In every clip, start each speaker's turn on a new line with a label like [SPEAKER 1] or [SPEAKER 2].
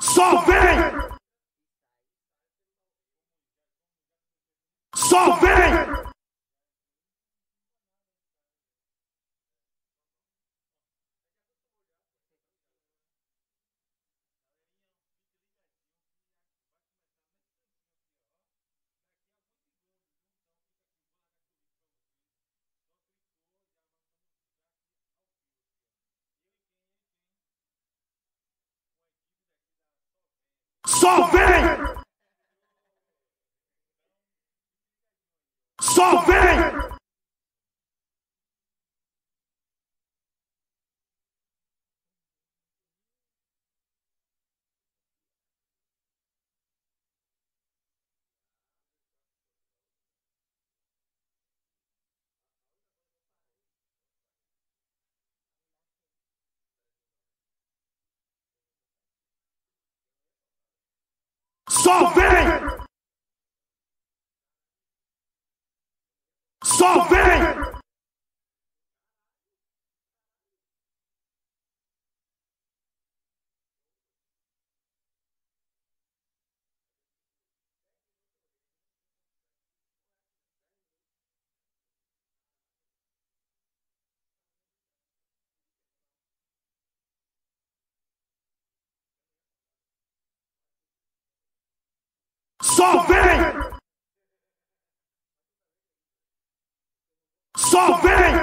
[SPEAKER 1] Só vem! Só vem! Só vem! Só vem! Só vem! Só vem! Só vem! Só vem!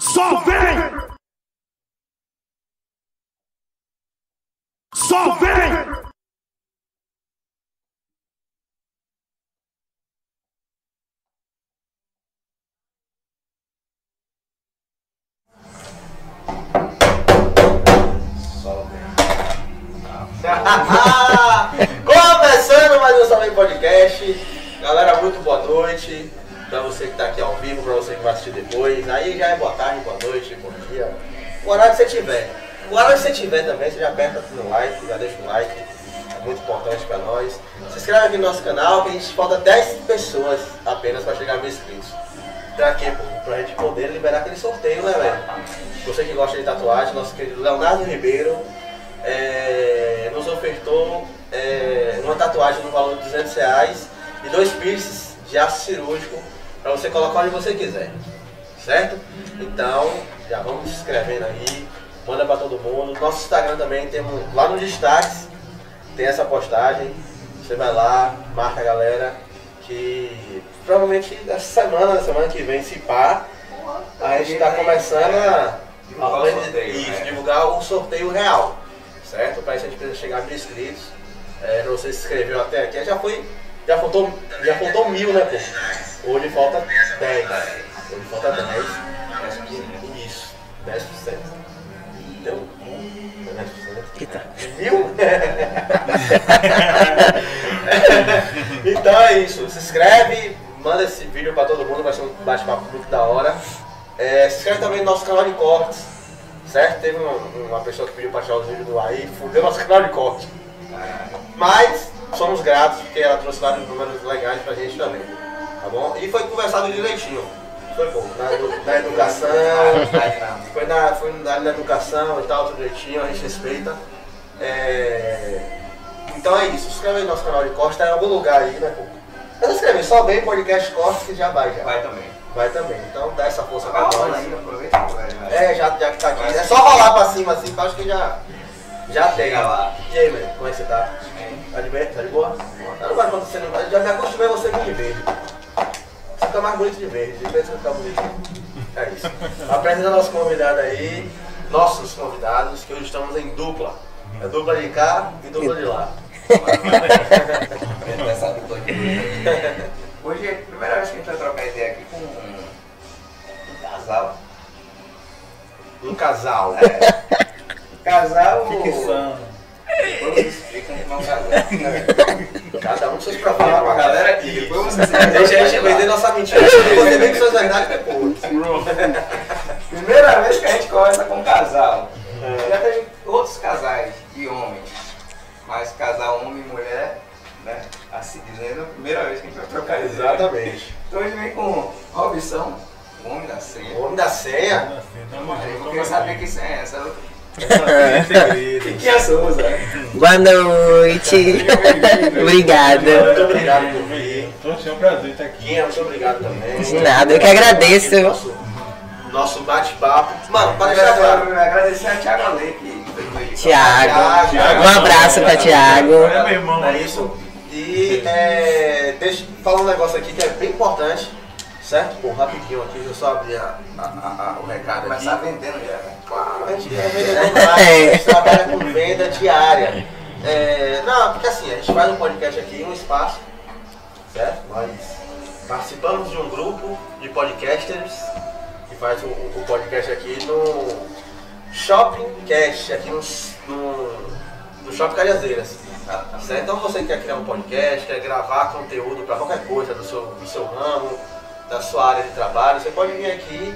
[SPEAKER 1] Só vem! Só vem!
[SPEAKER 2] Ah, Começando mais um Salve Podcast. Galera, muito boa noite. Pra você que tá aqui ao vivo, pra você que vai assistir depois. Aí já é boa tarde, boa noite, bom dia. O horário que você tiver. O horário que você tiver também, você já aperta no like, já deixa o like. É muito importante pra nós. Se inscreve aqui no nosso canal, que a gente falta 10 pessoas apenas pra chegar a mil inscritos. Pra quê, pô? Pra gente poder liberar aquele sorteio, né, velho? Você que gosta de tatuagem, nosso querido Leonardo Ribeiro é, nos ofertou é, uma tatuagem no valor de 200 reais e dois piercings de aço cirúrgico para você colocar onde você quiser, certo? Então, já vamos se inscrevendo aí, manda para todo mundo. Nosso Instagram também, temos lá nos destaques, tem essa postagem. Você vai lá, marca a galera, que provavelmente essa semana, semana que vem, se pá, a gente está começando a
[SPEAKER 3] Divulgar o sorteio,
[SPEAKER 2] isso,
[SPEAKER 3] né?
[SPEAKER 2] divulgar o sorteio real, certo? Para isso a gente precisa chegar a mil inscritos. É, pra você se inscreveu até aqui, já foi. Já faltou, já faltou mil, né, pô? Hoje falta 10. Hoje falta 10. Isso, 10%. Deu um, 10%. Mil? então é isso. Se inscreve, manda esse vídeo pra todo mundo, vai ser um bate-papo muito da hora. É, se inscreve também no nosso canal de cortes, certo? Teve um- uma pessoa que pediu pra tirar os vídeos do aí, fudeu nosso canal de corte. Mas somos gratos porque ela trouxe vários números legais pra gente também. Tá bom? E foi conversado direitinho. Foi bom. Na, edu- na educação, foi, na, foi na, na educação e tal, tudo direitinho, a gente respeita. É, Então é isso, se inscreve aí no nosso canal de corte, tá em algum lugar aí, né, pô? Mas escreve só bem podcast corte que já vai, já.
[SPEAKER 3] Vai também.
[SPEAKER 2] Vai também. Então dá essa força pra
[SPEAKER 3] Vai rola
[SPEAKER 2] nós.
[SPEAKER 3] ainda, aproveita. É.
[SPEAKER 2] É, já, já que tá aqui. É só rolar pra cima assim, que eu acho que já. Já tem.
[SPEAKER 3] Chega lá.
[SPEAKER 2] E aí, velho, como é que você tá? Tá de bem? Tá de boa? Eu não gosto quando você não gosta. Já me acostumei a você vir de verde. Você fica mais bonito de verde, de vez você fica bonito. É isso. Apresenta nosso convidado aí, nossos convidados, que hoje estamos em dupla. É dupla de cá e dupla de lá.
[SPEAKER 3] Essa dupla aqui. Hoje é a primeira vez que a gente vai trocar ideia aqui com um casal.
[SPEAKER 2] Um casal.
[SPEAKER 3] É. Casal. Ficção. Depois eu explico jeito, né? Vamos casar.
[SPEAKER 2] Cada um com seus
[SPEAKER 3] Fala com a
[SPEAKER 2] problemas.
[SPEAKER 3] galera aqui, depois vocês
[SPEAKER 2] Deixa a gente vender nossa mentira, você vem com suas verdades é depois.
[SPEAKER 3] Primeira vez que a gente conversa com um casal. Já teve outros casais de homens, mas casal homem e mulher, né? Assim dizendo, é a primeira vez que a gente vai trocar ideia.
[SPEAKER 2] Exatamente.
[SPEAKER 3] Então a gente vem com assim, Robson, o homem da
[SPEAKER 2] O
[SPEAKER 3] senha.
[SPEAKER 2] nome da senha?
[SPEAKER 3] Aí eu queria saber que senha é essa.
[SPEAKER 4] É.
[SPEAKER 2] Muito
[SPEAKER 3] Tiquinha Souza.
[SPEAKER 4] Boa noite. Obrigada.
[SPEAKER 2] obrigado por vir.
[SPEAKER 5] Poxa, é um prazer estar aqui.
[SPEAKER 2] Guinha, muito obrigado também.
[SPEAKER 4] De nada, eu que agradeço.
[SPEAKER 2] Nosso, nosso bate-papo. Mano, para deixar claro.
[SPEAKER 3] Agradecer a Thiago Ale que foi com ele.
[SPEAKER 4] Tiago.
[SPEAKER 2] Thiago.
[SPEAKER 4] Um abraço pra Tiago.
[SPEAKER 5] É meu irmão.
[SPEAKER 2] É isso. E é, deixa falar um negócio aqui que é bem importante, certo? Pô, rapidinho aqui, deixa eu só abrir a- a- a- a- o recado aqui.
[SPEAKER 3] Começar vendendo já, né?
[SPEAKER 2] Claro, a gente é vendedor de marketing, a gente trabalha com venda diária. É, não, porque assim, a gente faz um podcast aqui em um espaço, certo? Nós participamos de um grupo de podcasters que faz o, o podcast aqui no Shopping Cash, aqui no, no, no Shopping Cariazeiras. Certo? Então você que quer criar um podcast, quer gravar conteúdo para qualquer coisa do seu, do seu ramo, da sua área de trabalho, você pode vir aqui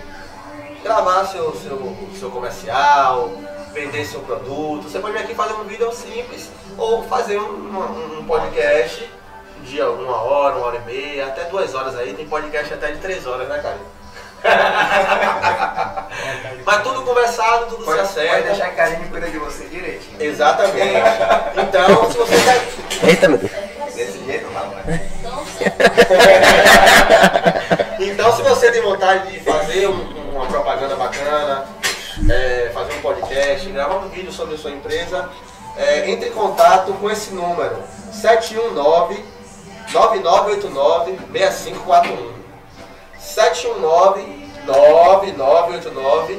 [SPEAKER 2] gravar seu, seu, seu comercial, vender seu produto. Você pode vir aqui fazer um vídeo simples ou fazer um, um- um podcast de uma hora, uma hora e meia, até duas horas aí. Tem podcast até de três horas, né, cara? Mas tudo conversado, tudo se
[SPEAKER 3] Pode, pode
[SPEAKER 2] acerta.
[SPEAKER 3] deixar que a gente cuida de você direitinho.
[SPEAKER 2] Exatamente. Então, se você quer.
[SPEAKER 4] Eita, meu Deus.
[SPEAKER 3] Desse jeito não, né?
[SPEAKER 2] Então, se você tem vontade de fazer um- uma propaganda bacana, é, fazer um podcast, gravar um vídeo sobre a sua empresa, é, entre em contato com esse número: um 719-9989-6541. 719-9989-6541.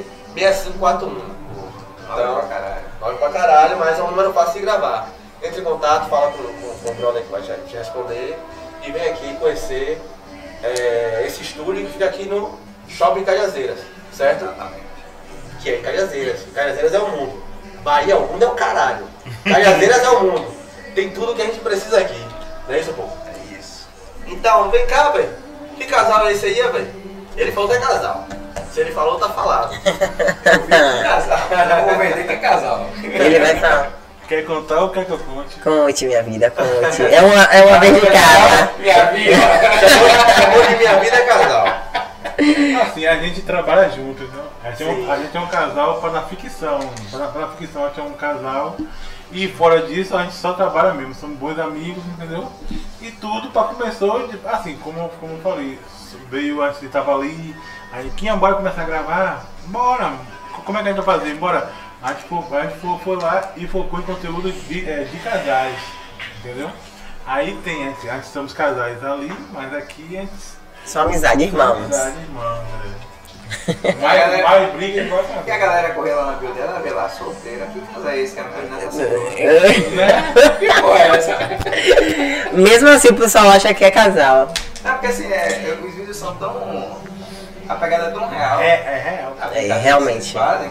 [SPEAKER 3] Fala pra caralho.
[SPEAKER 2] Nove pra caralho, mas é um número fácil de gravar. Entre em contato, fala com, com, com o brother que vai te te responder e vem aqui conhecer é, esse estúdio que fica aqui no Shopping Cajazeiras, certo?
[SPEAKER 3] Exatamente.
[SPEAKER 2] Que é em Cajazeiras. Cajazeiras é o mundo. Bahia, o mundo é o caralho. Cajazeiras é o mundo. Tem tudo que a gente precisa aqui. Não é isso, pô?
[SPEAKER 3] É isso.
[SPEAKER 2] Então, vem cá, velho. Que casal é esse aí, velho? Ele falou que é casal. Se ele falou, tá falado. é
[SPEAKER 3] Casal. Eu vou vender que é casal.
[SPEAKER 4] Ele vai falar.
[SPEAKER 5] Quer contar ou quer que eu conte?
[SPEAKER 4] Conte, minha vida, conte. É uma, é uma vez de casa.
[SPEAKER 3] Minha vida.
[SPEAKER 2] Chamou de minha vida é casal.
[SPEAKER 5] Assim, a gente trabalha juntos, né? A gente, é
[SPEAKER 2] Sim.
[SPEAKER 5] um, a gente é um casal para na ficção. Para para na ficção a gente é um casal. E fora disso a gente só trabalha mesmo. Somos bons amigos, entendeu? E tudo para começou, de- assim, como, como eu falei, veio antes de tava ali. Aí, quem bora começar a gravar? Bora! Como é que a gente vai fazer? Bora! A gente foi, a gente foi, foi lá e focou em conteúdo de, eh, de casais, entendeu? Aí tem, assim, a gente, a gente somos casais ali, mas aqui a gente
[SPEAKER 4] Só amizade, irmãos.
[SPEAKER 5] Verdade, irmão, velho. Vai, vai, briga é e bota na
[SPEAKER 3] E a galera correr lá na bio dela, vê lá, solteira. Que casa é esse que a menina tá solteira? Que porra é essa?
[SPEAKER 4] Mesmo assim, o pessoal acha que é casal.
[SPEAKER 3] Não, porque assim, é, os vídeos são tão... A pegada é tão real.
[SPEAKER 5] É, é real.
[SPEAKER 3] A
[SPEAKER 4] É,
[SPEAKER 3] pegada que
[SPEAKER 4] realmente.
[SPEAKER 3] vocês fazem,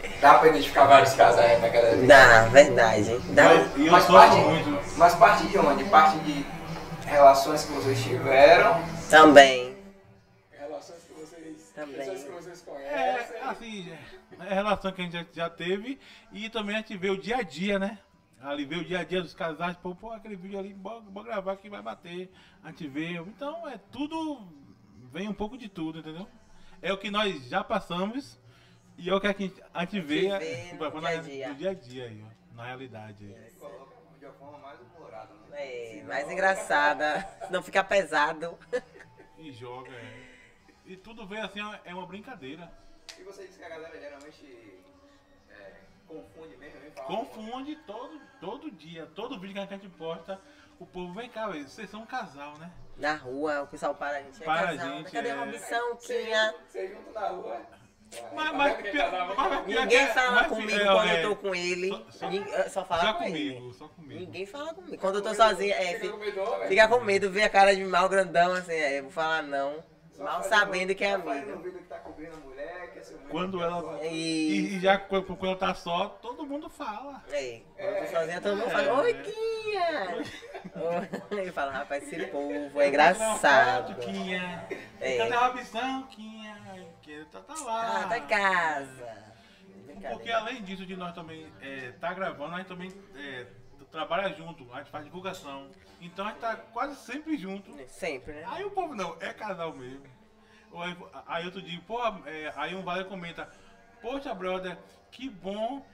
[SPEAKER 3] que dá pra identificar vários casais na cada vez.
[SPEAKER 4] Dá, verdade. Dá.
[SPEAKER 5] Mas- E eu
[SPEAKER 3] Mas
[SPEAKER 5] sofro
[SPEAKER 3] parte,
[SPEAKER 5] muito.
[SPEAKER 3] mas parte de onde? Parte de relações que vocês tiveram,
[SPEAKER 4] Também.
[SPEAKER 3] relações que vocês,
[SPEAKER 4] Também.
[SPEAKER 3] pessoas que vocês
[SPEAKER 5] É,
[SPEAKER 3] conhecem.
[SPEAKER 5] assim, é a relação que a gente já, já teve e também a gente vê o dia a dia, né? Ali vê o dia a dia dos casais, pô, pô aquele vídeo ali, bora, bora gravar que vai bater, a gente vê. Então é tudo, vem um pouco de tudo, entendeu? É o que nós já passamos e é o que a gente, a gente vê,
[SPEAKER 4] A gente vê no
[SPEAKER 5] na-
[SPEAKER 4] dia a dia.
[SPEAKER 5] no dia a dia aí, ó, na realidade. aí.
[SPEAKER 3] Coloca de uma forma mais humorada. né?
[SPEAKER 4] É, mais engraçada. Não fica pesado.
[SPEAKER 5] E joga, é. E tudo vem assim, ó, é uma brincadeira.
[SPEAKER 3] E você disse que a galera geralmente é, confunde mesmo, né? Fala,
[SPEAKER 5] Confunde todo, todo dia, todo vídeo que a gente posta, o povo vem cá, velho, vocês são um casal, né?
[SPEAKER 4] Na rua, o pessoal para a gente. É
[SPEAKER 5] Para a
[SPEAKER 4] casal.
[SPEAKER 5] gente,
[SPEAKER 4] Cadê
[SPEAKER 5] é.
[SPEAKER 4] Robson,
[SPEAKER 3] Você
[SPEAKER 4] Kinha?
[SPEAKER 3] junto- você junto na rua.
[SPEAKER 5] Mas,
[SPEAKER 3] Tá
[SPEAKER 5] mas,
[SPEAKER 3] vendo que
[SPEAKER 5] pior-
[SPEAKER 3] casal,
[SPEAKER 5] mas-
[SPEAKER 3] né?
[SPEAKER 5] mas pior
[SPEAKER 4] Ninguém
[SPEAKER 5] que é-
[SPEAKER 4] fala
[SPEAKER 5] mas-
[SPEAKER 4] comigo
[SPEAKER 5] é,
[SPEAKER 4] quando
[SPEAKER 5] é,
[SPEAKER 4] eu tô com ele.
[SPEAKER 5] só- só-
[SPEAKER 4] Ninguém- eu só fala
[SPEAKER 5] Só
[SPEAKER 4] com
[SPEAKER 5] comigo,
[SPEAKER 4] ele.
[SPEAKER 5] só comigo.
[SPEAKER 4] Ninguém fala comigo. Quando eu tô sozinha, é,
[SPEAKER 3] Fica com
[SPEAKER 4] fi-
[SPEAKER 3] medo, velho.
[SPEAKER 4] fica com medo, vê a cara de mal grandão, assim, é, eu vou falar não. Mal sabendo que é
[SPEAKER 3] Tá fazendo um
[SPEAKER 4] amigo.
[SPEAKER 3] vídeo que tá cobrindo a mulher, que é seu
[SPEAKER 5] Quando
[SPEAKER 3] amigo,
[SPEAKER 5] ela-
[SPEAKER 3] que é só-
[SPEAKER 5] E,
[SPEAKER 4] E
[SPEAKER 5] e já quando, quando ela tá só, todo todo mundo fala.
[SPEAKER 3] É.
[SPEAKER 4] Ei, É, quando eu tô sozinha, todo mundo fala, oi, Quinha! Ele fala, rapaz, esse povo é engraçado.
[SPEAKER 5] Quinha.
[SPEAKER 4] É.
[SPEAKER 5] Cadê a Robson? Quinha. Quinha tá, tá lá.
[SPEAKER 4] Ah, tá em casa.
[SPEAKER 5] Porque além disso de nós também é, tá gravando, a gente também é, t- trabalha junto, a gente faz divulgação. Então a gente tá quase sempre junto.
[SPEAKER 4] Sempre, né?
[SPEAKER 5] Aí o povo não, é casal mesmo. Ou Aí, aí outro dia, pô, é, aí um vale comenta, poxa brother, que bom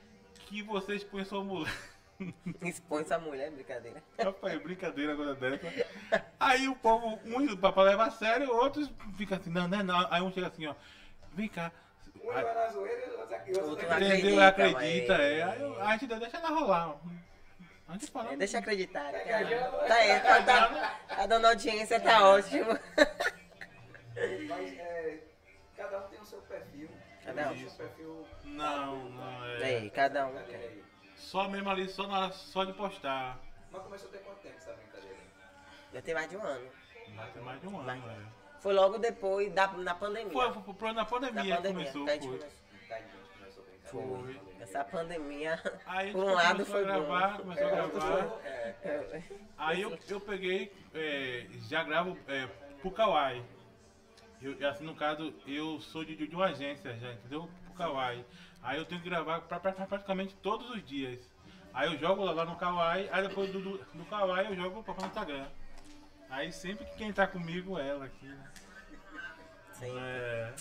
[SPEAKER 5] que você expõe sua mulher.
[SPEAKER 4] Expõe sua mulher, brincadeira.
[SPEAKER 5] Rapaz, brincadeira agora dessa. Aí o povo, um papai leva a sério, outros fica assim, não, não é não. Aí um chega assim, ó, vem cá.
[SPEAKER 3] Um vai na zoeira e o outro aqui.
[SPEAKER 4] Outro
[SPEAKER 3] Outro
[SPEAKER 4] lá.
[SPEAKER 3] aqui.
[SPEAKER 5] Entendeu?
[SPEAKER 4] Acredita,
[SPEAKER 5] Acredita,
[SPEAKER 4] mas-
[SPEAKER 5] é. Aí eu- A gente deixa ela rolar. A gente fala.
[SPEAKER 4] É, deixa
[SPEAKER 3] Tá
[SPEAKER 4] acreditar. Cara.
[SPEAKER 3] viajando,
[SPEAKER 4] Tá aí, tá, tá, tá dando audiência, tá ótimo.
[SPEAKER 3] Mas é, cada um tem o seu perfil.
[SPEAKER 4] Cada um.
[SPEAKER 3] Tem o seu perfil.
[SPEAKER 5] Não, não, é.
[SPEAKER 4] Aí, cada um.
[SPEAKER 3] Brincadeira aí.
[SPEAKER 5] Só mesmo ali, só, na, hora- só de postar.
[SPEAKER 3] Mas começou a ter quanto tempo essa brincadeira? aí?
[SPEAKER 4] Já tem mais de um ano.
[SPEAKER 5] Mas Tem mais de um ano, é.
[SPEAKER 4] Foi logo depois da, na pandemia.
[SPEAKER 5] Foi, foi, foi na
[SPEAKER 4] na
[SPEAKER 5] pandemia que
[SPEAKER 4] pandemia.
[SPEAKER 5] começou.
[SPEAKER 4] que a gente
[SPEAKER 5] Foi.
[SPEAKER 4] começou.
[SPEAKER 3] Tá de onde começou a brincadeira?
[SPEAKER 5] Foi.
[SPEAKER 4] Essa pandemia,
[SPEAKER 5] Aí a gente
[SPEAKER 4] por um lado
[SPEAKER 5] começou a
[SPEAKER 4] foi
[SPEAKER 5] gravar,
[SPEAKER 4] bom.
[SPEAKER 5] começou a gravar.
[SPEAKER 3] É,
[SPEAKER 5] Aí eu, eu peguei, é, já gravo é, pro Kawaii. Eu, eu, assim, no caso, eu sou de, de uma agência já, entendeu? Pro Kawaii. Aí eu tenho que gravar pra, pra- pra praticamente todos os dias. Aí eu jogo lá, lá no Kawaii, aí depois do, do, do Kawaii eu jogo pra, pra no Instagram. Aí sempre que quem tá comigo é ela aqui, né?
[SPEAKER 4] sim.
[SPEAKER 5] É.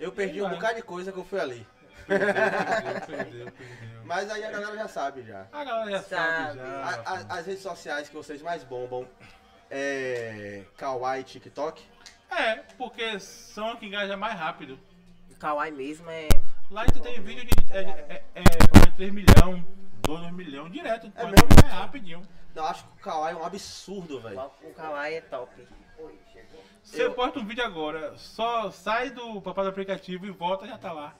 [SPEAKER 2] Eu perdi um bocado de coisa que eu fui ali.
[SPEAKER 5] Perdeu, perdeu, perdeu.
[SPEAKER 2] Mas aí a galera já sabe já.
[SPEAKER 5] A galera já sabe,
[SPEAKER 4] Sabe.
[SPEAKER 5] já.
[SPEAKER 2] A- a- as redes sociais que vocês mais bombam é. Kawaii TikTok.
[SPEAKER 5] É, porque são que engaja mais rápido.
[SPEAKER 4] O Kawaii mesmo é.
[SPEAKER 5] Lá tu tem vídeo de é, é, é, 3 milhão, 2 milhões direto. Pode
[SPEAKER 2] mesmo?
[SPEAKER 5] é rapidinho.
[SPEAKER 2] Eu acho que o Kawaii é um absurdo, velho.
[SPEAKER 4] O Kawaii é top.
[SPEAKER 3] Oi, chegou.
[SPEAKER 5] Você posta um vídeo agora, só sai do papai do aplicativo e volta já tá lá.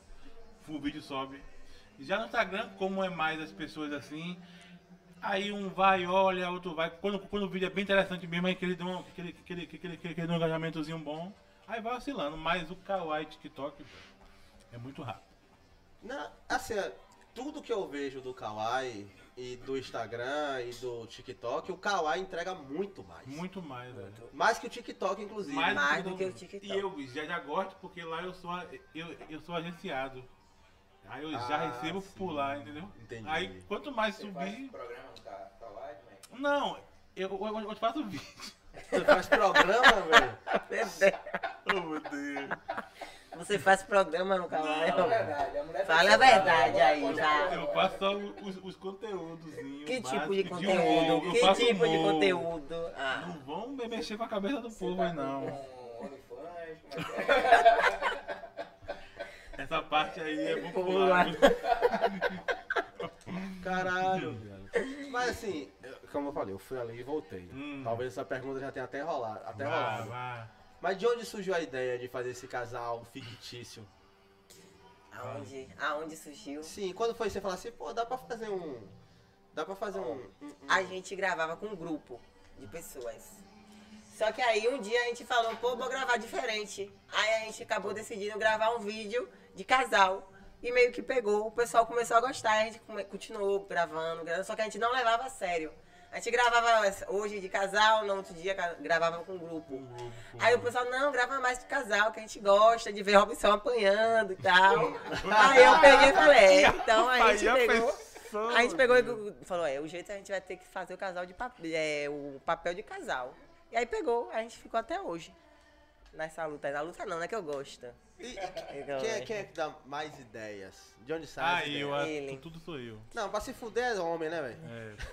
[SPEAKER 5] O vídeo sobe. Já no Instagram, como é mais as pessoas assim, aí um vai, olha, outro vai. Quando, quando o vídeo é bem interessante mesmo, aí que ele dá um, aquele, aquele, aquele, aquele, aquele um engajamentozinho bom, aí vai oscilando. Mas o Kawaii TikTok é muito rápido.
[SPEAKER 2] Na- assim, é, tudo que eu vejo do Kawaii e do Instagram e do TikTok, o Kawaii entrega muito mais.
[SPEAKER 5] Muito mais, velho.
[SPEAKER 2] Mais que o TikTok, inclusive.
[SPEAKER 5] Mais,
[SPEAKER 4] Mais
[SPEAKER 5] do
[SPEAKER 4] do que o TikTok.
[SPEAKER 5] E eu já, já gosto porque lá eu sou, a- eu, eu sou agenciado. Aí eu já
[SPEAKER 2] Ah,
[SPEAKER 5] recebo
[SPEAKER 2] sim.
[SPEAKER 5] por lá, entendeu?
[SPEAKER 2] Entendi.
[SPEAKER 5] Aí quanto mais
[SPEAKER 3] Você faz
[SPEAKER 5] subir.
[SPEAKER 3] o programa tá, tá live, né?
[SPEAKER 5] Não, eu, eu, eu faço vídeo.
[SPEAKER 2] Você faz programa, velho.
[SPEAKER 4] Meu Deus.
[SPEAKER 5] Oh meu Deus.
[SPEAKER 4] Você faz programa no Kawaii.
[SPEAKER 5] Não.
[SPEAKER 3] É verdade, a mulher
[SPEAKER 4] Fala
[SPEAKER 3] tem que
[SPEAKER 4] a verdade
[SPEAKER 3] trabalhar,
[SPEAKER 4] aí,
[SPEAKER 3] pode-
[SPEAKER 4] já.
[SPEAKER 5] Eu faço só os, os conteúdos.
[SPEAKER 4] Que tipo de conteúdo? que tipo de conteúdo? Ah,
[SPEAKER 5] Não vão me mexer com a cabeça do povo
[SPEAKER 3] tá
[SPEAKER 5] aí não.
[SPEAKER 3] com OnlyFans, como é que é?
[SPEAKER 5] Essa parte aí é muito
[SPEAKER 4] Pula.
[SPEAKER 5] pular.
[SPEAKER 2] Caralho,
[SPEAKER 5] Uhum.
[SPEAKER 2] velho. Mas assim, eu- como eu falei, eu fui ali e voltei.
[SPEAKER 5] Hum.
[SPEAKER 2] Talvez essa pergunta já tenha até rolado.
[SPEAKER 3] Tá.
[SPEAKER 2] Até
[SPEAKER 5] Vá,
[SPEAKER 2] rolado.
[SPEAKER 5] vá.
[SPEAKER 2] Mas de onde surgiu a ideia de fazer esse casal fictício?
[SPEAKER 4] aonde? Aonde surgiu?
[SPEAKER 2] Sim, quando foi você falar assim, pô, dá pra fazer um. Dá pra fazer um. um- um-
[SPEAKER 4] a gente gravava com um grupo de pessoas. Só que aí um dia a gente falou, pô, vou gravar diferente. Aí a gente acabou decidindo gravar um vídeo de casal. E meio que pegou, o pessoal começou a gostar, a gente come- continuou gravando, gravando, só que a gente não levava a sério. A gente gravava essa- hoje de casal, no outro dia ca- gravava com um grupo. né? Aí o pessoal, não, grava mais de casal, que a gente gosta de ver Robson apanhando e tal. aí eu peguei e falei, é, então a gente
[SPEAKER 5] Aí a
[SPEAKER 4] pegou.
[SPEAKER 5] pessoa,
[SPEAKER 4] A gente pegou e falou, é, o jeito a gente vai ter que fazer o casal de papel, é, o papel de casal. E aí pegou, a gente ficou até hoje. Nessa luta, na luta não, né, que eu gosto.
[SPEAKER 2] E- e-
[SPEAKER 4] Legal,
[SPEAKER 2] quem, é,
[SPEAKER 4] né?
[SPEAKER 2] quem é que dá mais ideias? De onde sai as
[SPEAKER 5] Ah, eu,
[SPEAKER 2] ideias?
[SPEAKER 5] ah,
[SPEAKER 4] Ele.
[SPEAKER 5] tu- tudo sou eu.
[SPEAKER 2] Não, pra se fuder é homem, né, velho?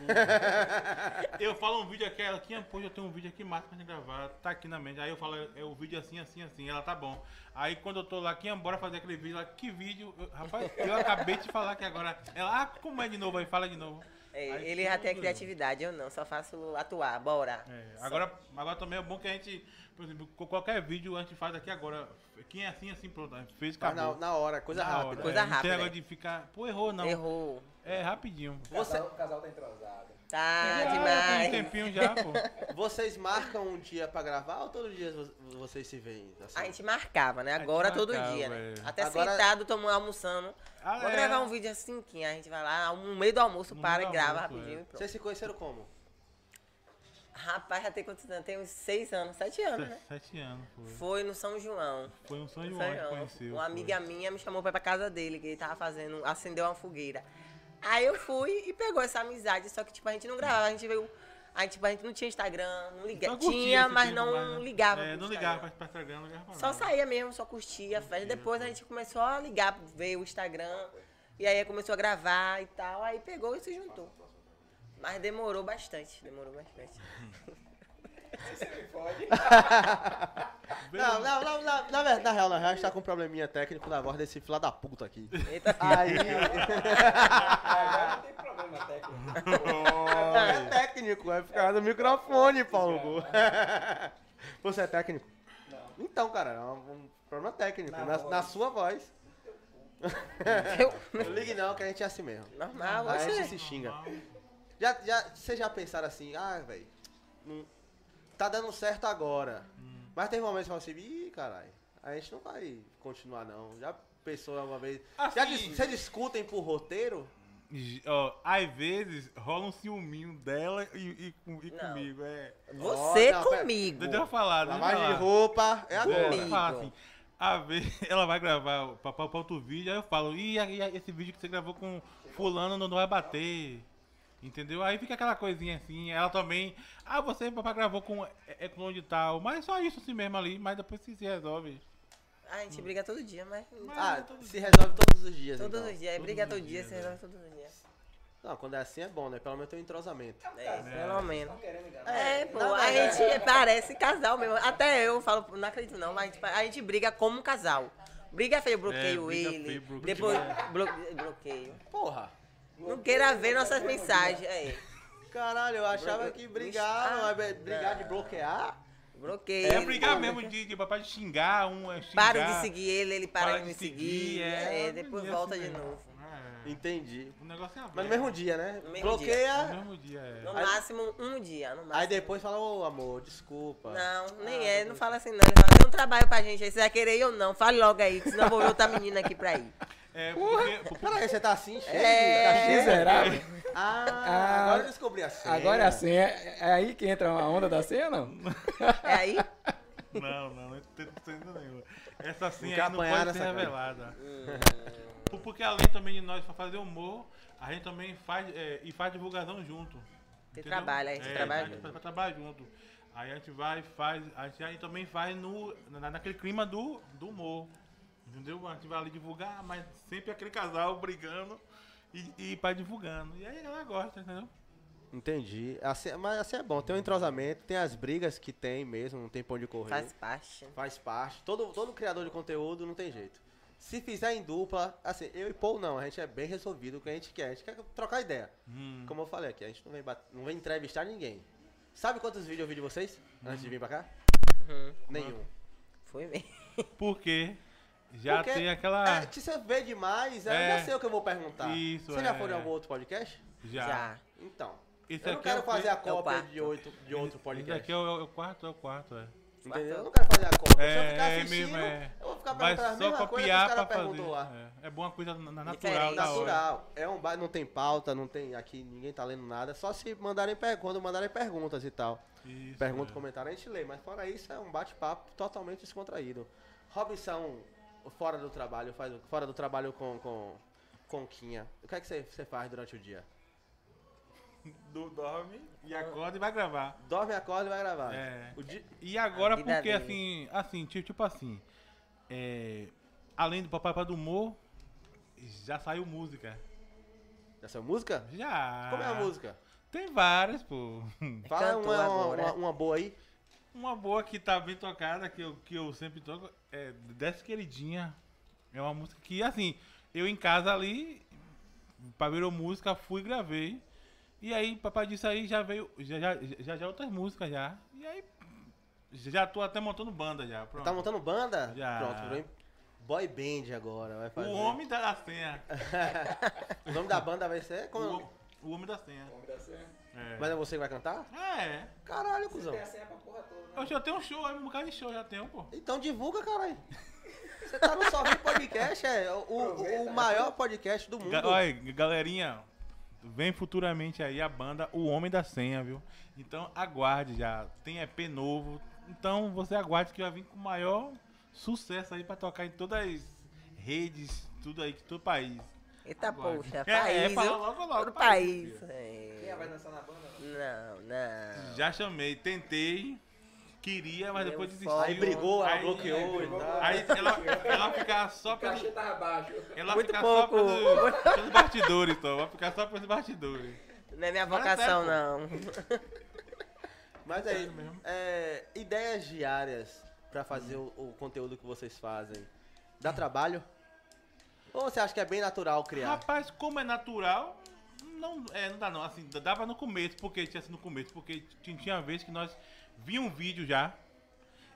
[SPEAKER 5] É, pô. eu falo um vídeo aqui, ela aqui, pô, eu tenho um vídeo aqui massa pra gente gravar, tá aqui na mente. Aí eu falo, é o vídeo assim, assim, assim, ela tá bom. Aí quando eu tô lá, aqui, bora fazer aquele vídeo lá, que vídeo? Eu- rapaz, eu acabei de falar que agora. Ela, ah, como é de novo aí, fala de novo.
[SPEAKER 4] É,
[SPEAKER 5] Aí
[SPEAKER 4] ele já tem a
[SPEAKER 5] tudo.
[SPEAKER 4] criatividade, eu não, só faço atuar, bora.
[SPEAKER 5] É, agora, agora também é bom que a gente, por exemplo, co- qualquer vídeo a gente faz aqui agora. Quem é assim, assim, pronto, a gente fez,
[SPEAKER 2] Mas
[SPEAKER 5] acabou.
[SPEAKER 2] Na, na hora, coisa
[SPEAKER 5] Na
[SPEAKER 2] rápida.
[SPEAKER 5] hora,
[SPEAKER 4] Coisa
[SPEAKER 5] é, Não tem
[SPEAKER 4] rápida.
[SPEAKER 5] negócio de ficar, pô, errou não.
[SPEAKER 4] Errou.
[SPEAKER 5] É rapidinho.
[SPEAKER 3] O casal- O casal tá entrosado.
[SPEAKER 4] Tá
[SPEAKER 5] Já, Tem um
[SPEAKER 4] demais.
[SPEAKER 5] tempinho já, pô.
[SPEAKER 2] Vocês marcam um dia pra gravar ou todo dia vo- vocês se veem? assim?
[SPEAKER 4] A gente marcava, né? Agora todo
[SPEAKER 5] marcava,
[SPEAKER 4] dia, né?
[SPEAKER 5] é.
[SPEAKER 4] Até
[SPEAKER 2] Agora-
[SPEAKER 4] sentado, tomando, almoçando.
[SPEAKER 5] Ah,
[SPEAKER 4] Vou
[SPEAKER 5] é.
[SPEAKER 4] gravar um vídeo assim, que a gente vai lá, um, no meio do almoço,
[SPEAKER 5] No
[SPEAKER 4] para e
[SPEAKER 5] meio do
[SPEAKER 4] grava
[SPEAKER 5] almoço,
[SPEAKER 4] rapidinho
[SPEAKER 5] é.
[SPEAKER 4] e pronto.
[SPEAKER 2] Vocês se conheceram como?
[SPEAKER 4] Rapaz, já tem quantos anos? Tem uns seis anos, sete anos, né?
[SPEAKER 5] Sete anos, pô.
[SPEAKER 4] Foi no São João.
[SPEAKER 5] Foi um sonho
[SPEAKER 4] São
[SPEAKER 5] João que
[SPEAKER 4] João.
[SPEAKER 5] conheceu.
[SPEAKER 4] Uma
[SPEAKER 5] foi.
[SPEAKER 4] amiga minha me chamou pra ir pra casa dele, que ele tava fazendo, acendeu uma fogueira. Aí eu fui e pegou essa amizade, só que tipo, a gente não gravava, a gente veio. A gente, tipo, a gente não tinha Instagram, não ligava.
[SPEAKER 5] Só curtia
[SPEAKER 4] Tinha,
[SPEAKER 5] esse
[SPEAKER 4] mas
[SPEAKER 5] tempo
[SPEAKER 4] não
[SPEAKER 5] mais, né?
[SPEAKER 4] ligava. pro
[SPEAKER 5] É, não
[SPEAKER 4] Instagram.
[SPEAKER 5] ligava pra- pra Instagram, não ligava pra
[SPEAKER 4] Só
[SPEAKER 5] nada.
[SPEAKER 4] saía mesmo, só curtia a festa. Depois
[SPEAKER 5] né?
[SPEAKER 4] a gente começou a ligar, ver o Instagram. E aí começou a gravar e tal. Aí pegou e se juntou. Mas demorou bastante, demorou bastante.
[SPEAKER 3] Pode.
[SPEAKER 2] Não, não, não, na, na verdade, na real, na real, a gente tá com um probleminha técnico na voz desse filho da puta aqui.
[SPEAKER 4] Eita,
[SPEAKER 2] Aí.
[SPEAKER 3] Agora não tem problema técnico.
[SPEAKER 2] é técnico, vai ficar no microfone, Paulo. Você é técnico?
[SPEAKER 3] Não.
[SPEAKER 2] Então, cara, é um um problema técnico.
[SPEAKER 3] Na
[SPEAKER 2] Na,
[SPEAKER 3] voz.
[SPEAKER 2] na sua voz.
[SPEAKER 4] eu-
[SPEAKER 2] Não ligue não, que a gente é assim mesmo.
[SPEAKER 4] Normal,
[SPEAKER 6] Ah,
[SPEAKER 2] a gente
[SPEAKER 4] você.
[SPEAKER 2] se xinga. Já, já, vocês já pensaram assim, ah, velho, não- tá dando certo agora.
[SPEAKER 3] Hum.
[SPEAKER 2] Mas tem momentos que falam assim, ih, caralho, a gente não vai continuar não. Já pensou alguma vez? já dis-
[SPEAKER 5] Assim.
[SPEAKER 2] vocês discutem por roteiro?
[SPEAKER 5] G- Ó, às vezes rola um ciúminho dela e, e, com- e
[SPEAKER 4] Não.
[SPEAKER 5] comigo. É.
[SPEAKER 4] Você
[SPEAKER 2] Ó, não, pera-
[SPEAKER 4] comigo.
[SPEAKER 5] Deixa eu falar, deixa eu
[SPEAKER 2] Lavagem de
[SPEAKER 5] falar.
[SPEAKER 2] roupa, é
[SPEAKER 5] É,
[SPEAKER 2] agora.
[SPEAKER 5] eu falo assim, a vez ela vai gravar o- pra, pra, pra outro vídeo, aí eu falo, e, esse vídeo que você gravou com fulano não, não vai bater. Entendeu? Aí fica aquela coisinha assim, ela também. Ah, você papai gravou com é, é com de tal, mas só isso assim mesmo ali, mas depois se, se resolve.
[SPEAKER 4] A gente briga todo dia, mas.
[SPEAKER 2] Ah,
[SPEAKER 5] todo
[SPEAKER 2] se resolve todos os dias.
[SPEAKER 4] Todos
[SPEAKER 2] então.
[SPEAKER 4] os dias. Aí
[SPEAKER 5] Todos
[SPEAKER 4] briga
[SPEAKER 5] os
[SPEAKER 4] todo dia,
[SPEAKER 5] dias,
[SPEAKER 4] você
[SPEAKER 5] né?
[SPEAKER 4] resolve todos os dias.
[SPEAKER 2] Não, quando é assim é bom, né? Pelo menos tem um entrosamento.
[SPEAKER 4] É, pelo menos.
[SPEAKER 3] Estão querendo enganar.
[SPEAKER 4] É, pô,
[SPEAKER 2] não,
[SPEAKER 4] a
[SPEAKER 2] mas é-
[SPEAKER 4] gente parece casal mesmo. Até eu falo, não acredito não, mas tipo, a gente briga como casal. Briga feio, eu bloqueio
[SPEAKER 5] É, briga
[SPEAKER 4] ele.
[SPEAKER 5] feio, bloqueio.
[SPEAKER 4] Depois blo- bloqueio.
[SPEAKER 2] Porra!
[SPEAKER 4] Não queira ver nossas mensagens. É,
[SPEAKER 2] Caralho, eu achava que brigar, não é be- brigar de bloquear.
[SPEAKER 4] bloqueio.
[SPEAKER 5] É brigar mesmo de, de papai de xingar, um é xingar.
[SPEAKER 4] Paro de seguir ele, ele para, de me seguir. é,
[SPEAKER 5] um
[SPEAKER 4] depois
[SPEAKER 5] dia
[SPEAKER 4] volta
[SPEAKER 5] assim
[SPEAKER 4] de
[SPEAKER 5] mesmo.
[SPEAKER 4] novo.
[SPEAKER 5] É,
[SPEAKER 2] Entendi.
[SPEAKER 5] o negócio é aberto.
[SPEAKER 2] Mas no mesmo dia, né?
[SPEAKER 4] No mesmo
[SPEAKER 2] Bloqueia,
[SPEAKER 5] No mesmo dia, é.
[SPEAKER 4] No máximo um dia, no máximo.
[SPEAKER 2] aí depois fala, ô amor, desculpa.
[SPEAKER 4] Não,
[SPEAKER 5] Ah,
[SPEAKER 4] nem é, não fala assim não. Ele fala, tem um trabalho pra gente aí, você vai querer ir ou não? Fale logo aí, que senão eu vou ver outra menina aqui pra ir.
[SPEAKER 5] É, porque, porque-
[SPEAKER 2] Peraí, você tá assim, cheio?
[SPEAKER 4] É.
[SPEAKER 2] Tá cheio?
[SPEAKER 7] Miserável.
[SPEAKER 2] Ah,
[SPEAKER 7] Ah.
[SPEAKER 2] agora eu descobri a senha.
[SPEAKER 7] Agora assim, é, é aí que entra uma onda da senha ou não?
[SPEAKER 4] É aí?
[SPEAKER 5] Não, não, não tem sentido nenhum. Essa senha
[SPEAKER 2] Nunca
[SPEAKER 5] aí não
[SPEAKER 2] apanharam
[SPEAKER 5] pode ser
[SPEAKER 2] essa cara.
[SPEAKER 5] revelada.
[SPEAKER 2] É.
[SPEAKER 5] Por- Porque além também de nós pra fazer humor, a gente também faz, é, e faz divulgação junto.
[SPEAKER 4] Você
[SPEAKER 5] entendeu? É,
[SPEAKER 4] trabalha, a gente trabalha
[SPEAKER 5] A gente
[SPEAKER 4] junto.
[SPEAKER 5] faz pra trabalhar junto. Aí a gente vai e faz, a gente, a gente também faz no, na- naquele clima do, do humor. Entendeu? A gente vai ali divulgar, mas sempre aquele casal brigando e, e vai divulgando. E aí ela gosta, entendeu?
[SPEAKER 2] Entendi. Assim, mas assim é bom, tem um entrosamento, tem as brigas que tem mesmo, não tem pão de correr.
[SPEAKER 4] Faz parte.
[SPEAKER 2] Faz parte. Todo, todo criador de conteúdo não tem jeito. Se fizer em dupla, assim, eu e Paul não, a gente é bem resolvido o que a gente quer. A gente quer trocar ideia.
[SPEAKER 5] Hum.
[SPEAKER 2] Como eu falei aqui, a gente não vem, bat- não vem entrevistar ninguém. Sabe quantos vídeos eu vi de vocês
[SPEAKER 5] Hum.
[SPEAKER 2] antes de vir pra cá?
[SPEAKER 4] Uhum.
[SPEAKER 2] Nenhum.
[SPEAKER 5] Uhum.
[SPEAKER 4] Foi mesmo.
[SPEAKER 5] Porque já
[SPEAKER 2] Porque
[SPEAKER 5] tem aquela.
[SPEAKER 2] É, que você vê demais, eu
[SPEAKER 5] É.
[SPEAKER 2] já sei o que eu vou perguntar.
[SPEAKER 5] Isso,
[SPEAKER 2] você já
[SPEAKER 5] é.
[SPEAKER 2] foi em algum outro podcast?
[SPEAKER 4] Já.
[SPEAKER 2] Então.
[SPEAKER 5] Esse
[SPEAKER 2] eu não
[SPEAKER 5] aqui é
[SPEAKER 2] quero
[SPEAKER 5] o
[SPEAKER 2] fazer
[SPEAKER 5] quê?
[SPEAKER 2] a
[SPEAKER 4] É o
[SPEAKER 2] cópia
[SPEAKER 4] quarto.
[SPEAKER 2] de, oito, de outro
[SPEAKER 5] Esse aqui
[SPEAKER 2] podcast.
[SPEAKER 5] é o, é o quarto, é o quarto, é.
[SPEAKER 2] Entendeu? Eu não quero fazer a cópia. Se eu ficar
[SPEAKER 5] É, é
[SPEAKER 2] assistindo,
[SPEAKER 5] mesmo, é.
[SPEAKER 2] eu vou ficar
[SPEAKER 5] Mas
[SPEAKER 2] perguntando a
[SPEAKER 5] só
[SPEAKER 2] mesma coisa que os
[SPEAKER 5] copiar pra
[SPEAKER 2] caras
[SPEAKER 5] fazer.
[SPEAKER 2] perguntam lá.
[SPEAKER 5] É, é bom uma coisa na- na- natural
[SPEAKER 4] Diferente.
[SPEAKER 5] da hora.
[SPEAKER 2] Natural. É um bairro, não tem pauta, não tem. Aqui ninguém tá lendo nada. Só se mandarem per- quando mandarem perguntas e tal.
[SPEAKER 5] Isso,
[SPEAKER 2] Pergunta,
[SPEAKER 5] é.
[SPEAKER 2] comentário, a gente lê. Mas fora isso, é um bate-papo totalmente descontraído. Robinson, fora do trabalho, faz o- fora do trabalho com, com, com Quinha. O que é que você, você faz durante o dia?
[SPEAKER 5] Do, dorme e acorda e vai gravar.
[SPEAKER 2] Dorme, acorda e vai gravar.
[SPEAKER 5] É.
[SPEAKER 2] O di-
[SPEAKER 5] E agora,
[SPEAKER 4] A vida
[SPEAKER 5] porque
[SPEAKER 4] dele.
[SPEAKER 5] assim, assim, tipo, tipo assim, é, além do Papai para do Humor, já saiu música.
[SPEAKER 2] Essa música?
[SPEAKER 5] Já.
[SPEAKER 2] Como é a música?
[SPEAKER 5] Tem várias, pô.
[SPEAKER 2] Fala
[SPEAKER 4] Cantou
[SPEAKER 2] uma,
[SPEAKER 4] É agora.
[SPEAKER 2] uma, uma boa aí.
[SPEAKER 5] Uma boa que tá bem tocada, que eu, que eu sempre toco, é Desce Queridinha. É uma música que, assim, eu em casa ali, pra ver a música, fui e gravei. E aí, papai disso aí, já veio, já, já, já, já outras músicas já. E aí, já tô até montando banda já, pronto.
[SPEAKER 2] Tá montando banda?
[SPEAKER 5] Já.
[SPEAKER 2] Pronto, virou em- boy band agora. Vai fazer.
[SPEAKER 5] O Homem da Senha.
[SPEAKER 2] O nome da banda vai ser. Como é o nome?
[SPEAKER 5] O, o Homem da Senha.
[SPEAKER 3] Vamos dar certo.
[SPEAKER 5] É.
[SPEAKER 2] Mas é você que vai cantar?
[SPEAKER 5] É.
[SPEAKER 2] Caralho, cuzão.
[SPEAKER 3] Tem a senha pra porra toda, né?
[SPEAKER 5] Eu já tenho um show, aí um bocado de show já tenho, pô.
[SPEAKER 2] Então divulga, caralho. Você tá no Salve Podcast, é o, o, o maior podcast do mundo.
[SPEAKER 5] Ga olha, galerinha, vem futuramente aí a banda O Homem da Senha, viu? Então aguarde já, tem EP novo. Então você aguarde que vai vir com o maior sucesso aí pra tocar em todas as redes, tudo aí, que todo país.
[SPEAKER 4] Eita, poxa,
[SPEAKER 5] É, é,
[SPEAKER 4] país.
[SPEAKER 5] fala
[SPEAKER 4] viu?
[SPEAKER 5] logo, logo, é,
[SPEAKER 4] Pro
[SPEAKER 5] país,
[SPEAKER 4] país. é.
[SPEAKER 3] Quem vai dançar na banda? não?
[SPEAKER 5] né?
[SPEAKER 4] Não, não.
[SPEAKER 5] Já chamei, tentei, queria, mas
[SPEAKER 4] Deu
[SPEAKER 5] depois desistiu.
[SPEAKER 4] fora.
[SPEAKER 2] Aí brigou, aí
[SPEAKER 5] aí é,
[SPEAKER 2] bloqueou e tal.
[SPEAKER 5] Aí ela, ela fica só
[SPEAKER 3] O
[SPEAKER 5] pelo.
[SPEAKER 3] cachê tava baixo.
[SPEAKER 5] Ela
[SPEAKER 4] Muito
[SPEAKER 5] fica
[SPEAKER 4] pouco.
[SPEAKER 5] só pelos, pelos bastidores, então. Vai ficar só pelos bastidores.
[SPEAKER 4] Não é minha
[SPEAKER 5] Mas é
[SPEAKER 4] vocação,
[SPEAKER 5] sério,
[SPEAKER 4] não.
[SPEAKER 2] Mas aí,
[SPEAKER 5] Sério mesmo.
[SPEAKER 2] é, ideias diárias pra fazer o, o conteúdo que vocês fazem. Dá trabalho? Ou você acha que é bem natural criar?
[SPEAKER 5] Rapaz, como é natural, não, é, não dá não. Assim, dava no começo, porque tinha sido no começo, porque tinha, tinha vez que nós via um vídeo já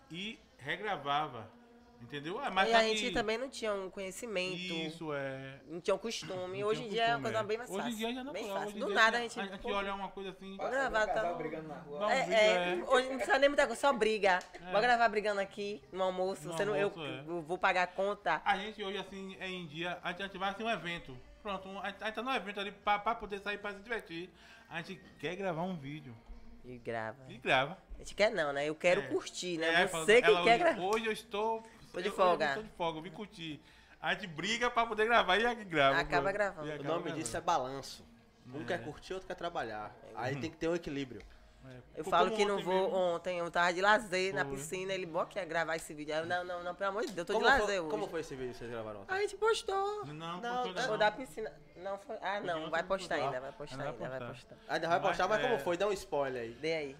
[SPEAKER 5] e regravava. Entendeu? Ah, mas
[SPEAKER 4] e
[SPEAKER 5] só
[SPEAKER 4] a
[SPEAKER 5] que-
[SPEAKER 4] gente também não tinha um conhecimento.
[SPEAKER 5] Isso é.
[SPEAKER 4] Não tinha um costume.
[SPEAKER 5] não
[SPEAKER 4] Hoje
[SPEAKER 5] tinha
[SPEAKER 4] em dia é uma
[SPEAKER 5] costume,
[SPEAKER 4] coisa bem mais
[SPEAKER 5] Hoje
[SPEAKER 4] fácil.
[SPEAKER 5] em dia já não
[SPEAKER 4] bem
[SPEAKER 5] é,
[SPEAKER 4] fácil.
[SPEAKER 5] hoje em
[SPEAKER 4] Do
[SPEAKER 5] dia
[SPEAKER 4] nada a
[SPEAKER 5] tinha-
[SPEAKER 4] gente.
[SPEAKER 5] A gente olha uma coisa assim.
[SPEAKER 3] Passa
[SPEAKER 4] gravar,
[SPEAKER 3] um casal
[SPEAKER 4] tá?
[SPEAKER 3] brigando na rua.
[SPEAKER 5] Não,
[SPEAKER 4] É,
[SPEAKER 5] vídeo
[SPEAKER 4] é,
[SPEAKER 5] é-
[SPEAKER 4] hoje não precisa nem muita coisa, só briga. Bora gravar brigando aqui no almoço.
[SPEAKER 5] No
[SPEAKER 4] você não, eu,
[SPEAKER 5] almoço, é.
[SPEAKER 4] eu vou pagar a conta.
[SPEAKER 5] A gente hoje, assim, é em dia, a gente, a gente vai assim, um evento. Pronto, um, a gente a gente tá num evento ali pra, pra poder sair pra se divertir. A gente quer gravar um vídeo.
[SPEAKER 4] E grava.
[SPEAKER 5] E grava.
[SPEAKER 4] A gente quer não, né? Eu quero
[SPEAKER 5] É.
[SPEAKER 4] curtir,
[SPEAKER 5] É,
[SPEAKER 4] né?
[SPEAKER 5] aí fala,
[SPEAKER 4] Você que
[SPEAKER 5] ela
[SPEAKER 4] quer
[SPEAKER 5] hoje,
[SPEAKER 4] gravar.
[SPEAKER 5] Hoje eu estou.
[SPEAKER 4] Tô de
[SPEAKER 5] eu-
[SPEAKER 4] folga.
[SPEAKER 5] Eu, estou de folga, eu vim curtir. A gente briga pra poder gravar e aí grava.
[SPEAKER 4] Acaba
[SPEAKER 5] pronto.
[SPEAKER 4] gravando.
[SPEAKER 5] E
[SPEAKER 2] O
[SPEAKER 5] acaba
[SPEAKER 2] nome
[SPEAKER 5] gravando.
[SPEAKER 2] disso é balanço. Um quer curtir, outro quer trabalhar. Aí tem que ter um equilíbrio.
[SPEAKER 5] É.
[SPEAKER 4] Eu
[SPEAKER 5] Como
[SPEAKER 4] falo que não
[SPEAKER 5] ontem
[SPEAKER 4] vou
[SPEAKER 5] mesmo,
[SPEAKER 4] ontem, eu tava de lazer na
[SPEAKER 5] Foi.
[SPEAKER 4] piscina, ele bota que ia gravar esse vídeo. Aí eu, não, não, não, pelo amor de Deus, eu tô
[SPEAKER 2] Como
[SPEAKER 4] de lazer
[SPEAKER 2] foi,
[SPEAKER 4] hoje.
[SPEAKER 2] como foi esse vídeo que vocês gravaram ontem?
[SPEAKER 4] A gente postou.
[SPEAKER 5] Não,
[SPEAKER 2] Não,
[SPEAKER 5] postou ainda
[SPEAKER 4] Ou
[SPEAKER 5] não.
[SPEAKER 4] da piscina. Não foi. Ah, não,
[SPEAKER 5] ontem
[SPEAKER 4] vai postar
[SPEAKER 5] não postou.
[SPEAKER 4] ainda, vai postar
[SPEAKER 5] Ainda vai
[SPEAKER 4] ainda, vai
[SPEAKER 5] postar.
[SPEAKER 4] postar.
[SPEAKER 2] Ainda vai
[SPEAKER 5] Mas,
[SPEAKER 2] postar, mas como
[SPEAKER 5] é.
[SPEAKER 2] foi? Dá um spoiler aí.
[SPEAKER 4] Dê aí.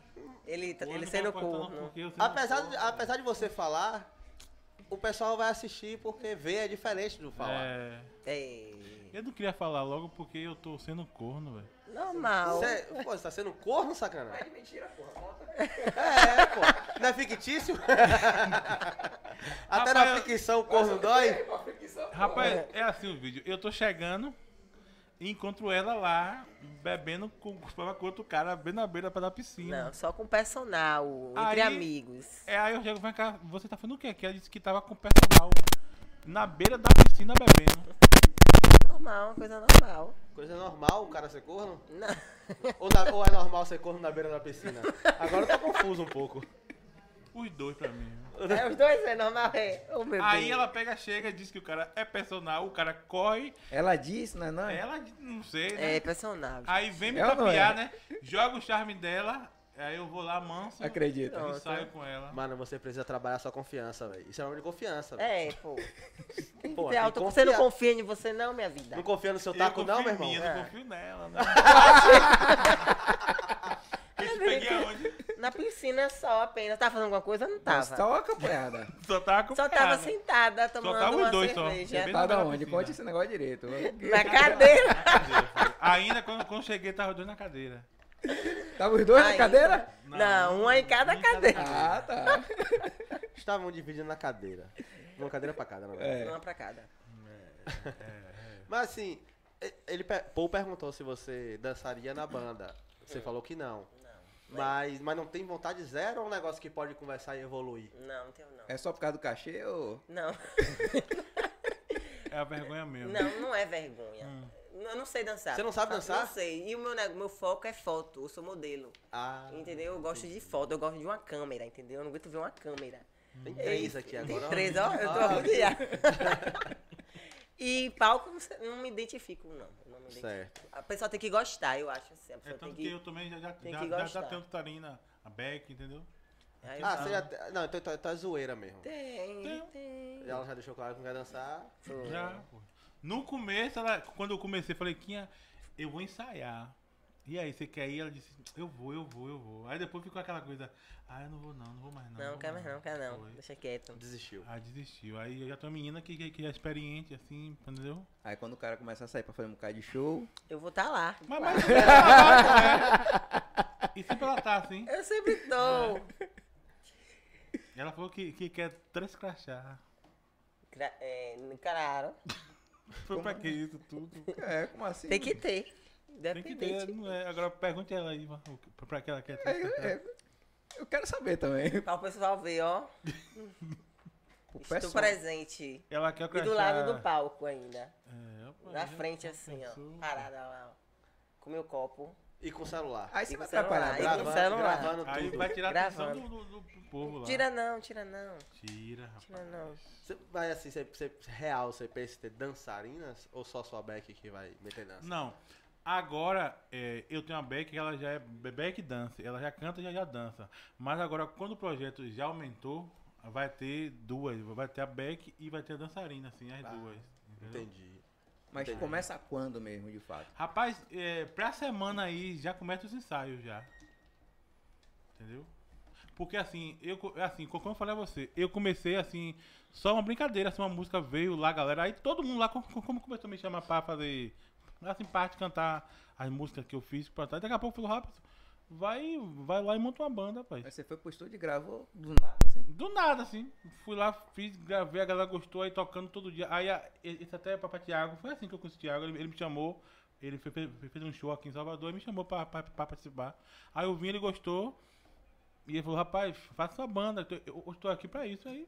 [SPEAKER 4] Ele,
[SPEAKER 5] Hoje
[SPEAKER 4] ele
[SPEAKER 5] não
[SPEAKER 4] sendo
[SPEAKER 5] postou não,
[SPEAKER 4] corno.
[SPEAKER 5] porque eu sendo
[SPEAKER 2] Apesar de,
[SPEAKER 5] corno.
[SPEAKER 2] apesar de você falar, o pessoal vai assistir porque ver é diferente do
[SPEAKER 4] Ah.
[SPEAKER 2] falar.
[SPEAKER 5] É,
[SPEAKER 4] É.
[SPEAKER 5] eu não queria falar logo porque eu tô sendo corno, velho.
[SPEAKER 4] Normal.
[SPEAKER 2] Cê,
[SPEAKER 6] É,
[SPEAKER 2] pô, você tá sendo corno, sacanagem?
[SPEAKER 3] É de mentira, porra. Conta.
[SPEAKER 2] É, pô. Não é fictício? Até na
[SPEAKER 5] Rapaz,
[SPEAKER 2] ficção o corno dói.
[SPEAKER 3] Uma fricção,
[SPEAKER 5] Rapaz, é assim o vídeo. Eu tô chegando e encontro ela lá, bebendo com, com outro cara, bem na beira pra da piscina.
[SPEAKER 4] Não, só com personal, entre
[SPEAKER 5] Aí-
[SPEAKER 4] amigos.
[SPEAKER 5] É, aí eu chego e falo, cara, você tá fazendo o quê aqui? Ela disse que tava com o personal na beira da piscina bebendo.
[SPEAKER 4] Normal, coisa normal.
[SPEAKER 2] Coisa normal o cara ser corno?
[SPEAKER 4] Não.
[SPEAKER 2] Ou, na- ou é normal ser corno na beira da piscina? Agora eu tô confuso um pouco.
[SPEAKER 5] Os dois pra mim.
[SPEAKER 4] É, os dois é normal, é. Ô, meu
[SPEAKER 5] Aí
[SPEAKER 4] bem.
[SPEAKER 5] ela pega, chega, diz que o cara é personal, o cara corre,
[SPEAKER 7] Ela disse, não é não?
[SPEAKER 5] ela não sei, né?
[SPEAKER 4] É, personal.
[SPEAKER 5] Aí vem me
[SPEAKER 7] É ou não
[SPEAKER 5] copiar,
[SPEAKER 7] é?
[SPEAKER 5] né? Joga o charme dela, aí eu vou lá manso
[SPEAKER 7] Acredito.
[SPEAKER 5] e
[SPEAKER 4] Pronto.
[SPEAKER 2] tá-
[SPEAKER 5] saio com ela.
[SPEAKER 2] Mano, você precisa trabalhar sua confiança, velho. Isso é nome de confiança, velho.
[SPEAKER 4] É, pô. Tem que
[SPEAKER 2] Pô,
[SPEAKER 4] ter
[SPEAKER 2] tem
[SPEAKER 4] auto...
[SPEAKER 2] que
[SPEAKER 4] Você não
[SPEAKER 2] confiar.
[SPEAKER 4] confia em você, não, minha vida.
[SPEAKER 2] Não confia no seu
[SPEAKER 5] Eu
[SPEAKER 2] taco,
[SPEAKER 5] confio
[SPEAKER 2] não, meu
[SPEAKER 5] em mim,
[SPEAKER 2] irmão?
[SPEAKER 5] Eu não
[SPEAKER 4] É.
[SPEAKER 5] confio nela, né? Eu te peguei aonde?
[SPEAKER 4] Na piscina só apenas. Tava fazendo alguma coisa? Não tava.
[SPEAKER 7] Só a campanhada.
[SPEAKER 5] Só tava com
[SPEAKER 4] Só
[SPEAKER 5] o cara,
[SPEAKER 4] tava
[SPEAKER 5] né?
[SPEAKER 4] sentada tomando
[SPEAKER 5] tava os
[SPEAKER 4] uma
[SPEAKER 5] dois só.
[SPEAKER 4] cerveja.
[SPEAKER 5] Bebendo.
[SPEAKER 7] Tá
[SPEAKER 5] na
[SPEAKER 7] da onde?
[SPEAKER 5] piscina.
[SPEAKER 7] Conte esse negócio direito.
[SPEAKER 4] Na cadeira.
[SPEAKER 5] Na cadeira, foi. Ainda quando, quando cheguei, tava os dois na cadeira.
[SPEAKER 7] Tava os dois
[SPEAKER 4] Aí.
[SPEAKER 7] na cadeira?
[SPEAKER 4] Não, uma em cada cadeira.
[SPEAKER 7] Ah, tá.
[SPEAKER 2] Estavam dividindo na cadeira. Uma cadeira pra cada, na verdade.
[SPEAKER 7] É.
[SPEAKER 4] Uma pra cada.
[SPEAKER 2] Mas assim, e- ele per- Paul perguntou se você dançaria na banda. Você falou que não. Mas, mas não tem vontade zero ou é um negócio que pode conversar e evoluir?
[SPEAKER 4] Não, não tenho não.
[SPEAKER 7] É só por causa do cachê ou...
[SPEAKER 4] Não,
[SPEAKER 5] É a vergonha mesmo.
[SPEAKER 4] não, não é vergonha. Eu não sei dançar.
[SPEAKER 2] Hum. Você não sabe dançar?
[SPEAKER 4] Não sei. E o meu, neg- meu foco é foto. Eu sou modelo.
[SPEAKER 2] Ah,
[SPEAKER 4] Entendeu? Eu gosto de foto. Eu gosto de uma câmera, entendeu? Eu não aguento ver uma câmera.
[SPEAKER 2] tem três aqui agora. Ah, ó.
[SPEAKER 4] Tem três, ó. Eu tô agoniada. E palco, não sei- não me identifico, não. Eu não me identifico.
[SPEAKER 2] Certo.
[SPEAKER 4] A pessoa tem que gostar, eu acho. assim, a pessoa
[SPEAKER 5] É
[SPEAKER 4] tem
[SPEAKER 5] tanto que
[SPEAKER 4] que...
[SPEAKER 5] eu também já, já,
[SPEAKER 4] tem
[SPEAKER 5] já,
[SPEAKER 4] que
[SPEAKER 5] já, já
[SPEAKER 4] gostar.
[SPEAKER 5] tenho tarina, a Beck, entendeu?
[SPEAKER 4] Aí eu
[SPEAKER 2] Ah,
[SPEAKER 4] falo,
[SPEAKER 2] você já. te- Não, então tu é- tu é zoeira mesmo.
[SPEAKER 4] Tem,
[SPEAKER 5] Tem. um
[SPEAKER 4] tem.
[SPEAKER 2] Ela já deixou claro que não quer dançar.
[SPEAKER 5] Já, pô. No começo, ela, quando eu comecei, eu falei, Quinha, eu vou ensaiar. E aí, você quer ir? Ela disse, eu vou, eu vou, eu vou. Aí depois ficou aquela coisa, ah, eu não vou não, não vou mais não.
[SPEAKER 4] Não,
[SPEAKER 5] vou
[SPEAKER 4] quer mais
[SPEAKER 5] mais
[SPEAKER 4] não, quer não.
[SPEAKER 5] Foi.
[SPEAKER 4] Deixa quieto.
[SPEAKER 2] Desistiu.
[SPEAKER 5] Aí desistiu. Aí eu já tem uma menina que, que, que é experiente, assim, entendeu?
[SPEAKER 7] Aí quando o cara começa a sair pra fazer um bocado de show...
[SPEAKER 4] Eu vou estar tá lá.
[SPEAKER 5] Mas, mas sempre ela vai, né? E sempre ela tá assim.
[SPEAKER 4] Eu sempre tô.
[SPEAKER 5] Ela falou que, que quer três crachá.
[SPEAKER 4] Cra- é, claro.
[SPEAKER 5] Foi pra que isso tudo?
[SPEAKER 7] É, como assim?
[SPEAKER 4] Tem que ter.
[SPEAKER 5] Tem que ter,
[SPEAKER 4] Independente.
[SPEAKER 5] não é? Agora pergunte ela aí, mano, o que- pra- pra que ela quer.
[SPEAKER 3] Aí, é, eu quero saber também.
[SPEAKER 4] Pra o pessoal ver, ó.
[SPEAKER 3] O
[SPEAKER 4] Estou
[SPEAKER 3] pessoal,
[SPEAKER 4] presente.
[SPEAKER 5] Ela quer o
[SPEAKER 4] E do lado do palco ainda.
[SPEAKER 5] É, opa,
[SPEAKER 4] Na
[SPEAKER 5] já
[SPEAKER 4] frente, assim,
[SPEAKER 5] pensou?
[SPEAKER 4] ó. Parada lá, ó. Com meu copo.
[SPEAKER 6] E com o celular.
[SPEAKER 3] aí você
[SPEAKER 4] e
[SPEAKER 3] vai
[SPEAKER 4] com o celular,
[SPEAKER 3] atrapalhar.
[SPEAKER 4] e com o
[SPEAKER 3] brava.
[SPEAKER 6] Gravando,
[SPEAKER 4] celular.
[SPEAKER 6] gravando
[SPEAKER 5] Aí
[SPEAKER 6] tudo.
[SPEAKER 5] vai tirar a atenção do,
[SPEAKER 4] Gravando.
[SPEAKER 5] do- do povo lá.
[SPEAKER 4] Tira não, tira não.
[SPEAKER 5] Tira, rapaz.
[SPEAKER 4] Tira não.
[SPEAKER 6] Você vai assim, você, você- real, você pensa em ter dançarinas ou só sua back que vai meter dança?
[SPEAKER 5] Não. Agora, é, eu tenho uma Beck que ela já é Beck dance, ela já canta e já, já dança. Mas agora, quando o projeto já aumentou, vai ter duas. Vai ter a Beck e vai ter a dançarina, assim,
[SPEAKER 4] Ah,
[SPEAKER 5] as duas. entendeu?
[SPEAKER 6] Entendi.
[SPEAKER 4] é
[SPEAKER 3] Mas
[SPEAKER 6] Entendi.
[SPEAKER 3] começa quando mesmo, de fato?
[SPEAKER 5] Rapaz, é, pra semana aí já começa os ensaios já. Entendeu? Porque assim, eu co- assim, co- como eu falei a você, eu comecei assim, só uma brincadeira, assim, uma música veio lá, galera. Aí todo mundo lá, co- co- como começou a me chamar pra fazer, assim, parte, cantar as músicas que eu fiz pra tal. Daqui a pouco eu falei, rápido, vai, vai lá e monta uma banda, rapaz.
[SPEAKER 3] Aí você foi pro estúdio e gravou do nada, assim.
[SPEAKER 5] Do nada, assim. Fui lá, fiz, gravei, a galera gostou, aí tocando todo dia. Aí, a- e- esse até papai Thiago, foi assim que eu conheci o Thiago, ele, ele me chamou, ele fe- fe- fez, um show aqui em Salvador e me chamou pra, pra, pra participar. Aí eu vim, ele gostou, e ele falou, rapaz, faça sua banda, eu, eu, eu tô aqui pra isso, aí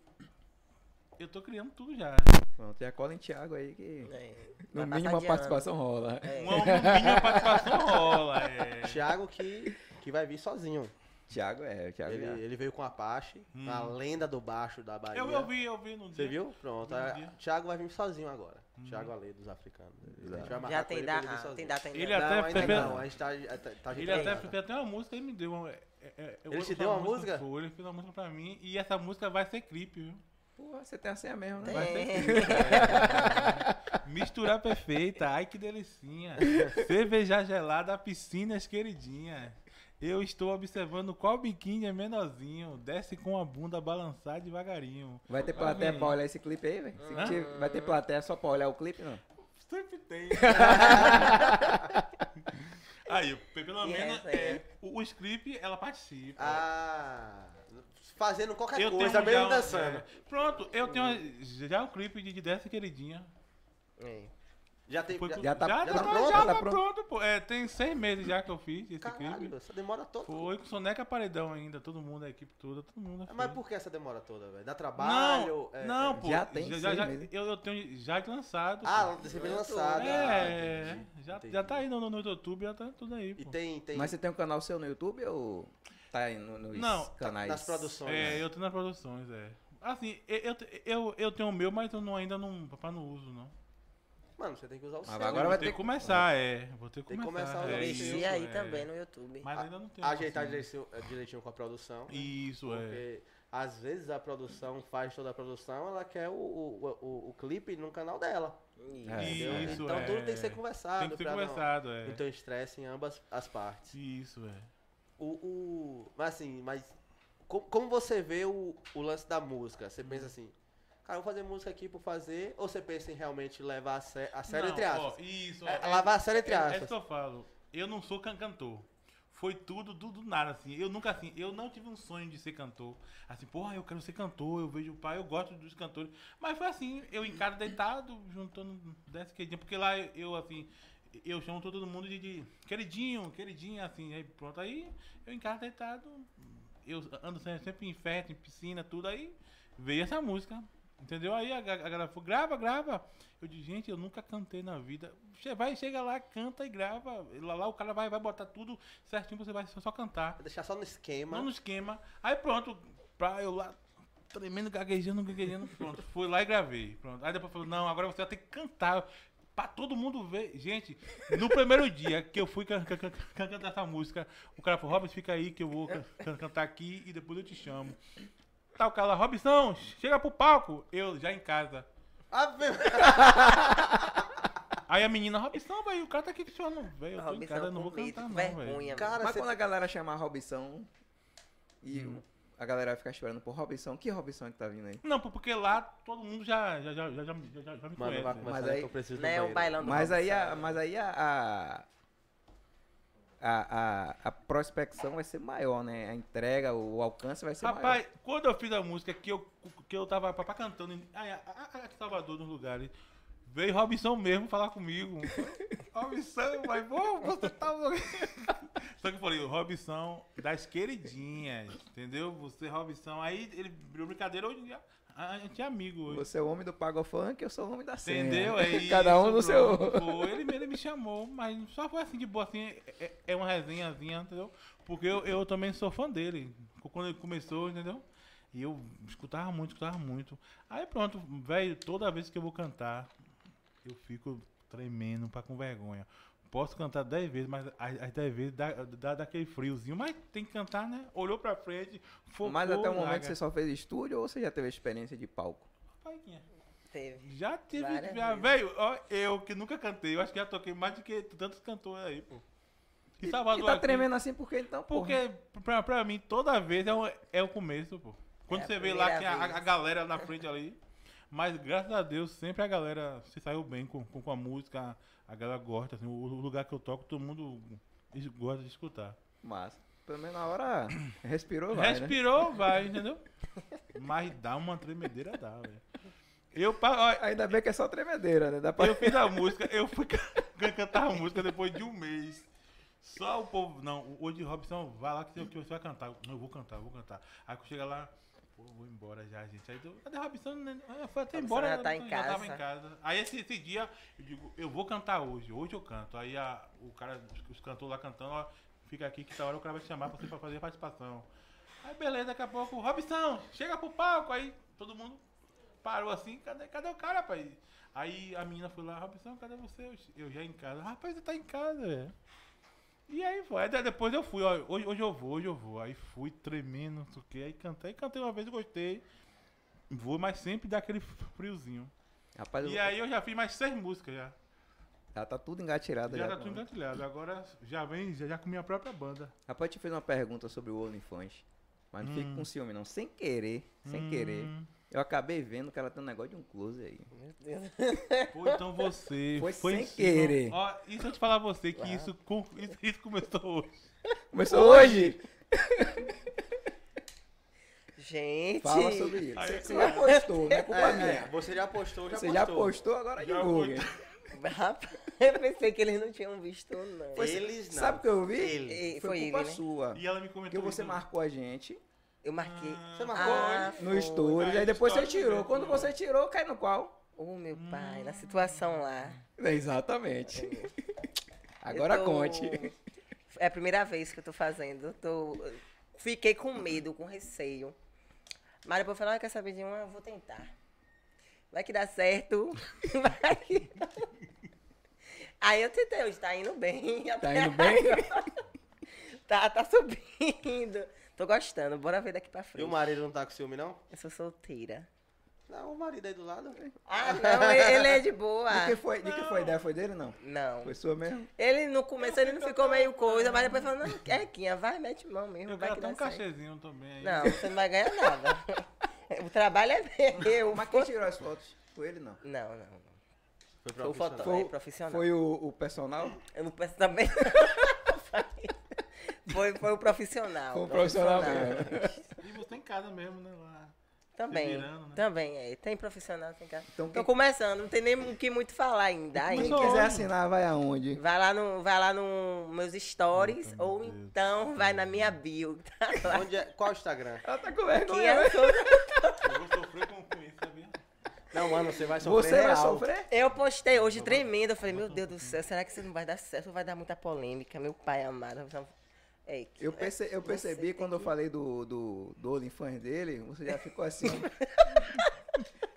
[SPEAKER 5] eu tô criando tudo já.
[SPEAKER 3] Pronto, e a cola em Thiago aí que...
[SPEAKER 4] É,
[SPEAKER 3] No
[SPEAKER 4] vai
[SPEAKER 3] mínimo
[SPEAKER 4] passar É.
[SPEAKER 3] a
[SPEAKER 4] de
[SPEAKER 3] participação rola.
[SPEAKER 4] ano.
[SPEAKER 5] Uma, uma mínima participação rola, é.
[SPEAKER 6] Thiago que, que vai vir sozinho.
[SPEAKER 3] Thiago é, o Thiago
[SPEAKER 6] Ele,
[SPEAKER 3] já.
[SPEAKER 6] ele veio com Apache,
[SPEAKER 5] Hum.
[SPEAKER 6] a lenda do baixo da Bahia.
[SPEAKER 5] Eu, eu vi, eu vi no dia.
[SPEAKER 6] Você viu? Pronto.
[SPEAKER 5] Eu vi Hum. no
[SPEAKER 6] a-
[SPEAKER 5] dia.
[SPEAKER 6] Thiago vai vir sozinho agora. Thiago Ale dos africanos. A gente vai
[SPEAKER 4] É.
[SPEAKER 6] marcar
[SPEAKER 4] Já
[SPEAKER 6] com
[SPEAKER 4] tem
[SPEAKER 6] ele pra ele vir
[SPEAKER 4] data,
[SPEAKER 6] sozinho.
[SPEAKER 4] tem data ainda.
[SPEAKER 5] Ele
[SPEAKER 6] não,
[SPEAKER 5] até
[SPEAKER 6] ainda
[SPEAKER 5] fez-
[SPEAKER 6] não. A gente tá, tá, tá
[SPEAKER 5] Ele até
[SPEAKER 6] ajeitando.
[SPEAKER 5] fez até uma música, ele me deu uma. é- é- eu
[SPEAKER 6] Ele
[SPEAKER 5] vou
[SPEAKER 6] te
[SPEAKER 5] botar
[SPEAKER 6] deu uma música?
[SPEAKER 5] Foi, ele fez uma música pra mim e essa música vai ser clipe, viu?
[SPEAKER 3] Porra, você tem a
[SPEAKER 7] assim
[SPEAKER 3] senha mesmo, né?
[SPEAKER 4] Tem.
[SPEAKER 5] Vai ser Misturar perfeita, ai que delicinha. Cerveja gelada, piscinas queridinha. Eu estou observando qual biquíni é menorzinho. Desce com a bunda a balançar devagarinho.
[SPEAKER 3] Vai ter plateia
[SPEAKER 5] Amém.
[SPEAKER 3] pra olhar esse clipe aí, velho? Se
[SPEAKER 5] Hã?
[SPEAKER 3] tiver- Vai ter plateia só pra olhar o clipe, não?
[SPEAKER 5] Sempre tem. Aí, pe- pelo
[SPEAKER 4] E
[SPEAKER 5] menos
[SPEAKER 4] essa aí?
[SPEAKER 5] é, o, o script ela participa.
[SPEAKER 6] Ah, fazendo qualquer
[SPEAKER 5] eu tenho
[SPEAKER 6] coisa, mesmo
[SPEAKER 5] já um-
[SPEAKER 6] dançando.
[SPEAKER 5] é. pronto, eu tenho já o clipe de, de Desce Queridinha.
[SPEAKER 4] É.
[SPEAKER 6] Já tem.
[SPEAKER 5] Foi pro-
[SPEAKER 3] Já tá-
[SPEAKER 5] já,
[SPEAKER 6] já
[SPEAKER 5] tá,
[SPEAKER 6] tá pronto?
[SPEAKER 5] já
[SPEAKER 3] Tá
[SPEAKER 5] tá
[SPEAKER 3] pronto?
[SPEAKER 5] pronto, pô. É, tem seis meses já que eu fiz esse clipe.
[SPEAKER 6] Caralho, essa demora toda.
[SPEAKER 5] Foi com Soneca Paredão ainda, todo mundo, a equipe toda, todo mundo.
[SPEAKER 6] Mas
[SPEAKER 5] fez.
[SPEAKER 6] por que essa demora toda, velho? Dá trabalho?
[SPEAKER 5] não,
[SPEAKER 6] é-
[SPEAKER 5] não,
[SPEAKER 6] é-
[SPEAKER 5] pô.
[SPEAKER 3] Já tem
[SPEAKER 5] já,
[SPEAKER 3] seis
[SPEAKER 5] já-
[SPEAKER 3] meses.
[SPEAKER 5] eu, eu tenho já de lançado.
[SPEAKER 6] Ah,
[SPEAKER 5] pô.
[SPEAKER 6] você foi lançado.
[SPEAKER 5] é,
[SPEAKER 6] Ah, entendi,
[SPEAKER 5] já,
[SPEAKER 6] entendi.
[SPEAKER 5] já tá aí no, no YouTube, já tá tudo aí,
[SPEAKER 6] E
[SPEAKER 5] pô.
[SPEAKER 6] tem. tem
[SPEAKER 3] Mas você tem um canal seu no YouTube ou tá aí no- nos
[SPEAKER 5] Não, tá-
[SPEAKER 3] canais?
[SPEAKER 6] nas produções. né?
[SPEAKER 5] É, eu tenho nas produções, é. Assim, eu, eu, eu, eu tenho o meu, mas eu não, ainda não, papai não uso, não.
[SPEAKER 6] Mano, você tem que usar o
[SPEAKER 3] Ah, Mas
[SPEAKER 6] seu.
[SPEAKER 3] agora
[SPEAKER 5] vou
[SPEAKER 3] vai
[SPEAKER 5] ter
[SPEAKER 3] ter
[SPEAKER 5] que começar, é. Vou ter que
[SPEAKER 6] Tem que
[SPEAKER 5] começar.
[SPEAKER 6] começar
[SPEAKER 5] é,
[SPEAKER 6] o
[SPEAKER 5] isso,
[SPEAKER 4] Investir aí
[SPEAKER 5] é.
[SPEAKER 4] também no YouTube.
[SPEAKER 5] Mas
[SPEAKER 6] né? A-
[SPEAKER 5] ainda não tem.
[SPEAKER 6] Ajeitar
[SPEAKER 5] assim.
[SPEAKER 6] direitinho, é, né? direitinho com a produção.
[SPEAKER 5] Isso, é.
[SPEAKER 6] Porque às vezes a produção faz toda a produção, ela quer o, o, o, o clipe no canal dela.
[SPEAKER 3] É,
[SPEAKER 6] entendeu?
[SPEAKER 5] isso,
[SPEAKER 6] então
[SPEAKER 5] é.
[SPEAKER 6] tudo tem que ser conversado.
[SPEAKER 5] Tem que ser
[SPEAKER 6] pra não-
[SPEAKER 5] conversado, é.
[SPEAKER 6] Então estresse em ambas as partes.
[SPEAKER 5] Isso, é.
[SPEAKER 6] O, o- mas assim, mas co- como você vê o, o lance da música? Você pensa assim, cara, eu vou fazer música aqui por fazer, ou você pensa em realmente levar a, sé- a sério
[SPEAKER 5] Não,
[SPEAKER 6] entre
[SPEAKER 5] ó,
[SPEAKER 6] aspas?
[SPEAKER 5] Isso,
[SPEAKER 6] É,
[SPEAKER 5] é.
[SPEAKER 6] levar a sério entre
[SPEAKER 5] É, é
[SPEAKER 6] aspas.
[SPEAKER 5] isso que eu falo. Eu não sou can cantor. Foi tudo do, do nada, assim. Eu nunca, assim, eu não tive um sonho de ser cantor. Assim, porra, eu quero ser cantor, eu vejo o pai, eu gosto dos cantores. Mas foi assim, eu encaro deitado, juntando 10 queridinhas. Porque lá eu, eu, assim, eu chamo todo mundo de, de queridinho, queridinha, assim. Aí pronto, aí eu encaro deitado. Eu ando sempre, sempre em festa, em piscina, tudo. Aí veio essa música. Entendeu? Aí a, ga- a galera falou, grava, grava. Eu disse, gente, eu nunca cantei na vida. Você vai, chega lá, canta e grava. Lá, lá o cara vai, vai botar tudo certinho, você vai só, só cantar.
[SPEAKER 6] Vou Deixar só no esquema.
[SPEAKER 5] Não no esquema. Aí pronto, pra eu lá, tremendo, gaguejando, gaguejando, pronto. Fui lá e gravei. Pronto. Aí depois falou, não, agora você vai ter que cantar. Pra todo mundo ver. Gente, no primeiro dia que eu fui can- can- can- can- cantar essa música, o cara falou, Robson, fica aí que eu vou can- can- cantar aqui e depois eu te chamo. Tá o cara lá, Robson, chega pro palco. Eu já em casa.
[SPEAKER 4] Ah,
[SPEAKER 5] Aí a menina, Robson, velho, o cara tá aqui que o senhor não veio. Eu tô em
[SPEAKER 4] Robson
[SPEAKER 5] casa, eu não
[SPEAKER 4] com
[SPEAKER 5] vou
[SPEAKER 4] medo,
[SPEAKER 5] cantar,
[SPEAKER 4] com
[SPEAKER 5] não,
[SPEAKER 4] vergonha.
[SPEAKER 5] velho.
[SPEAKER 6] Cara,
[SPEAKER 3] Mas
[SPEAKER 6] você-
[SPEAKER 3] quando a galera chamar Robson e o- a galera fica chorando por Robson, que Robson que tá vindo aí?
[SPEAKER 5] Não, porque lá todo mundo já, já, já, já, já, já, já me
[SPEAKER 6] Mano,
[SPEAKER 5] conhece.
[SPEAKER 6] vai
[SPEAKER 5] né?
[SPEAKER 6] começar,
[SPEAKER 3] Mas
[SPEAKER 6] né,
[SPEAKER 3] aí-
[SPEAKER 6] que eu preciso do
[SPEAKER 4] Não é um
[SPEAKER 6] banheiro.
[SPEAKER 4] bailão do
[SPEAKER 3] Mas aí, a,
[SPEAKER 4] Robson.
[SPEAKER 3] mas aí a, a, a, a, a prospecção vai ser maior, né? A entrega, o, alcance vai ser
[SPEAKER 5] Rapaz, quando eu fiz a música que eu, que eu tava pra, pra cantando em- aí, a- a- aqui em Salvador, nos lugares, veio Robson mesmo falar comigo. Robson, mas bom, você tá morrendo. Só que eu falei, o Robson das queridinhas, entendeu? Você, Robson, aí ele virou brincadeira hoje. A gente é amigo hoje.
[SPEAKER 7] Você é o homem do Pago Funk, eu sou o homem da cena.
[SPEAKER 5] Entendeu? É
[SPEAKER 7] Cada um
[SPEAKER 5] isso,
[SPEAKER 7] no seu.
[SPEAKER 5] pronto. Pô, Ele, ele me chamou, mas só foi assim de boa, assim, é, é uma resenhazinha, entendeu? Porque eu, eu também sou fã dele. Quando ele começou, entendeu? E eu escutava muito, escutava muito. Aí pronto, velho, toda vez que eu vou cantar, eu fico tremendo, pra com vergonha. Posso cantar 10 vezes, mas as as 10 vezes dá, dá, dá aquele friozinho. Mas tem que cantar, né? Olhou pra frente, focou.
[SPEAKER 7] Mas até o momento
[SPEAKER 5] larga.
[SPEAKER 7] você só fez estúdio ou você já teve experiência de palco?
[SPEAKER 5] Paguinha.
[SPEAKER 4] Teve.
[SPEAKER 5] Já tive.
[SPEAKER 4] Várias
[SPEAKER 5] já-
[SPEAKER 4] vezes.
[SPEAKER 5] Velho, ó, eu que nunca cantei, eu acho que já toquei mais do que tantos cantores aí, pô. E, Salvador.
[SPEAKER 7] e tá
[SPEAKER 5] aqui,
[SPEAKER 7] tremendo assim porque então, porra?
[SPEAKER 5] Porque pra, pra mim, toda vez é o, é o começo, pô. Quando
[SPEAKER 4] É a
[SPEAKER 5] você vê lá que a,
[SPEAKER 4] primeira
[SPEAKER 5] a
[SPEAKER 4] vez.
[SPEAKER 5] galera na frente ali. Mas graças a Deus, sempre a galera se saiu bem com, com, com a música, a galera gosta, assim, o, o lugar que eu toco, todo mundo es- gosta de escutar.
[SPEAKER 7] Mas, pelo menos na hora respirou vai, né?
[SPEAKER 5] Respirou, vai, entendeu? Mas dá uma tremedeira, dá, velho. Eu, pa- ó,
[SPEAKER 7] Ainda bem que é só tremedeira, né? Dá pra...
[SPEAKER 5] Eu fiz a música, eu fui can- cantar a música depois de um mês. Só o povo. Não, hoje Robson, vai lá que você, que você vai cantar. Eu, Não, eu vou cantar, eu vou cantar. Aí quando chega lá, pô, eu vou embora já, gente. Aí eu, cadê Robson? Ah, Foi
[SPEAKER 4] Robson
[SPEAKER 5] até embora.
[SPEAKER 4] já tá em casa.
[SPEAKER 5] tava em casa. Aí esse, esse dia, eu digo, eu vou cantar hoje, hoje eu canto. Aí a- o cara, os- os cantores lá cantando, ó, fica aqui que essa hora o cara vai te chamar pra você pra fazer a participação. Aí beleza, daqui a pouco, Robson, chega pro palco. Aí todo mundo parou assim, cadê, cadê o cara, rapaz? Aí a menina foi lá, Robson, cadê você? Eu, eu já em casa. Rapaz, você tá em casa, velho. E aí foi. Aí de- depois eu fui, ó, hoje, hoje eu vou, hoje eu vou. Aí fui tremendo, não sei o que. Aí cantei, cantei uma vez, gostei. Vou, mas sempre dá aquele friozinho.
[SPEAKER 7] Rapaz,
[SPEAKER 5] E aí eu já fiz mais seis músicas já.
[SPEAKER 7] já tá tudo engatilhado.
[SPEAKER 5] Já
[SPEAKER 7] Já
[SPEAKER 5] tá tudo engatilhado. Agora já vem, já, já com minha própria banda.
[SPEAKER 7] Rapaz, eu te fez uma pergunta sobre o OnlyFans. Mas não fique com ciúme, não. Sem querer, sem querer. Eu acabei vendo que ela tem um negócio de um close aí.
[SPEAKER 4] Meu Deus.
[SPEAKER 5] Pô, então você.
[SPEAKER 7] Foi sem
[SPEAKER 5] em cima.
[SPEAKER 7] querer.
[SPEAKER 5] Ó, e se eu te falar a você que isso, com- isso, isso começou hoje.
[SPEAKER 7] Começou hoje!
[SPEAKER 4] Gente.
[SPEAKER 7] Fala sobre isso.
[SPEAKER 5] Aí,
[SPEAKER 7] Você, você
[SPEAKER 5] claro.
[SPEAKER 7] já postou, não é
[SPEAKER 2] É,
[SPEAKER 7] culpa
[SPEAKER 2] é,
[SPEAKER 7] minha.
[SPEAKER 2] você já postou, já
[SPEAKER 7] Você
[SPEAKER 2] postou.
[SPEAKER 7] já postou, agora
[SPEAKER 5] Já
[SPEAKER 7] divulgue.
[SPEAKER 4] Rapaz, eu pensei que eles não tinham visto, não.
[SPEAKER 7] Foi-
[SPEAKER 2] Eles não.
[SPEAKER 7] Sabe o que eu vi?
[SPEAKER 2] Ele.
[SPEAKER 4] E-
[SPEAKER 7] Foi,
[SPEAKER 4] foi ele,
[SPEAKER 7] culpa
[SPEAKER 4] né?
[SPEAKER 7] sua.
[SPEAKER 5] E ela me
[SPEAKER 7] Porque
[SPEAKER 5] comentou.
[SPEAKER 7] você
[SPEAKER 5] isso.
[SPEAKER 7] marcou a gente
[SPEAKER 4] Eu marquei.
[SPEAKER 2] Você marcou
[SPEAKER 4] Ah,
[SPEAKER 2] ele?
[SPEAKER 7] no stories,
[SPEAKER 5] Aí
[SPEAKER 7] aí depois você
[SPEAKER 5] stories
[SPEAKER 7] tirou.
[SPEAKER 5] mesmo,
[SPEAKER 7] Quando
[SPEAKER 5] né?
[SPEAKER 7] você tirou, cai no qual?
[SPEAKER 4] Ô, meu pai, na situação lá.
[SPEAKER 7] Exatamente. Agora
[SPEAKER 4] Eu tô-
[SPEAKER 7] conte.
[SPEAKER 4] É a primeira vez que eu tô fazendo. Eu Tô... Fiquei com medo, com receio. Mas depois eu falei, ah, quer saber de uma? Eu Vou tentar. Vai que dá certo. Vai que... Aí eu tentei, hoje tá indo bem.
[SPEAKER 7] Tá indo bem?
[SPEAKER 4] tá, tá subindo. Tô gostando, bora ver daqui pra
[SPEAKER 2] E o
[SPEAKER 4] frente.
[SPEAKER 2] marido não tá com ciúme, não?
[SPEAKER 4] Eu sou solteira.
[SPEAKER 2] Não, o marido aí do lado.
[SPEAKER 4] Ah, não, ele ele é de boa.
[SPEAKER 7] De que foi, de que foi ideia? Foi dele não?
[SPEAKER 4] Não.
[SPEAKER 7] Foi sua mesmo?
[SPEAKER 4] Ele no começo ele não ficou meio coisa, mas depois falou, não, Quequinha, vai, mete mão mesmo,
[SPEAKER 5] Eu
[SPEAKER 4] vai
[SPEAKER 5] quero
[SPEAKER 4] que dá
[SPEAKER 5] até um
[SPEAKER 4] certo.
[SPEAKER 5] cachezinho também aí.
[SPEAKER 4] Não, você não vai ganhar nada. o trabalho é meu.
[SPEAKER 7] Mas quem tirou as fotos? Foi ele não?
[SPEAKER 4] Não, não,
[SPEAKER 2] Foi
[SPEAKER 4] não. Foi o
[SPEAKER 2] profissional.
[SPEAKER 4] fotógrafo, é profissional.
[SPEAKER 7] Foi o, o personal?
[SPEAKER 4] Eu não peço também. foi, foi o profissional.
[SPEAKER 7] Foi o profissional mesmo.
[SPEAKER 5] E você em casa mesmo, né? Lá. Se
[SPEAKER 4] Também,
[SPEAKER 5] virando, né?
[SPEAKER 4] também, é. Tem profissional, tem cara.
[SPEAKER 7] Então,
[SPEAKER 4] Tô
[SPEAKER 7] quem-
[SPEAKER 4] começando, não tem nem o que muito falar ainda.
[SPEAKER 7] Quem
[SPEAKER 4] ainda.
[SPEAKER 5] sou
[SPEAKER 7] quiser
[SPEAKER 5] homem.
[SPEAKER 7] assinar, vai aonde?
[SPEAKER 4] Vai lá no, vai lá no meus stories
[SPEAKER 5] Meu
[SPEAKER 4] ou
[SPEAKER 5] Deus.
[SPEAKER 4] então vai na minha bio, tá lá. é.
[SPEAKER 2] Onde é? Qual é o Instagram?
[SPEAKER 7] Ela tá com
[SPEAKER 4] Quem
[SPEAKER 7] vergonha.
[SPEAKER 4] eu sou
[SPEAKER 5] Eu vou sofrer com com isso, sabia?
[SPEAKER 2] Não, mano, você vai sofrer
[SPEAKER 7] Você vai
[SPEAKER 2] real.
[SPEAKER 7] sofrer?
[SPEAKER 4] Eu postei hoje tremendo. Eu falei,
[SPEAKER 2] um
[SPEAKER 4] meu Deus do céu, será que isso não vai dar certo? Vai dar muita polêmica, meu pai amado. É, que-
[SPEAKER 7] Eu, perce- eu
[SPEAKER 4] você
[SPEAKER 7] percebi
[SPEAKER 4] tem
[SPEAKER 7] quando eu falei do, do, do OnlyFans dele, você já ficou assim.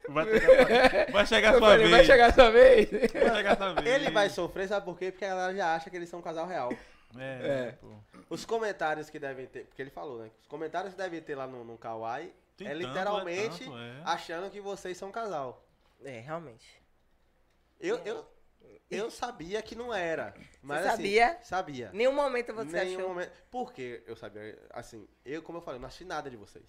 [SPEAKER 5] Vai, chegar- vai chegar a
[SPEAKER 7] Eu
[SPEAKER 5] sua
[SPEAKER 7] falei,
[SPEAKER 5] vez.
[SPEAKER 7] vai chegar sua vez.
[SPEAKER 5] Vai chegar a sua vez.
[SPEAKER 2] Ele vai sofrer, sabe por quê? Porque a galera já acha que eles são um casal real.
[SPEAKER 5] É,
[SPEAKER 7] É.
[SPEAKER 5] pô.
[SPEAKER 2] Os comentários que devem ter, porque ele falou, né? Os comentários que devem ter lá no, no Kawaii
[SPEAKER 5] Tem
[SPEAKER 2] é
[SPEAKER 5] tanto,
[SPEAKER 2] literalmente
[SPEAKER 5] é tanto, é.
[SPEAKER 2] achando que vocês são um casal.
[SPEAKER 4] É, realmente.
[SPEAKER 2] Eu, eu, eu sabia que não era. Mas
[SPEAKER 4] Você
[SPEAKER 2] assim,
[SPEAKER 4] sabia?
[SPEAKER 2] sabia.
[SPEAKER 4] Nenhum momento você
[SPEAKER 2] Nenhum
[SPEAKER 4] achou.
[SPEAKER 2] momento. Porque eu sabia, assim, eu, como eu falei, eu não assisti nada de vocês.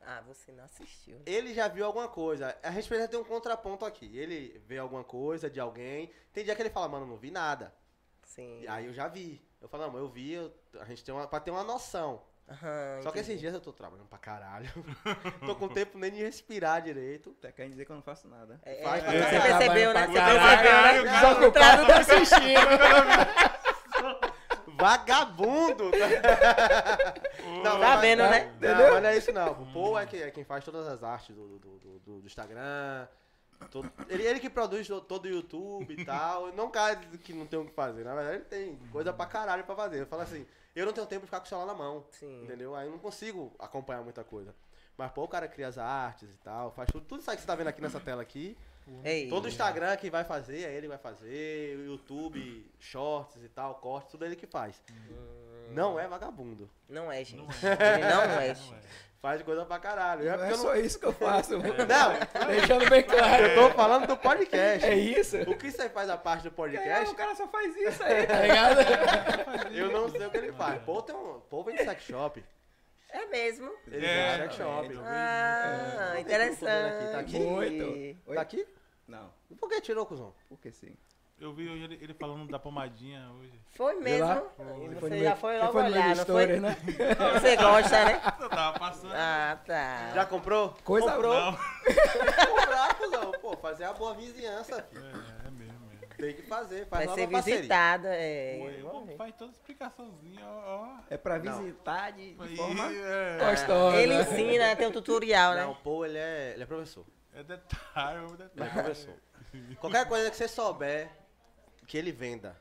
[SPEAKER 4] Ah, você não assistiu.
[SPEAKER 2] Ele já viu alguma coisa. A gente precisa ter um contraponto aqui. Ele vê alguma coisa de alguém. Tem dia que ele fala, mano, não vi nada.
[SPEAKER 4] Sim.
[SPEAKER 2] E aí eu já vi. Eu falo, não, mas eu vi, eu- a gente tem uma, pra ter uma noção.
[SPEAKER 4] Aham,
[SPEAKER 2] Só que
[SPEAKER 4] entendi.
[SPEAKER 2] esses dias eu tô trabalhando pra caralho. tô com tempo nem de respirar direito.
[SPEAKER 7] Tá querendo dizer que eu não faço nada.
[SPEAKER 4] É,
[SPEAKER 2] Faz
[SPEAKER 4] é,
[SPEAKER 2] pra
[SPEAKER 4] você
[SPEAKER 2] caralho,
[SPEAKER 4] percebeu, né?
[SPEAKER 2] pra
[SPEAKER 4] Você
[SPEAKER 2] caralho,
[SPEAKER 4] percebeu, né?
[SPEAKER 2] cara.
[SPEAKER 4] Desocupado da
[SPEAKER 2] Vagabundo! não,
[SPEAKER 4] Tá
[SPEAKER 2] mas-
[SPEAKER 4] vendo,
[SPEAKER 2] não,
[SPEAKER 4] né?
[SPEAKER 2] Não, mas não é isso não. O Paul é, que, é quem faz todas as artes do, do, do- do- do Instagram. todo- ele, ele que produz to- todo o YouTube e tal. Eu Não é um cara que não tem o que fazer. Na verdade, ele tem coisa pra caralho pra fazer. Eu falo assim, eu não tenho tempo de ficar com o celular na mão.
[SPEAKER 4] Sim.
[SPEAKER 2] Entendeu? Aí eu não consigo acompanhar muita coisa. Mas, pô, o cara cria as artes e tal, faz tudo. Tudo isso aí que você tá vendo aqui nessa tela aqui.
[SPEAKER 4] Ei,
[SPEAKER 2] Todo o Instagram que vai fazer, é ele que vai fazer, o YouTube, shorts e tal, cortes, tudo é ele que faz. Não é vagabundo.
[SPEAKER 4] Não é, gente.
[SPEAKER 5] Não
[SPEAKER 4] Ele não é, gente.
[SPEAKER 2] Faz coisa pra caralho. É
[SPEAKER 7] Não
[SPEAKER 2] porque
[SPEAKER 7] é
[SPEAKER 2] eu não...
[SPEAKER 7] só isso que eu faço, mano. Tá
[SPEAKER 2] não,
[SPEAKER 7] Deixando bem claro.
[SPEAKER 2] eu tô falando do podcast.
[SPEAKER 7] É isso?
[SPEAKER 2] O que você faz a parte do
[SPEAKER 7] Caralho,
[SPEAKER 2] podcast,
[SPEAKER 7] o cara só faz isso aí, tá ligado? É,
[SPEAKER 2] eu não sei o que ele faz. Pô, tem um... Pô vem de sex shop.
[SPEAKER 4] É mesmo?
[SPEAKER 2] Ele
[SPEAKER 5] É,
[SPEAKER 2] vem de sex shop.
[SPEAKER 7] também.
[SPEAKER 4] Ah,
[SPEAKER 2] É.
[SPEAKER 4] interessante.
[SPEAKER 2] Tá aqui?
[SPEAKER 7] Muito. Oi?
[SPEAKER 2] Tá aqui?
[SPEAKER 7] Não,
[SPEAKER 2] Por que tirou, cuzão?
[SPEAKER 7] porque sim.
[SPEAKER 5] Eu vi hoje ele, ele falando da pomadinha hoje.
[SPEAKER 4] Foi
[SPEAKER 7] lá?
[SPEAKER 4] mesmo? E
[SPEAKER 7] Foi no
[SPEAKER 4] Você
[SPEAKER 7] meu-
[SPEAKER 4] já foi
[SPEAKER 7] você
[SPEAKER 4] logo
[SPEAKER 7] foi no meu
[SPEAKER 4] olhar, não foi?
[SPEAKER 7] story, né?
[SPEAKER 4] Você gosta, né?
[SPEAKER 5] Eu tava passando.
[SPEAKER 4] Ah, tá.
[SPEAKER 2] Já comprou?
[SPEAKER 7] Coisa
[SPEAKER 2] comprou.
[SPEAKER 5] Não,
[SPEAKER 2] Comprar, cuzão. Pô, fazer a boa vizinhança. filho.
[SPEAKER 5] é, é mesmo. É.
[SPEAKER 2] Tem que fazer. Faz
[SPEAKER 4] Vai
[SPEAKER 2] nova
[SPEAKER 4] ser
[SPEAKER 2] parceria.
[SPEAKER 4] visitada. É.
[SPEAKER 5] Pô, eu vou- faz toda explicaçãozinha, ó.
[SPEAKER 7] É pra visitar de, Ah,
[SPEAKER 5] ó.
[SPEAKER 7] de
[SPEAKER 5] E
[SPEAKER 7] forma
[SPEAKER 5] é,
[SPEAKER 7] gostosa.
[SPEAKER 4] Ele ensina, tem um tutorial,
[SPEAKER 2] Não, o
[SPEAKER 4] né?
[SPEAKER 2] Paul, ele é, ele é professor.
[SPEAKER 5] é detalhe, é
[SPEAKER 2] Ele é
[SPEAKER 5] detalhe.
[SPEAKER 2] professor. Qualquer coisa que você souber, que ele venda.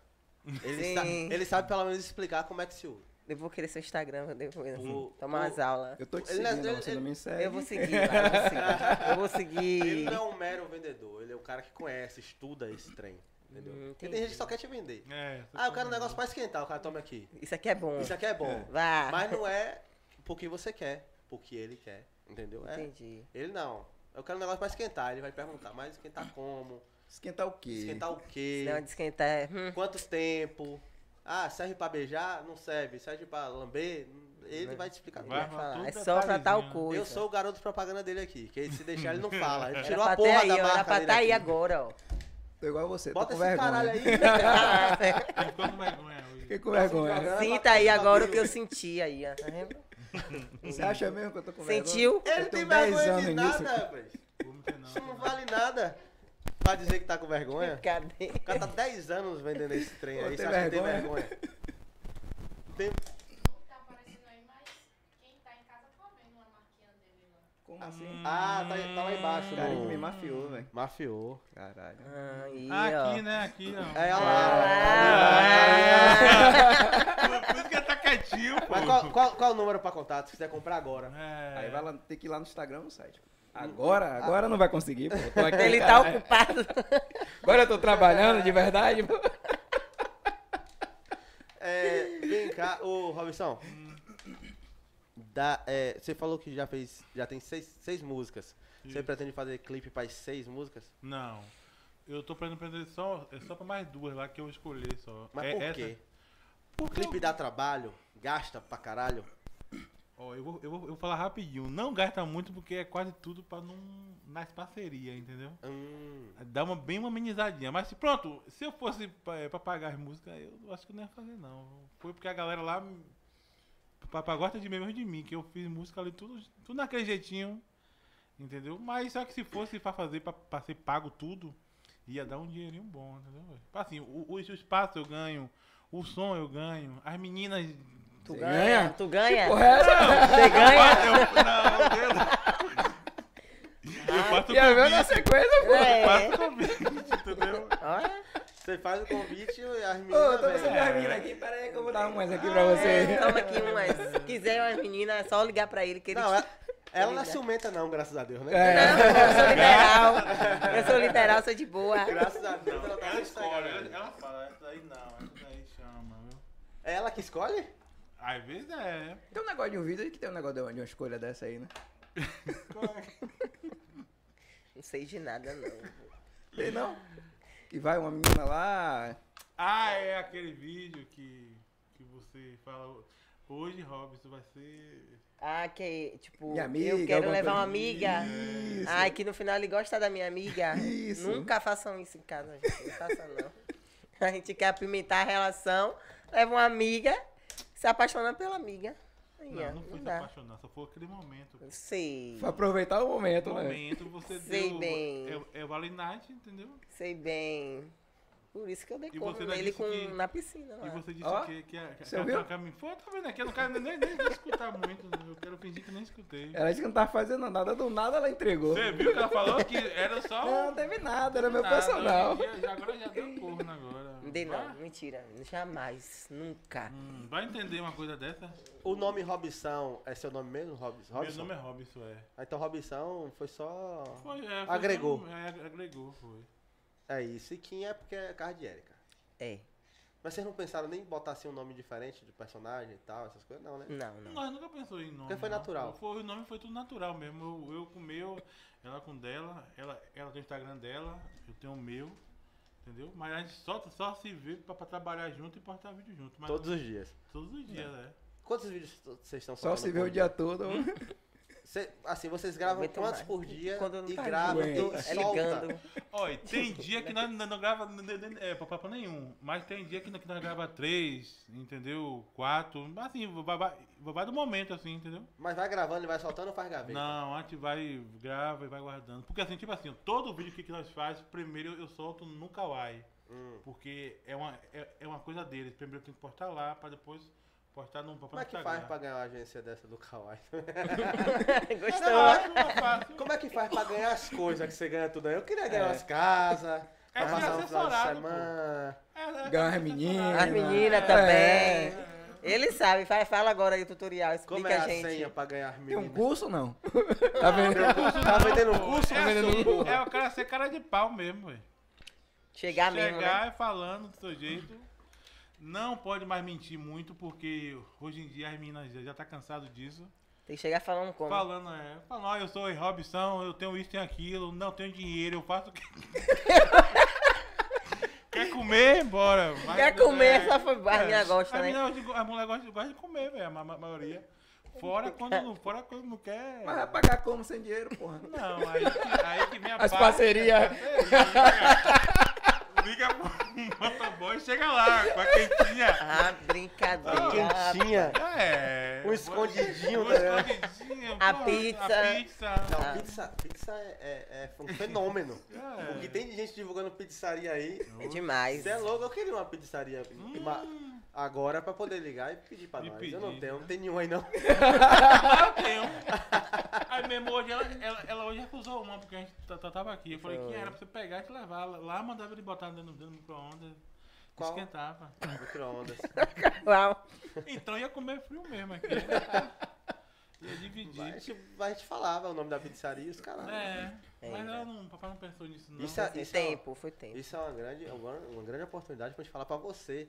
[SPEAKER 2] Ele,
[SPEAKER 4] Sim.
[SPEAKER 2] sa- ele sabe pelo menos explicar como é que se usa.
[SPEAKER 4] Eu vou querer seu Instagram depois.
[SPEAKER 2] O-
[SPEAKER 4] Tomar umas
[SPEAKER 2] o-
[SPEAKER 4] aulas.
[SPEAKER 7] Eu tô te
[SPEAKER 3] é-
[SPEAKER 2] Ele-
[SPEAKER 7] seguindo,
[SPEAKER 2] ele-
[SPEAKER 7] você não me segue.
[SPEAKER 4] Eu vou seguir lá, eu vou seguir.
[SPEAKER 2] Ele
[SPEAKER 4] Eu vou seguir.
[SPEAKER 2] não é um mero vendedor, ele é o cara que conhece, estuda esse trem. Entendeu?
[SPEAKER 4] Hum,
[SPEAKER 2] Porque
[SPEAKER 4] entendi.
[SPEAKER 2] tem gente que só quer te vender.
[SPEAKER 5] É,
[SPEAKER 2] Ah, eu quero um negócio pra esquentar, o cara toma aqui.
[SPEAKER 4] Isso aqui é bom.
[SPEAKER 2] Isso aqui é bom.
[SPEAKER 4] Vá.
[SPEAKER 2] Mas não é porque você quer, porque ele quer. Entendeu? É.
[SPEAKER 4] Entendi.
[SPEAKER 2] Ele não. Eu quero um negócio pra esquentar. Ele vai perguntar, mas esquentar como?
[SPEAKER 7] Esquentar o quê?
[SPEAKER 2] Esquentar o quê?
[SPEAKER 4] Não, de esquentar é. hum,
[SPEAKER 2] Quanto tempo? Ah, serve pra beijar? Não serve. Serve pra lamber? Ele vai te explicar tudo.
[SPEAKER 5] Vai,
[SPEAKER 4] Né? vai falar,
[SPEAKER 5] tudo
[SPEAKER 4] É só pra tal
[SPEAKER 5] detalhezinho.
[SPEAKER 4] coisa.
[SPEAKER 2] Eu sou o garoto de propaganda dele aqui. Que se deixar ele não fala. Ele
[SPEAKER 4] Era
[SPEAKER 2] tirou
[SPEAKER 4] pra
[SPEAKER 2] a
[SPEAKER 4] ter
[SPEAKER 2] porra
[SPEAKER 4] aí, ó,
[SPEAKER 2] da
[SPEAKER 4] Era
[SPEAKER 2] marca
[SPEAKER 4] pra
[SPEAKER 2] dele
[SPEAKER 4] tá
[SPEAKER 2] aqui.
[SPEAKER 4] aí agora, ó.
[SPEAKER 7] Tô igual você,
[SPEAKER 2] Bota
[SPEAKER 7] tô com
[SPEAKER 2] esse caralho
[SPEAKER 7] vergonha.
[SPEAKER 2] aí.
[SPEAKER 5] Tô ficando com vergonha hoje.
[SPEAKER 7] Fiquei com vergonha.
[SPEAKER 2] Era
[SPEAKER 4] Sinta
[SPEAKER 2] pra-
[SPEAKER 4] aí agora o que eu senti aí, ó. Tá vendo?
[SPEAKER 7] Você acha mesmo que eu tô com vergonha?
[SPEAKER 4] Sentiu?
[SPEAKER 2] Ele tem
[SPEAKER 7] Eu tenho
[SPEAKER 2] vergonha
[SPEAKER 7] 10
[SPEAKER 2] de
[SPEAKER 7] anos nisso.
[SPEAKER 2] nada, rapaz.
[SPEAKER 5] Vou meter não,
[SPEAKER 2] Isso não
[SPEAKER 5] tá
[SPEAKER 2] vale nada. Pra dizer que tá com vergonha.
[SPEAKER 4] Cadê?
[SPEAKER 2] O cara tá 10 anos vendendo esse trem
[SPEAKER 7] Pô,
[SPEAKER 2] aí. Você
[SPEAKER 7] tem
[SPEAKER 2] acha que tem
[SPEAKER 7] vergonha?
[SPEAKER 2] vergonha? Tem...
[SPEAKER 8] Não tá aparecendo aí, mas quem tá em casa tá vendo uma marquinha dele lá.
[SPEAKER 7] Como assim?
[SPEAKER 2] Ah, tá, tá lá embaixo.
[SPEAKER 7] O cara
[SPEAKER 2] no-
[SPEAKER 7] me mafiou, velho.
[SPEAKER 2] Mafiou.
[SPEAKER 7] Caralho.
[SPEAKER 4] Aí,
[SPEAKER 5] Ah,
[SPEAKER 4] ó.
[SPEAKER 5] aqui, né? Aqui, ó.
[SPEAKER 2] É, olha
[SPEAKER 4] Ah, ah,
[SPEAKER 5] Por isso que ele tá quietinho, pô.
[SPEAKER 2] Mas qual, qual, qual é o número pra contato se quiser comprar agora?
[SPEAKER 5] É.
[SPEAKER 7] Aí vai lá, tem que ir lá no Instagram no site. Agora, agora não vai conseguir, pô. Eu tô aqui,
[SPEAKER 4] Ele tá
[SPEAKER 7] cara.
[SPEAKER 4] ocupado.
[SPEAKER 7] Agora eu tô trabalhando de verdade, pô.
[SPEAKER 2] É, vem cá, ô Robson. Dá, é, você falou que já fez, já tem seis, seis músicas. Você
[SPEAKER 5] Isso.
[SPEAKER 2] pretende fazer clipe para seis músicas?
[SPEAKER 5] Não. Eu tô pretendendo prender só, é só pra mais duas lá que eu escolhi só.
[SPEAKER 2] Mas
[SPEAKER 5] é,
[SPEAKER 2] por
[SPEAKER 5] essa-
[SPEAKER 2] quê?
[SPEAKER 5] Porque
[SPEAKER 2] Clipe
[SPEAKER 5] eu,
[SPEAKER 2] dá trabalho, gasta pra caralho.
[SPEAKER 5] ó, eu, vou, eu, vou, eu vou falar rapidinho. Não gasta muito porque é quase tudo pra não. nas parcerias, entendeu?
[SPEAKER 2] Hum,
[SPEAKER 5] Dá uma, bem uma amenizadinha. Mas se- pronto, se eu fosse pra, é, pra pagar as músicas, eu acho que eu não ia fazer não. Foi porque a galera lá. me- pa- pa- Gosta de mim mesmo de mim, que eu fiz música ali tudo, tudo naquele jeitinho. Entendeu? Mas só que se fosse pra fazer, pra, pra ser pago tudo, ia dar um dinheirinho bom, entendeu? Assim, o, o, o espaço eu ganho, o som eu ganho, as meninas.
[SPEAKER 4] Tu
[SPEAKER 7] Você
[SPEAKER 4] ganha?
[SPEAKER 7] ganha?
[SPEAKER 4] Tu ganha?
[SPEAKER 7] Porra, é, tá essa?
[SPEAKER 4] Você ganha?
[SPEAKER 5] Eu, não, Deus. Eu faço
[SPEAKER 7] Já viu na
[SPEAKER 5] convite,
[SPEAKER 7] sequência, pô?
[SPEAKER 5] eu
[SPEAKER 4] É.
[SPEAKER 5] faço convite, entendeu?
[SPEAKER 4] Olha,
[SPEAKER 2] você faz o convite e as
[SPEAKER 7] Ô, eu
[SPEAKER 2] meninas
[SPEAKER 5] tá
[SPEAKER 7] tô com essa
[SPEAKER 2] vêm.
[SPEAKER 7] vergonha aqui, pera aí que eu vou dar umas aqui pra você.
[SPEAKER 4] toma aqui umas. Se quiser umas meninas, é só ligar pra ele que ele.
[SPEAKER 2] Não, ela, ela não é ciumenta não, graças a Deus, né?
[SPEAKER 7] É.
[SPEAKER 4] Não, eu sou liberal. Eu sou liberal, sou de boa.
[SPEAKER 2] Graças a Deus ela tá
[SPEAKER 5] Ela
[SPEAKER 2] no
[SPEAKER 5] escolhe, né? ela,
[SPEAKER 2] Instagram.
[SPEAKER 5] ela fala, essa daí não, essa daí chama, viu?
[SPEAKER 2] É ela que escolhe?
[SPEAKER 5] Às vezes é.
[SPEAKER 7] Tem um negócio de um vídeo aí que tem um negócio de uma, de uma escolha dessa aí, né?
[SPEAKER 4] Não sei de nada, não.
[SPEAKER 7] Tem não? Que vai uma menina lá.
[SPEAKER 5] Ah, é aquele vídeo que, que você fala. Hoje, Robson, vai ser.
[SPEAKER 4] Ah, que tipo,
[SPEAKER 7] Minha amiga,
[SPEAKER 4] eu quero
[SPEAKER 7] alguma
[SPEAKER 4] levar uma
[SPEAKER 7] coisa-
[SPEAKER 4] amiga.
[SPEAKER 7] Isso.
[SPEAKER 4] Ai, que no final ele gosta da minha amiga.
[SPEAKER 7] Isso.
[SPEAKER 4] Nunca façam isso em casa, gente. Não façam, não. A gente quer apimentar a relação, leva uma amiga, se apaixona pela amiga. Aí, ó,
[SPEAKER 5] Não, é, não foi se
[SPEAKER 4] dá.
[SPEAKER 5] apaixonar, só foi aquele momento.
[SPEAKER 4] Eu sei.
[SPEAKER 7] Pra aproveitar o momento,
[SPEAKER 5] No
[SPEAKER 7] né?
[SPEAKER 5] momento você
[SPEAKER 4] Sei
[SPEAKER 5] deu.
[SPEAKER 4] bem.
[SPEAKER 5] É, é valinagem, entendeu?
[SPEAKER 4] Sei bem. Por isso que eu dei
[SPEAKER 5] E
[SPEAKER 4] conta
[SPEAKER 5] você ainda
[SPEAKER 4] dele
[SPEAKER 5] disse
[SPEAKER 4] com,
[SPEAKER 5] que-
[SPEAKER 4] na piscina.
[SPEAKER 5] E
[SPEAKER 4] Lá.
[SPEAKER 5] você disse
[SPEAKER 7] Ó,
[SPEAKER 5] que, que a, que
[SPEAKER 7] você
[SPEAKER 5] a,
[SPEAKER 7] ouviu?
[SPEAKER 5] a Carmen. Pô, tá vendo aqui? Eu não quero nem, nem, nem escutar muito, né? eu quero fingir que nem escutei.
[SPEAKER 7] Ela disse que não tava fazendo nada, do nada ela entregou.
[SPEAKER 5] Você viu que ela falou que era só.
[SPEAKER 7] Não,
[SPEAKER 2] É,
[SPEAKER 7] não teve nada, era meu
[SPEAKER 5] nada, né?
[SPEAKER 7] personal.
[SPEAKER 5] hoje em dia, já- Agora já deu porno agora.
[SPEAKER 4] Não dei não,
[SPEAKER 5] Vai,
[SPEAKER 4] mentira. Jamais. Nunca.
[SPEAKER 5] Ah? hum, vai entender uma coisa dessa?
[SPEAKER 2] O nome Robson é seu nome mesmo, Robson?
[SPEAKER 5] Meu
[SPEAKER 2] Robson?
[SPEAKER 5] nome é Robson, é.
[SPEAKER 2] Ah, Então Robson foi só...
[SPEAKER 5] Foi, é, foi
[SPEAKER 2] Agregou.
[SPEAKER 5] só um- é, agregou, foi.
[SPEAKER 2] É isso. E Kim é porque é carro de Erika.
[SPEAKER 4] É.
[SPEAKER 2] Mas vocês não pensaram nem em botar assim um nome diferente de personagem e tal, essas coisas? Não,
[SPEAKER 5] Hum.
[SPEAKER 2] né?
[SPEAKER 4] Não, não.
[SPEAKER 5] Nós nunca pensou em nome.
[SPEAKER 2] Porque foi
[SPEAKER 5] não.
[SPEAKER 2] natural.
[SPEAKER 5] Foi, o nome foi tudo natural mesmo. Eu, eu com o meu, ela com o dela, ela, ela tem o Instagram dela, eu tenho o meu. Entendeu? Mas a gente só, só se vê pra, pra trabalhar junto e postar vídeo junto. Mas todos,
[SPEAKER 2] Todos os dias.
[SPEAKER 5] os dias, é.
[SPEAKER 2] Quantos vídeos t- vocês estão
[SPEAKER 7] Só se vê o dia todo.
[SPEAKER 2] Cê- assim, vocês gravam
[SPEAKER 4] Aguento
[SPEAKER 2] quantos
[SPEAKER 4] mais.
[SPEAKER 2] por dia
[SPEAKER 4] Quando não
[SPEAKER 2] e
[SPEAKER 4] tá
[SPEAKER 2] gravam e
[SPEAKER 4] junto, é ligando.
[SPEAKER 2] solta.
[SPEAKER 5] Olha, tem dia que nós não, não grava n- n- n- é, papo nenhum, mas tem dia que, nós- que nós grava três, entendeu? Quatro, mas assim, vai, vai, vai do momento, assim, entendeu?
[SPEAKER 2] Mas vai gravando e vai soltando ou faz gaveta?
[SPEAKER 5] Não, a gente vai, grava e vai guardando. Porque assim, tipo assim, todo vídeo que, que nós faz, primeiro eu solto no Kawaii. Porque é uma, é, é uma coisa deles. Primeiro eu tenho que postar lá, pra depois postar no papo
[SPEAKER 2] Como é que faz pra ganhar uma agência dessa do Kawaii?
[SPEAKER 5] Não,
[SPEAKER 4] Gostou?
[SPEAKER 5] acho que não é fácil.
[SPEAKER 2] Como é que faz pra ganhar as coisas que você ganha tudo aí? Eu queria
[SPEAKER 4] É.
[SPEAKER 2] ganhar umas
[SPEAKER 7] É
[SPEAKER 2] casas, pra
[SPEAKER 5] de
[SPEAKER 2] passar um final de
[SPEAKER 5] assessorado,
[SPEAKER 2] semana.
[SPEAKER 5] É, é,
[SPEAKER 7] Ganha as
[SPEAKER 5] é
[SPEAKER 7] meninas.
[SPEAKER 4] As
[SPEAKER 7] É.
[SPEAKER 4] meninas também. Ele sabe, fa- fala agora aí o tutorial,
[SPEAKER 2] Como
[SPEAKER 4] explica
[SPEAKER 2] é
[SPEAKER 4] a
[SPEAKER 2] a
[SPEAKER 4] gente.
[SPEAKER 2] senha pra ganhar as
[SPEAKER 7] Tem um
[SPEAKER 2] meninas?
[SPEAKER 7] curso ou não? Tá vendo?
[SPEAKER 2] Tá vendendo um curso?
[SPEAKER 5] É,
[SPEAKER 7] vendendo
[SPEAKER 5] só-
[SPEAKER 7] mínimo.
[SPEAKER 5] é o cara ser cara de pau mesmo, velho.
[SPEAKER 4] Chegar mesmo, né?
[SPEAKER 5] Chegar e falando do seu jeito. Não pode mais mentir muito, porque hoje em dia as meninas já, já tá cansado disso.
[SPEAKER 4] Tem que chegar falando como.
[SPEAKER 5] Falando, é. Falando, ó, eu sou Robson, eu tenho isso, tenho aquilo, não tenho dinheiro, eu faço o que. Quer comer? Bora. Vai,
[SPEAKER 4] Quer comer,
[SPEAKER 5] é.
[SPEAKER 4] só foi- a menina gosta,
[SPEAKER 5] a
[SPEAKER 4] né?
[SPEAKER 5] Menina, gosta de- a mulher gosta, gosta de comer, velho, a ma- ma- maioria. Fora quando, não- fora quando não quer.
[SPEAKER 7] Mas vai pagar como sem dinheiro, porra?
[SPEAKER 5] Não, aí que, aí que vem a
[SPEAKER 7] As
[SPEAKER 5] parte-
[SPEAKER 7] parcerias.
[SPEAKER 5] Liga pro motoboy e chega lá, com a quentinha.
[SPEAKER 4] Ah, brincadeira.
[SPEAKER 2] Quentinha.
[SPEAKER 5] É.
[SPEAKER 2] Um escondidinho,
[SPEAKER 5] um
[SPEAKER 2] tá ligado?
[SPEAKER 5] escondidinho,
[SPEAKER 4] A
[SPEAKER 5] porra,
[SPEAKER 4] pizza.
[SPEAKER 5] A pizza.
[SPEAKER 2] Não, pizza, pizza é, é- é um fenômeno.
[SPEAKER 5] É.
[SPEAKER 2] O que tem de gente divulgando pizzaria aí...
[SPEAKER 4] É demais.
[SPEAKER 2] Você é louco, eu queria uma pizzaria
[SPEAKER 6] Tá
[SPEAKER 2] uma- agora pra poder ligar e pedir pra
[SPEAKER 5] E
[SPEAKER 2] nós.
[SPEAKER 5] pedir,
[SPEAKER 2] eu não tenho,
[SPEAKER 5] né?
[SPEAKER 2] não tem nenhum aí não.
[SPEAKER 5] Ah, eu tenho. Aí mesmo hoje ela, ela, ela hoje recusou uma, porque a gente tá- tá- tava aqui. Eu falei que era pra você pegar e te levar. Lá mandava ele botar dentro dentro do micro-ondas.
[SPEAKER 2] Qual?
[SPEAKER 5] Esquentava.
[SPEAKER 2] Micro-ondas.
[SPEAKER 4] Uau.
[SPEAKER 5] Então ia comer frio mesmo aqui. Ia dividir.
[SPEAKER 2] Mas, tipo, a gente falava o nome da pizzaria e os caras.
[SPEAKER 5] É.
[SPEAKER 4] É,
[SPEAKER 5] Mas
[SPEAKER 4] né?
[SPEAKER 5] ela não, o papai não pensou nisso, não.
[SPEAKER 2] Isso é-
[SPEAKER 4] Foi
[SPEAKER 2] isso é-
[SPEAKER 4] tempo, foi tempo.
[SPEAKER 2] Isso é uma grande, é uma, uma grande oportunidade pra gente falar pra você,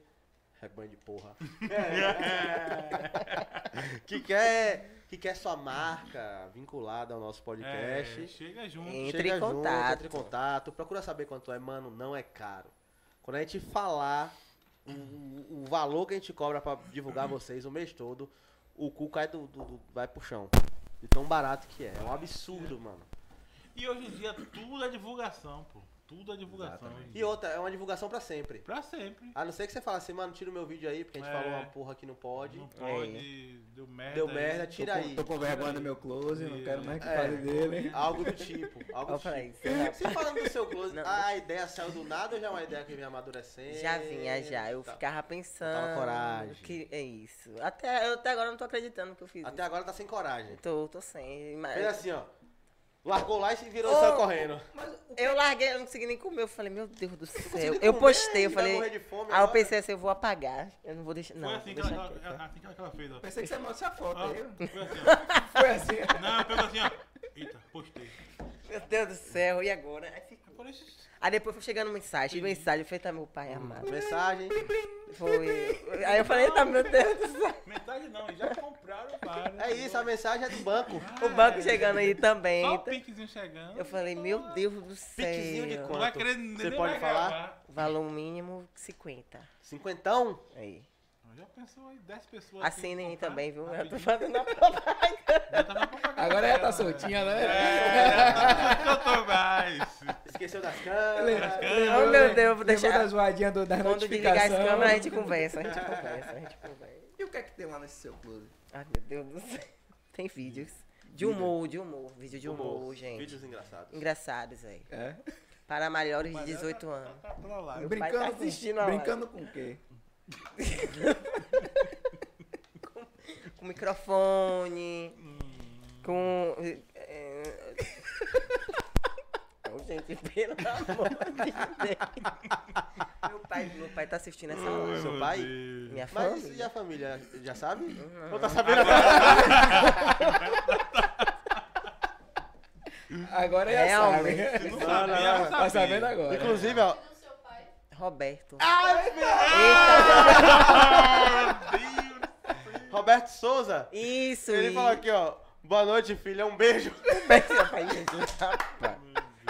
[SPEAKER 2] rebanho de porra.
[SPEAKER 5] É.
[SPEAKER 2] que, quer, que quer sua marca vinculada ao nosso
[SPEAKER 5] É,
[SPEAKER 2] podcast.
[SPEAKER 5] chega junto.
[SPEAKER 4] Entre
[SPEAKER 2] Chega
[SPEAKER 4] em
[SPEAKER 2] junto,
[SPEAKER 4] contato.
[SPEAKER 2] entre em contato. Procura saber quanto é, mano, não é caro. Quando a gente falar o, o- o valor que a gente cobra pra divulgar vocês o mês todo, o cu cai do, do- do- vai pro chão. De tão barato que é. É um absurdo, mano.
[SPEAKER 5] E hoje em dia tudo é divulgação, pô. Tudo é divulgação. hoje em
[SPEAKER 2] E
[SPEAKER 5] dia.
[SPEAKER 4] Uhum.
[SPEAKER 2] outra, é uma divulgação pra sempre.
[SPEAKER 5] Pra sempre.
[SPEAKER 2] A não ser que você fala assim, mano, tira o meu vídeo aí, porque a gente
[SPEAKER 5] É.
[SPEAKER 2] falou uma porra que não pode. É, né?
[SPEAKER 5] Não pode. Deu merda.
[SPEAKER 2] Deu
[SPEAKER 5] aí.
[SPEAKER 2] merda,
[SPEAKER 7] Tô
[SPEAKER 4] Tá
[SPEAKER 2] tira
[SPEAKER 7] com,
[SPEAKER 2] aí.
[SPEAKER 7] tô com vergonha do meu close, não quero mais que
[SPEAKER 2] É.
[SPEAKER 7] fale dele.
[SPEAKER 2] Algo do tipo. Algo
[SPEAKER 4] Eu
[SPEAKER 2] do
[SPEAKER 4] falei,
[SPEAKER 2] tipo.
[SPEAKER 4] será?
[SPEAKER 2] Você falando do seu close,
[SPEAKER 4] Não.
[SPEAKER 2] a ideia saiu do nada ou já é uma ideia que vem amadurecendo?
[SPEAKER 4] Já vinha, já. Eu
[SPEAKER 2] Tá.
[SPEAKER 4] ficava pensando.
[SPEAKER 2] coragem.
[SPEAKER 4] Que é isso. Até, eu até agora não tô acreditando que eu fiz
[SPEAKER 2] Até agora tá sem coragem.
[SPEAKER 4] isso. Tô, tô sem. mas-
[SPEAKER 2] Fez assim, ó. Largou lá e se virou
[SPEAKER 4] Ô,
[SPEAKER 2] só correndo.
[SPEAKER 4] Eu larguei, eu não consegui nem comer. Eu falei, meu Deus do céu.
[SPEAKER 2] consegui
[SPEAKER 4] Eu
[SPEAKER 2] comer,
[SPEAKER 4] postei, eu
[SPEAKER 2] vai
[SPEAKER 4] falei.
[SPEAKER 2] morrer de fome
[SPEAKER 4] Aí eu
[SPEAKER 2] agora.
[SPEAKER 4] pensei assim, eu vou apagar. Eu não vou deixar.
[SPEAKER 5] Foi
[SPEAKER 4] Não,
[SPEAKER 5] assim,
[SPEAKER 4] vou
[SPEAKER 5] que
[SPEAKER 4] deixar
[SPEAKER 5] ela,
[SPEAKER 4] aqui.
[SPEAKER 5] ela- assim que ela- que ela fez, ó.
[SPEAKER 7] Pensei que você mandou essa foto
[SPEAKER 5] Ó,
[SPEAKER 7] aí.
[SPEAKER 5] Foi assim, ó.
[SPEAKER 7] Foi assim.
[SPEAKER 5] Não, eu pego assim, ó. Eita, postei. É
[SPEAKER 4] Meu Deus do céu, e agora? Aí fica-
[SPEAKER 5] Por isso-
[SPEAKER 4] Aí depois foi chegando mensagem, mensagem, eu falei, tá meu pai amado.
[SPEAKER 2] Mensagem.
[SPEAKER 4] Foi. Aí eu falei, tá meu Deus do céu.
[SPEAKER 5] Metade não, já compraram vários. Ah,
[SPEAKER 2] É isso, a mensagem é do banco.
[SPEAKER 4] O banco chegando aí também.
[SPEAKER 5] Só o
[SPEAKER 4] tá?
[SPEAKER 5] piquezinho chegando.
[SPEAKER 4] Eu falei, meu Deus do
[SPEAKER 2] Piquezinho de
[SPEAKER 4] céu.
[SPEAKER 5] Não vai
[SPEAKER 2] quanto?
[SPEAKER 5] querer nem
[SPEAKER 2] Você
[SPEAKER 5] nem
[SPEAKER 2] pode
[SPEAKER 5] vai
[SPEAKER 2] falar?
[SPEAKER 5] gravar.
[SPEAKER 4] Valor mínimo 50.
[SPEAKER 2] Cinquentão?
[SPEAKER 4] Aí.
[SPEAKER 5] Já pensou aí 10 pessoas. aqui
[SPEAKER 4] Assinem aí
[SPEAKER 5] comprar,
[SPEAKER 4] também, viu? Eu tô
[SPEAKER 5] rapidinho.
[SPEAKER 4] fazendo a propaganda.
[SPEAKER 5] Já tá na propaganda
[SPEAKER 7] Agora ela tá
[SPEAKER 5] dela,
[SPEAKER 7] soltinha,
[SPEAKER 5] É,
[SPEAKER 7] né?
[SPEAKER 5] é, eu tô mais.
[SPEAKER 2] Esqueceu das
[SPEAKER 5] tá
[SPEAKER 7] Lembra-
[SPEAKER 2] câmeras.
[SPEAKER 7] lembrou,
[SPEAKER 4] meu
[SPEAKER 7] né?
[SPEAKER 4] Deus, vou
[SPEAKER 7] Lembrou
[SPEAKER 4] deixar-
[SPEAKER 7] da zoadinha do, das
[SPEAKER 4] Quando desligar as
[SPEAKER 7] notificações.
[SPEAKER 4] câmeras, a gente conversa, a gente conversa, a gente conversa.
[SPEAKER 7] E o que é que tem lá nesse seu close?
[SPEAKER 4] Ai, meu Deus do céu. Tem vídeos. De humor, de humor. Vídeo de humor, gente.
[SPEAKER 6] Vídeos engraçados.
[SPEAKER 4] Engraçados aí.
[SPEAKER 7] É?
[SPEAKER 4] Para maiores de 18 anos.
[SPEAKER 5] Tá pra lá.
[SPEAKER 4] Meu pai
[SPEAKER 7] brincando
[SPEAKER 4] tá
[SPEAKER 7] com-
[SPEAKER 4] assistindo a live.
[SPEAKER 7] Brincando com o quê?
[SPEAKER 4] Com microfone. Com. é, Então, gente, pelo amor de Deus. Meu pai, meu pai tá assistindo essa live.
[SPEAKER 6] Seu pai?
[SPEAKER 4] Minha
[SPEAKER 6] Mas e
[SPEAKER 4] família.
[SPEAKER 6] a família? Já sabe?
[SPEAKER 4] Uhum.
[SPEAKER 6] Não tá sabendo agora?
[SPEAKER 7] Agora é já
[SPEAKER 4] Realmente.
[SPEAKER 5] Não
[SPEAKER 7] sabe.
[SPEAKER 6] Não, não,
[SPEAKER 5] sabia,
[SPEAKER 6] não.
[SPEAKER 5] não
[SPEAKER 7] Tá sabendo
[SPEAKER 5] sabia.
[SPEAKER 7] agora.
[SPEAKER 6] Inclusive, ó.
[SPEAKER 9] do seu pai.
[SPEAKER 4] Roberto. Eita!
[SPEAKER 6] Roberto Souza,
[SPEAKER 4] Isso,
[SPEAKER 6] ele
[SPEAKER 4] e-
[SPEAKER 6] falou aqui, ó. Boa noite, filha. Um beijo.
[SPEAKER 4] Pai, Jesus, rapaz.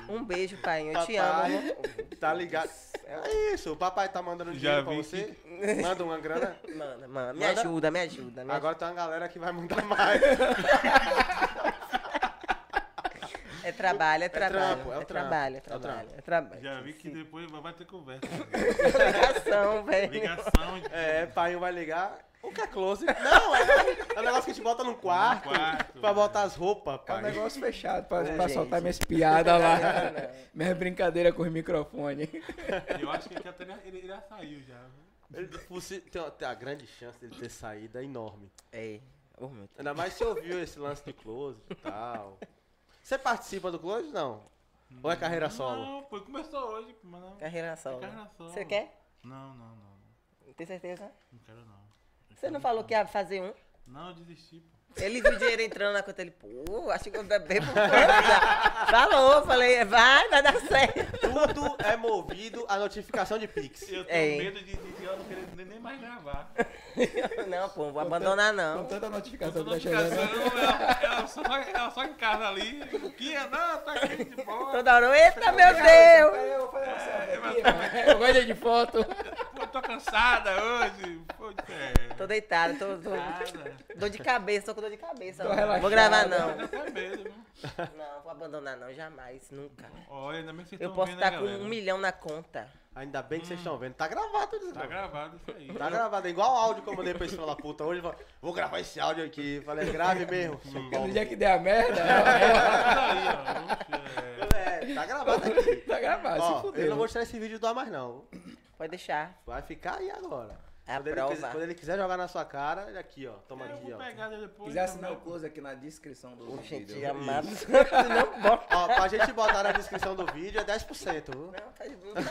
[SPEAKER 4] Um beijo, pai. Eu te
[SPEAKER 6] Papai.
[SPEAKER 4] amo.
[SPEAKER 6] Tá ligado? É isso, o papai tá mandando
[SPEAKER 5] Já
[SPEAKER 6] dinheiro pra
[SPEAKER 5] vi
[SPEAKER 6] você. Manda uma grana.
[SPEAKER 4] Manda, manda. Me
[SPEAKER 6] Manda-
[SPEAKER 4] ajuda, me ajuda. Me
[SPEAKER 6] Agora tem uma galera que vai mandar mais.
[SPEAKER 4] ajuda. É trabalho, é trabalho.
[SPEAKER 6] trampo, é o
[SPEAKER 4] trabalho, é
[SPEAKER 6] trampo, é o
[SPEAKER 4] trabalho. É trabalho.
[SPEAKER 5] Já vi é que
[SPEAKER 4] Sim.
[SPEAKER 5] depois vai- vai ter conversa.
[SPEAKER 4] Ligação,
[SPEAKER 5] é
[SPEAKER 4] velho.
[SPEAKER 5] Ligação de
[SPEAKER 6] É, pai vai ligar. O que é close? Não, é, é um negócio que a gente bota no quarto,
[SPEAKER 5] quarto.
[SPEAKER 6] pra botar as roupas,
[SPEAKER 7] É um
[SPEAKER 6] pai.
[SPEAKER 7] negócio fechado pra,
[SPEAKER 4] Ô,
[SPEAKER 7] pra
[SPEAKER 4] gente.
[SPEAKER 7] soltar minhas piadas lá. minhas brincadeiras com os microfones.
[SPEAKER 5] Eu acho que aqui até ele, ele já saiu já.
[SPEAKER 6] Ele- possi- tem, uma- tem a grande chance dele ter saído, é enorme.
[SPEAKER 4] É. Ô, meu Deus.
[SPEAKER 6] Ainda mais se ouviu esse lance do close e tal. Você participa do close? Não. Ou é carreira solo?
[SPEAKER 5] Não, pô, começou hoje, mas não.
[SPEAKER 4] Carreira solo.
[SPEAKER 5] Carreira solo.
[SPEAKER 4] Você quer?
[SPEAKER 5] Não, não, não. não.
[SPEAKER 4] Tem certeza?
[SPEAKER 5] Não quero não. Eu
[SPEAKER 4] Você
[SPEAKER 5] quero
[SPEAKER 4] não falou que ia fazer um?
[SPEAKER 5] Não, eu desisti, pô.
[SPEAKER 4] Ele viu o dinheiro entrando na conta, ele, pô, acho que eu bebo coisa. Falou, falei, vai, vai dar certo.
[SPEAKER 6] Tudo é movido a notificação de Pix.
[SPEAKER 5] Eu tenho
[SPEAKER 4] É.
[SPEAKER 5] medo de, de, de eu não querer nem, nem mais gravar.
[SPEAKER 4] Não, pô, não vou abandonar
[SPEAKER 7] Com
[SPEAKER 4] não.
[SPEAKER 7] tanta
[SPEAKER 5] Eu tô
[SPEAKER 7] notificação que tá
[SPEAKER 5] notificação,
[SPEAKER 7] chegando.
[SPEAKER 5] ela, ela, só, ela só em casa ali. O que é? Não, tá aqui de boa.
[SPEAKER 4] Toda hora, eu, eita, meu Deus!
[SPEAKER 3] Peraí, eu vou fazer uma selfie aqui.
[SPEAKER 7] Eu gosto de foto.
[SPEAKER 5] Pô, tô cansada hoje. Pô,
[SPEAKER 4] Tô
[SPEAKER 5] é.
[SPEAKER 4] deitada, tô, tô,
[SPEAKER 5] Nada.
[SPEAKER 4] dor de cabeça, tô com dor de cabeça.
[SPEAKER 7] Tô
[SPEAKER 4] Não
[SPEAKER 7] relaxado.
[SPEAKER 4] vou gravar
[SPEAKER 5] Mas
[SPEAKER 4] não.
[SPEAKER 5] dá até medo, viu?
[SPEAKER 4] Não, vou abandonar não, jamais, nunca.
[SPEAKER 5] Olha, ainda bem que vocês
[SPEAKER 4] Eu
[SPEAKER 5] tão
[SPEAKER 4] posso
[SPEAKER 5] vendo,
[SPEAKER 4] estar
[SPEAKER 5] né,
[SPEAKER 4] com
[SPEAKER 5] galera?
[SPEAKER 4] um milhão na conta.
[SPEAKER 6] Ainda bem que vocês estão vendo. Tá gravado, desgraça.
[SPEAKER 5] Tá gravado isso aí.
[SPEAKER 6] Tá gravado, é igual o áudio que eu mandei pra esse filho da puta. Hoje ele falou, vou gravar esse áudio aqui. Falei, "É grave mesmo, seu
[SPEAKER 7] Porque no
[SPEAKER 6] Paulo.
[SPEAKER 7] dia que der a merda, ó,
[SPEAKER 5] Tá Aí, ó.
[SPEAKER 6] É, tá gravado aqui.
[SPEAKER 7] tá gravado. se
[SPEAKER 6] Ó,
[SPEAKER 7] fudeu.
[SPEAKER 6] eu não vou tirar esse vídeo do ar mais não.
[SPEAKER 4] Pode deixar.
[SPEAKER 6] Vai ficar aí agora.
[SPEAKER 4] É a
[SPEAKER 6] quando, Ele quiser, quando
[SPEAKER 4] prova.
[SPEAKER 6] ele quiser jogar na sua cara, ele aqui, ó. Toma
[SPEAKER 5] Eu
[SPEAKER 6] aqui,
[SPEAKER 5] vou
[SPEAKER 6] ó.
[SPEAKER 5] pegar depois. né?
[SPEAKER 7] quiser assinar o
[SPEAKER 5] também.
[SPEAKER 7] close aqui na descrição do
[SPEAKER 4] Gente,
[SPEAKER 7] vídeo.
[SPEAKER 4] amado.
[SPEAKER 6] Ó, pra gente botar na descrição do vídeo é 10%. viu?
[SPEAKER 4] Não, tá de boa, tá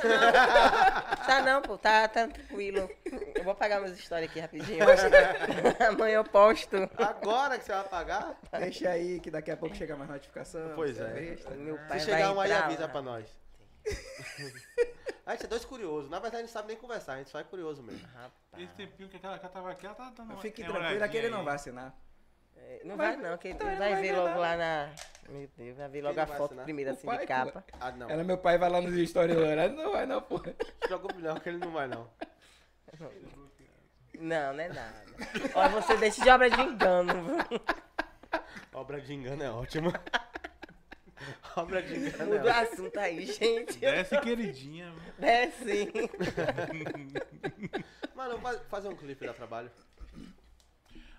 [SPEAKER 4] não. Tá não, pô, tá, tá tranquilo. Eu vou apagar meus stories aqui rapidinho. Amanhã eu posto.
[SPEAKER 6] Agora que você vai pagar,
[SPEAKER 7] Deixa aí que daqui a pouco chega mais notificação.
[SPEAKER 6] Pois
[SPEAKER 7] você
[SPEAKER 6] é.
[SPEAKER 7] besta.
[SPEAKER 4] Meu pai
[SPEAKER 6] se
[SPEAKER 4] vai
[SPEAKER 6] chegar um aí
[SPEAKER 4] entrar
[SPEAKER 6] avisa
[SPEAKER 4] lá.
[SPEAKER 6] pra nós. A gente é dois curiosos. Na verdade, a gente sabe nem conversar, a gente só é curioso mesmo.
[SPEAKER 5] Esse tempinho que aquela cara tava aqui, ela tá dando uma-
[SPEAKER 7] tá. Fique
[SPEAKER 5] uma
[SPEAKER 7] tranquilo,
[SPEAKER 5] olhadinha
[SPEAKER 7] aquele
[SPEAKER 5] aí.
[SPEAKER 7] não vai assinar.
[SPEAKER 4] É, Não vai não, que
[SPEAKER 6] então
[SPEAKER 4] ele vai ver logo lá na... Meu Deus, vai ver logo
[SPEAKER 6] não
[SPEAKER 4] a
[SPEAKER 6] vai
[SPEAKER 4] foto
[SPEAKER 6] assinar?
[SPEAKER 4] primeira,
[SPEAKER 7] O
[SPEAKER 4] assim,
[SPEAKER 7] pai
[SPEAKER 4] de
[SPEAKER 7] que
[SPEAKER 4] capa.
[SPEAKER 6] Ah, não.
[SPEAKER 7] Ela, meu pai, vai lá nos stories lá. Não vai, não, porra.
[SPEAKER 6] Se preocupe não, que ele não vai não.
[SPEAKER 4] Não, não é nada. Ó, você deixa de obra de engano. viu?
[SPEAKER 6] Obra de engano é ótima. Obra de engano
[SPEAKER 4] Muda o
[SPEAKER 6] é ótima.
[SPEAKER 4] assunto aí, gente.
[SPEAKER 5] Desce, queridinha. viu?
[SPEAKER 4] É sim.
[SPEAKER 6] Mano, faz- fazer um clipe dá trabalho.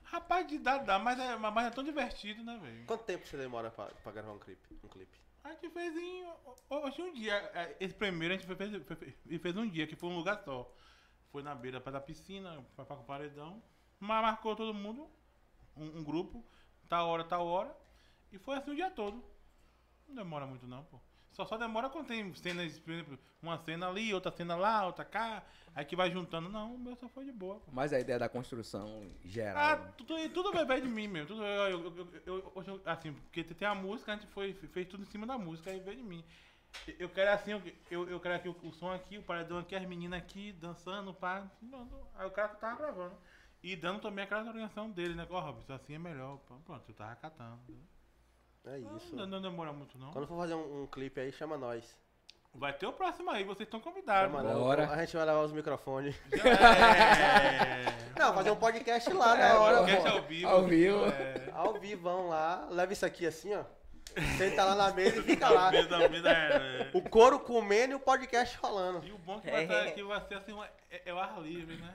[SPEAKER 5] Rapaz, de dá, dá, mas é, mas é tão divertido, né, velho?
[SPEAKER 6] Quanto tempo você demora pra, pra gravar um clipe? Um clipe?
[SPEAKER 5] A gente fez em. Hoje um dia. é, Esse primeiro a gente fez, fez- fez, fez um dia, que foi um lugar só. Foi na beira pra- da piscina, pra, pra, pro paredão. Mas marcou todo mundo, um, um grupo, tal hora, tal hora. E foi assim o dia todo. Não demora muito não, pô. Só, só demora quando tem cenas, por exemplo, uma cena ali, outra cena lá, outra cá. Aí que vai juntando. Não, o meu só foi de boa. pô.
[SPEAKER 7] Mas a ideia da construção geral.
[SPEAKER 5] Ah, tudo, tudo bebê de mim mesmo. Tudo, eu, eu, eu- eu- hoje eu- assim, porque tem a música, a gente foi, fez tudo em cima da música, aí veio de mim. Eu- Eu quero assim, eu, eu, eu quero aqui o, o som aqui, o paredão aqui, as meninas aqui, dançando, pá. Não, não. Aí o cara que tava gravando. E dando também aquela orientação dele, né? Ó, Robson, assim é melhor. pá. Pronto, eu tava catando.
[SPEAKER 6] É
[SPEAKER 5] Não,
[SPEAKER 6] isso.
[SPEAKER 5] Não, não demora muito, não.
[SPEAKER 6] Quando for fazer um, um clipe aí, chama nós.
[SPEAKER 5] Vai ter o próximo aí, vocês estão convidados.
[SPEAKER 6] Chama nós.
[SPEAKER 7] Bora.
[SPEAKER 6] A gente vai levar os microfones.
[SPEAKER 5] É.
[SPEAKER 6] Não, fazer um podcast lá na hora.
[SPEAKER 5] Podcast
[SPEAKER 6] pô.
[SPEAKER 5] é ao vivo.
[SPEAKER 7] tá Ao vivo.
[SPEAKER 5] É.
[SPEAKER 6] Ao vivão lá. Leva isso aqui assim, ó. Senta lá na mesa e fica lá.
[SPEAKER 5] Mesa, mesa, é.
[SPEAKER 6] O couro comendo e o podcast rolando.
[SPEAKER 5] é E o bom é que vai, estar aqui vai ser assim, uma- é, é o ar livre, né?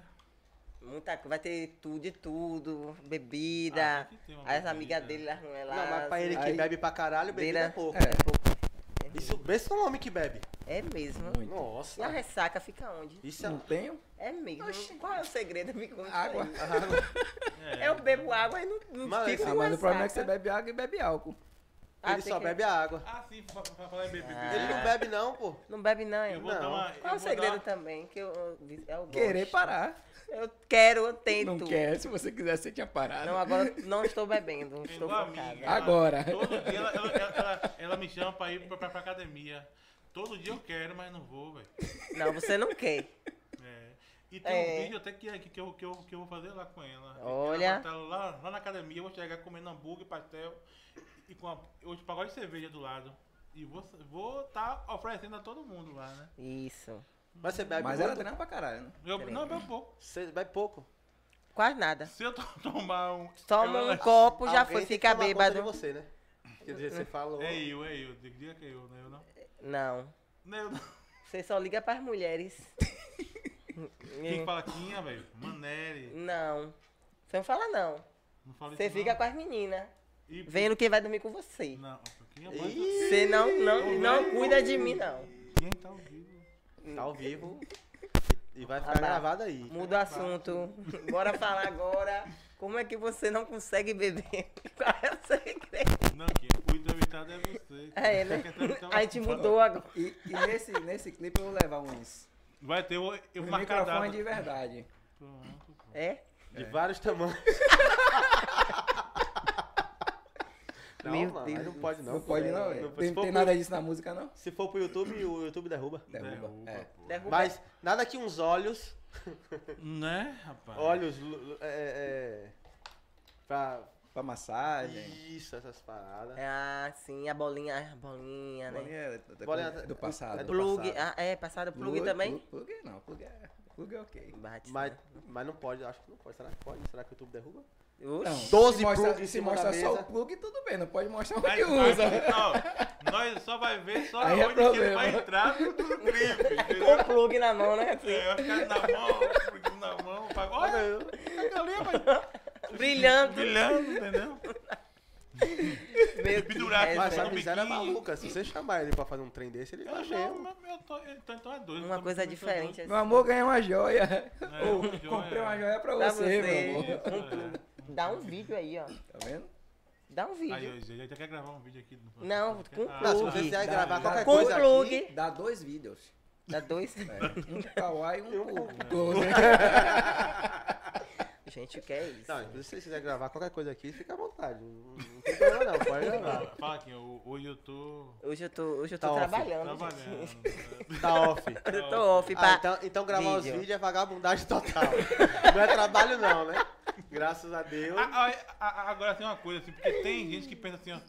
[SPEAKER 4] Muita coisa. Vai ter tudo de tudo. Bebida.
[SPEAKER 5] Ah, tem que ter uma
[SPEAKER 4] as
[SPEAKER 5] bebida.
[SPEAKER 4] amigas dele, elas não é lá.
[SPEAKER 6] Não, mas pra ele que
[SPEAKER 7] aí-
[SPEAKER 6] bebe pra caralho, bebida é
[SPEAKER 4] Beira-
[SPEAKER 6] pouco.
[SPEAKER 4] é, pouco.
[SPEAKER 6] Isso, pensa num homem que bebe.
[SPEAKER 4] É mesmo.
[SPEAKER 7] Muito.
[SPEAKER 4] E a
[SPEAKER 6] Nossa.
[SPEAKER 4] ressaca fica onde?
[SPEAKER 6] Isso é...
[SPEAKER 7] Não um- tenho?
[SPEAKER 4] É mesmo. Qual é o segredo? Me conta
[SPEAKER 7] Água.
[SPEAKER 4] aí.
[SPEAKER 5] É.
[SPEAKER 4] Eu bebo água e não, não
[SPEAKER 6] Mas-
[SPEAKER 4] fico
[SPEAKER 6] Ah,
[SPEAKER 7] Ah,
[SPEAKER 4] com
[SPEAKER 7] mas o problema é que
[SPEAKER 4] ressaca.
[SPEAKER 7] você bebe água e bebe álcool.
[SPEAKER 4] Ah,
[SPEAKER 6] Ele
[SPEAKER 4] tem
[SPEAKER 6] só
[SPEAKER 4] que-
[SPEAKER 6] bebe a água.
[SPEAKER 5] Ah, sim, pra, pra falar em bebida.
[SPEAKER 4] Ah,
[SPEAKER 6] Ele não bebe não, pô.
[SPEAKER 4] Não bebe não,
[SPEAKER 5] Eu
[SPEAKER 4] hein?
[SPEAKER 5] vou
[SPEAKER 6] Não.
[SPEAKER 5] dar uma.
[SPEAKER 4] Qual é
[SPEAKER 5] eu
[SPEAKER 4] o
[SPEAKER 5] vou
[SPEAKER 4] segredo
[SPEAKER 5] dar-
[SPEAKER 4] também? Que eu, eu, eu
[SPEAKER 7] Querer
[SPEAKER 4] gosto.
[SPEAKER 7] parar.
[SPEAKER 4] Eu quero, eu tento.
[SPEAKER 7] Não quer, se você quiser, você tinha parado.
[SPEAKER 4] Não, agora eu não estou bebendo,
[SPEAKER 5] É
[SPEAKER 4] estou
[SPEAKER 5] igual a
[SPEAKER 4] focada.
[SPEAKER 5] minha, ela-
[SPEAKER 7] Agora.
[SPEAKER 5] Todo dia ela, ela, ela, ela- ela me chama pra ir pra, pra, pra academia. Todo dia eu quero, mas não vou, velho.
[SPEAKER 4] Não, você não quer.
[SPEAKER 5] É. E tem
[SPEAKER 4] É.
[SPEAKER 5] um vídeo até que, que, que, eu, que, eu, que eu vou fazer lá com ela.
[SPEAKER 4] Olha.
[SPEAKER 5] Ela vai estar lá, lá na academia, eu vou chegar comendo hambúrguer, pastel e com a, hoje pagode de cerveja do lado. E vou estar vou tá oferecendo a todo mundo lá, né?
[SPEAKER 4] Isso.
[SPEAKER 6] Mas você bebe
[SPEAKER 7] Mas
[SPEAKER 6] muito?
[SPEAKER 7] ela treina pra caralho, né?
[SPEAKER 5] Eu, não, eu bebo pouco.
[SPEAKER 6] Você bebe pouco.
[SPEAKER 4] Quase nada.
[SPEAKER 5] Se eu to- tomar um.
[SPEAKER 4] Toma
[SPEAKER 5] ela-
[SPEAKER 4] um copo, já
[SPEAKER 6] Alguém
[SPEAKER 4] foi,
[SPEAKER 6] tem que
[SPEAKER 4] fica
[SPEAKER 6] tomar conta
[SPEAKER 4] bêbado.
[SPEAKER 6] de você, né? Quer dizer, você falou...
[SPEAKER 5] É eu, é eu. Diga que é eu, não é eu não.
[SPEAKER 4] Não.
[SPEAKER 5] Não é eu não.
[SPEAKER 4] Você só liga para as mulheres.
[SPEAKER 5] Quem fala Quinha, velho? Manelli.
[SPEAKER 4] Não. Você não fala não.
[SPEAKER 5] Não fala isso.
[SPEAKER 4] Você fica
[SPEAKER 5] não.
[SPEAKER 4] com as meninas.
[SPEAKER 5] E-
[SPEAKER 4] Vendo quem vai dormir com você.
[SPEAKER 5] Não, um Quinha pode.
[SPEAKER 6] Ih,
[SPEAKER 4] Você não, não, não cuida de mim, não.
[SPEAKER 5] Quem tá ouvindo?
[SPEAKER 6] tá ao vivo. E vai ficar
[SPEAKER 4] Ah, lá.
[SPEAKER 6] gravado aí.
[SPEAKER 4] Muda o assunto. Bora falar agora. Como é que você não consegue beber? Qual é o segredo?
[SPEAKER 5] Não, Quinha. O entrevistado é você.
[SPEAKER 4] É, né?
[SPEAKER 5] Quem tá entrevistado é
[SPEAKER 4] A gente
[SPEAKER 5] você.
[SPEAKER 4] mudou agora.
[SPEAKER 7] E, e nesse, nesse clipe eu vou levar uns,
[SPEAKER 5] Vai ter o, o
[SPEAKER 7] uns
[SPEAKER 5] marcadado.
[SPEAKER 7] microfones de verdade.
[SPEAKER 5] Pronto.
[SPEAKER 4] É?
[SPEAKER 6] De vários tamanhos. Não,
[SPEAKER 4] Meu
[SPEAKER 6] mano,
[SPEAKER 4] Deus
[SPEAKER 6] aí não pode é, não.
[SPEAKER 7] Não pode
[SPEAKER 6] velho.
[SPEAKER 7] não, velho.
[SPEAKER 6] Se
[SPEAKER 7] Tem,
[SPEAKER 6] for
[SPEAKER 7] tem
[SPEAKER 6] pro-
[SPEAKER 7] nada disso na música, não?
[SPEAKER 6] Se for pro YouTube, o YouTube derruba.
[SPEAKER 7] Derruba. É.
[SPEAKER 4] Derruba.
[SPEAKER 6] Mas nada que uns olhos,
[SPEAKER 5] Né, rapaz?
[SPEAKER 6] olhos, lu- lu- é, é, é, pra...
[SPEAKER 7] Pra massagem.
[SPEAKER 6] Isso, essas paradas.
[SPEAKER 4] Ah, sim, a bolinha, a bolinha, né?
[SPEAKER 7] Bolinha é do-
[SPEAKER 6] Bolinha
[SPEAKER 7] do,
[SPEAKER 6] é-
[SPEAKER 7] do passado.
[SPEAKER 6] é do
[SPEAKER 4] Plug,
[SPEAKER 6] passado.
[SPEAKER 4] ah, é, passaram plug, também?
[SPEAKER 7] Plug, plug não, plug é, plug é ok.
[SPEAKER 4] Bate,
[SPEAKER 6] Mas,
[SPEAKER 4] né?
[SPEAKER 6] mas não pode, acho que não pode. Será que pode? Será que o YouTube derruba?
[SPEAKER 7] Não,
[SPEAKER 4] Oxi.
[SPEAKER 7] se
[SPEAKER 6] 12
[SPEAKER 7] mostra-
[SPEAKER 6] plug em
[SPEAKER 7] Se
[SPEAKER 6] cima
[SPEAKER 7] mostrar
[SPEAKER 6] da
[SPEAKER 7] só
[SPEAKER 6] mesa.
[SPEAKER 7] o plug, tudo bem, não pode mostrar onde
[SPEAKER 5] Aí,
[SPEAKER 7] usa.
[SPEAKER 5] não, nós só vai ver só
[SPEAKER 7] Aí é
[SPEAKER 5] onde que ele
[SPEAKER 7] problema.
[SPEAKER 5] vai entrar no clipe,
[SPEAKER 4] Com
[SPEAKER 5] entendeu?
[SPEAKER 4] o plug na mão, né? Assim,
[SPEAKER 5] É, vai ficar na mão, porque na mão, vai- olha,
[SPEAKER 4] brilhando.
[SPEAKER 5] brilhando, entendeu?
[SPEAKER 4] Meu
[SPEAKER 5] Pendurado,
[SPEAKER 4] Deus,
[SPEAKER 6] Mas
[SPEAKER 5] Mas
[SPEAKER 4] é,
[SPEAKER 6] essa
[SPEAKER 5] no
[SPEAKER 6] miséria é
[SPEAKER 5] biquinho. É
[SPEAKER 6] maluca. Se você chamar ele pra fazer um trem desse, ele
[SPEAKER 5] Eu
[SPEAKER 6] vai
[SPEAKER 5] acho,
[SPEAKER 6] mesmo.
[SPEAKER 5] eu, eu tô, eu tô- então é doido.
[SPEAKER 4] Uma
[SPEAKER 5] tô-
[SPEAKER 4] coisa
[SPEAKER 5] tô- tô
[SPEAKER 4] diferente.
[SPEAKER 5] doido.
[SPEAKER 4] Assim.
[SPEAKER 7] Meu amor, ganhei uma joia.
[SPEAKER 5] É,
[SPEAKER 7] Ou,
[SPEAKER 5] uma joia.
[SPEAKER 7] comprei
[SPEAKER 6] um
[SPEAKER 7] uma joia pra
[SPEAKER 4] Pra
[SPEAKER 7] você, meu
[SPEAKER 4] você.
[SPEAKER 7] amor.
[SPEAKER 5] É.
[SPEAKER 4] Dá um vídeo aí, ó.
[SPEAKER 7] Tá vendo?
[SPEAKER 4] Dá um vídeo.
[SPEAKER 5] Aí, ó, já, já quer gravar um vídeo aqui? do-
[SPEAKER 4] Não, com
[SPEAKER 5] Ah,
[SPEAKER 6] Não, se
[SPEAKER 4] plug.
[SPEAKER 6] você vai
[SPEAKER 7] Dá-
[SPEAKER 6] gravar
[SPEAKER 7] dá-
[SPEAKER 6] qualquer
[SPEAKER 4] com
[SPEAKER 6] coisa
[SPEAKER 4] plug.
[SPEAKER 6] aqui...
[SPEAKER 7] Dá dois vídeos.
[SPEAKER 4] Dá dois.
[SPEAKER 7] Um pro kawaii e um pro pro close.
[SPEAKER 4] Gente, o que é isso?
[SPEAKER 6] Não, inclusive, ah, se você quiser gravar qualquer coisa aqui, fica à vontade. Não, não tem problema não, pode gravar.
[SPEAKER 5] Fala, fala aqui, ó, hoje eu tô
[SPEAKER 4] Hoje eu tô, hoje eu tô
[SPEAKER 6] Tá off.
[SPEAKER 4] trabalhando.
[SPEAKER 5] trabalhando.
[SPEAKER 4] gente.
[SPEAKER 5] né?
[SPEAKER 6] Tá off.
[SPEAKER 4] Eu tô off,
[SPEAKER 6] Ah,
[SPEAKER 4] pá.
[SPEAKER 6] então, então gravar
[SPEAKER 4] vídeo.
[SPEAKER 6] os vídeos é vagabundagem total. não é trabalho não, né? Graças a Deus.
[SPEAKER 5] Ah, ah, ah, ah, Agora tem uma coisa, assim, porque tem gente que pensa assim, ó.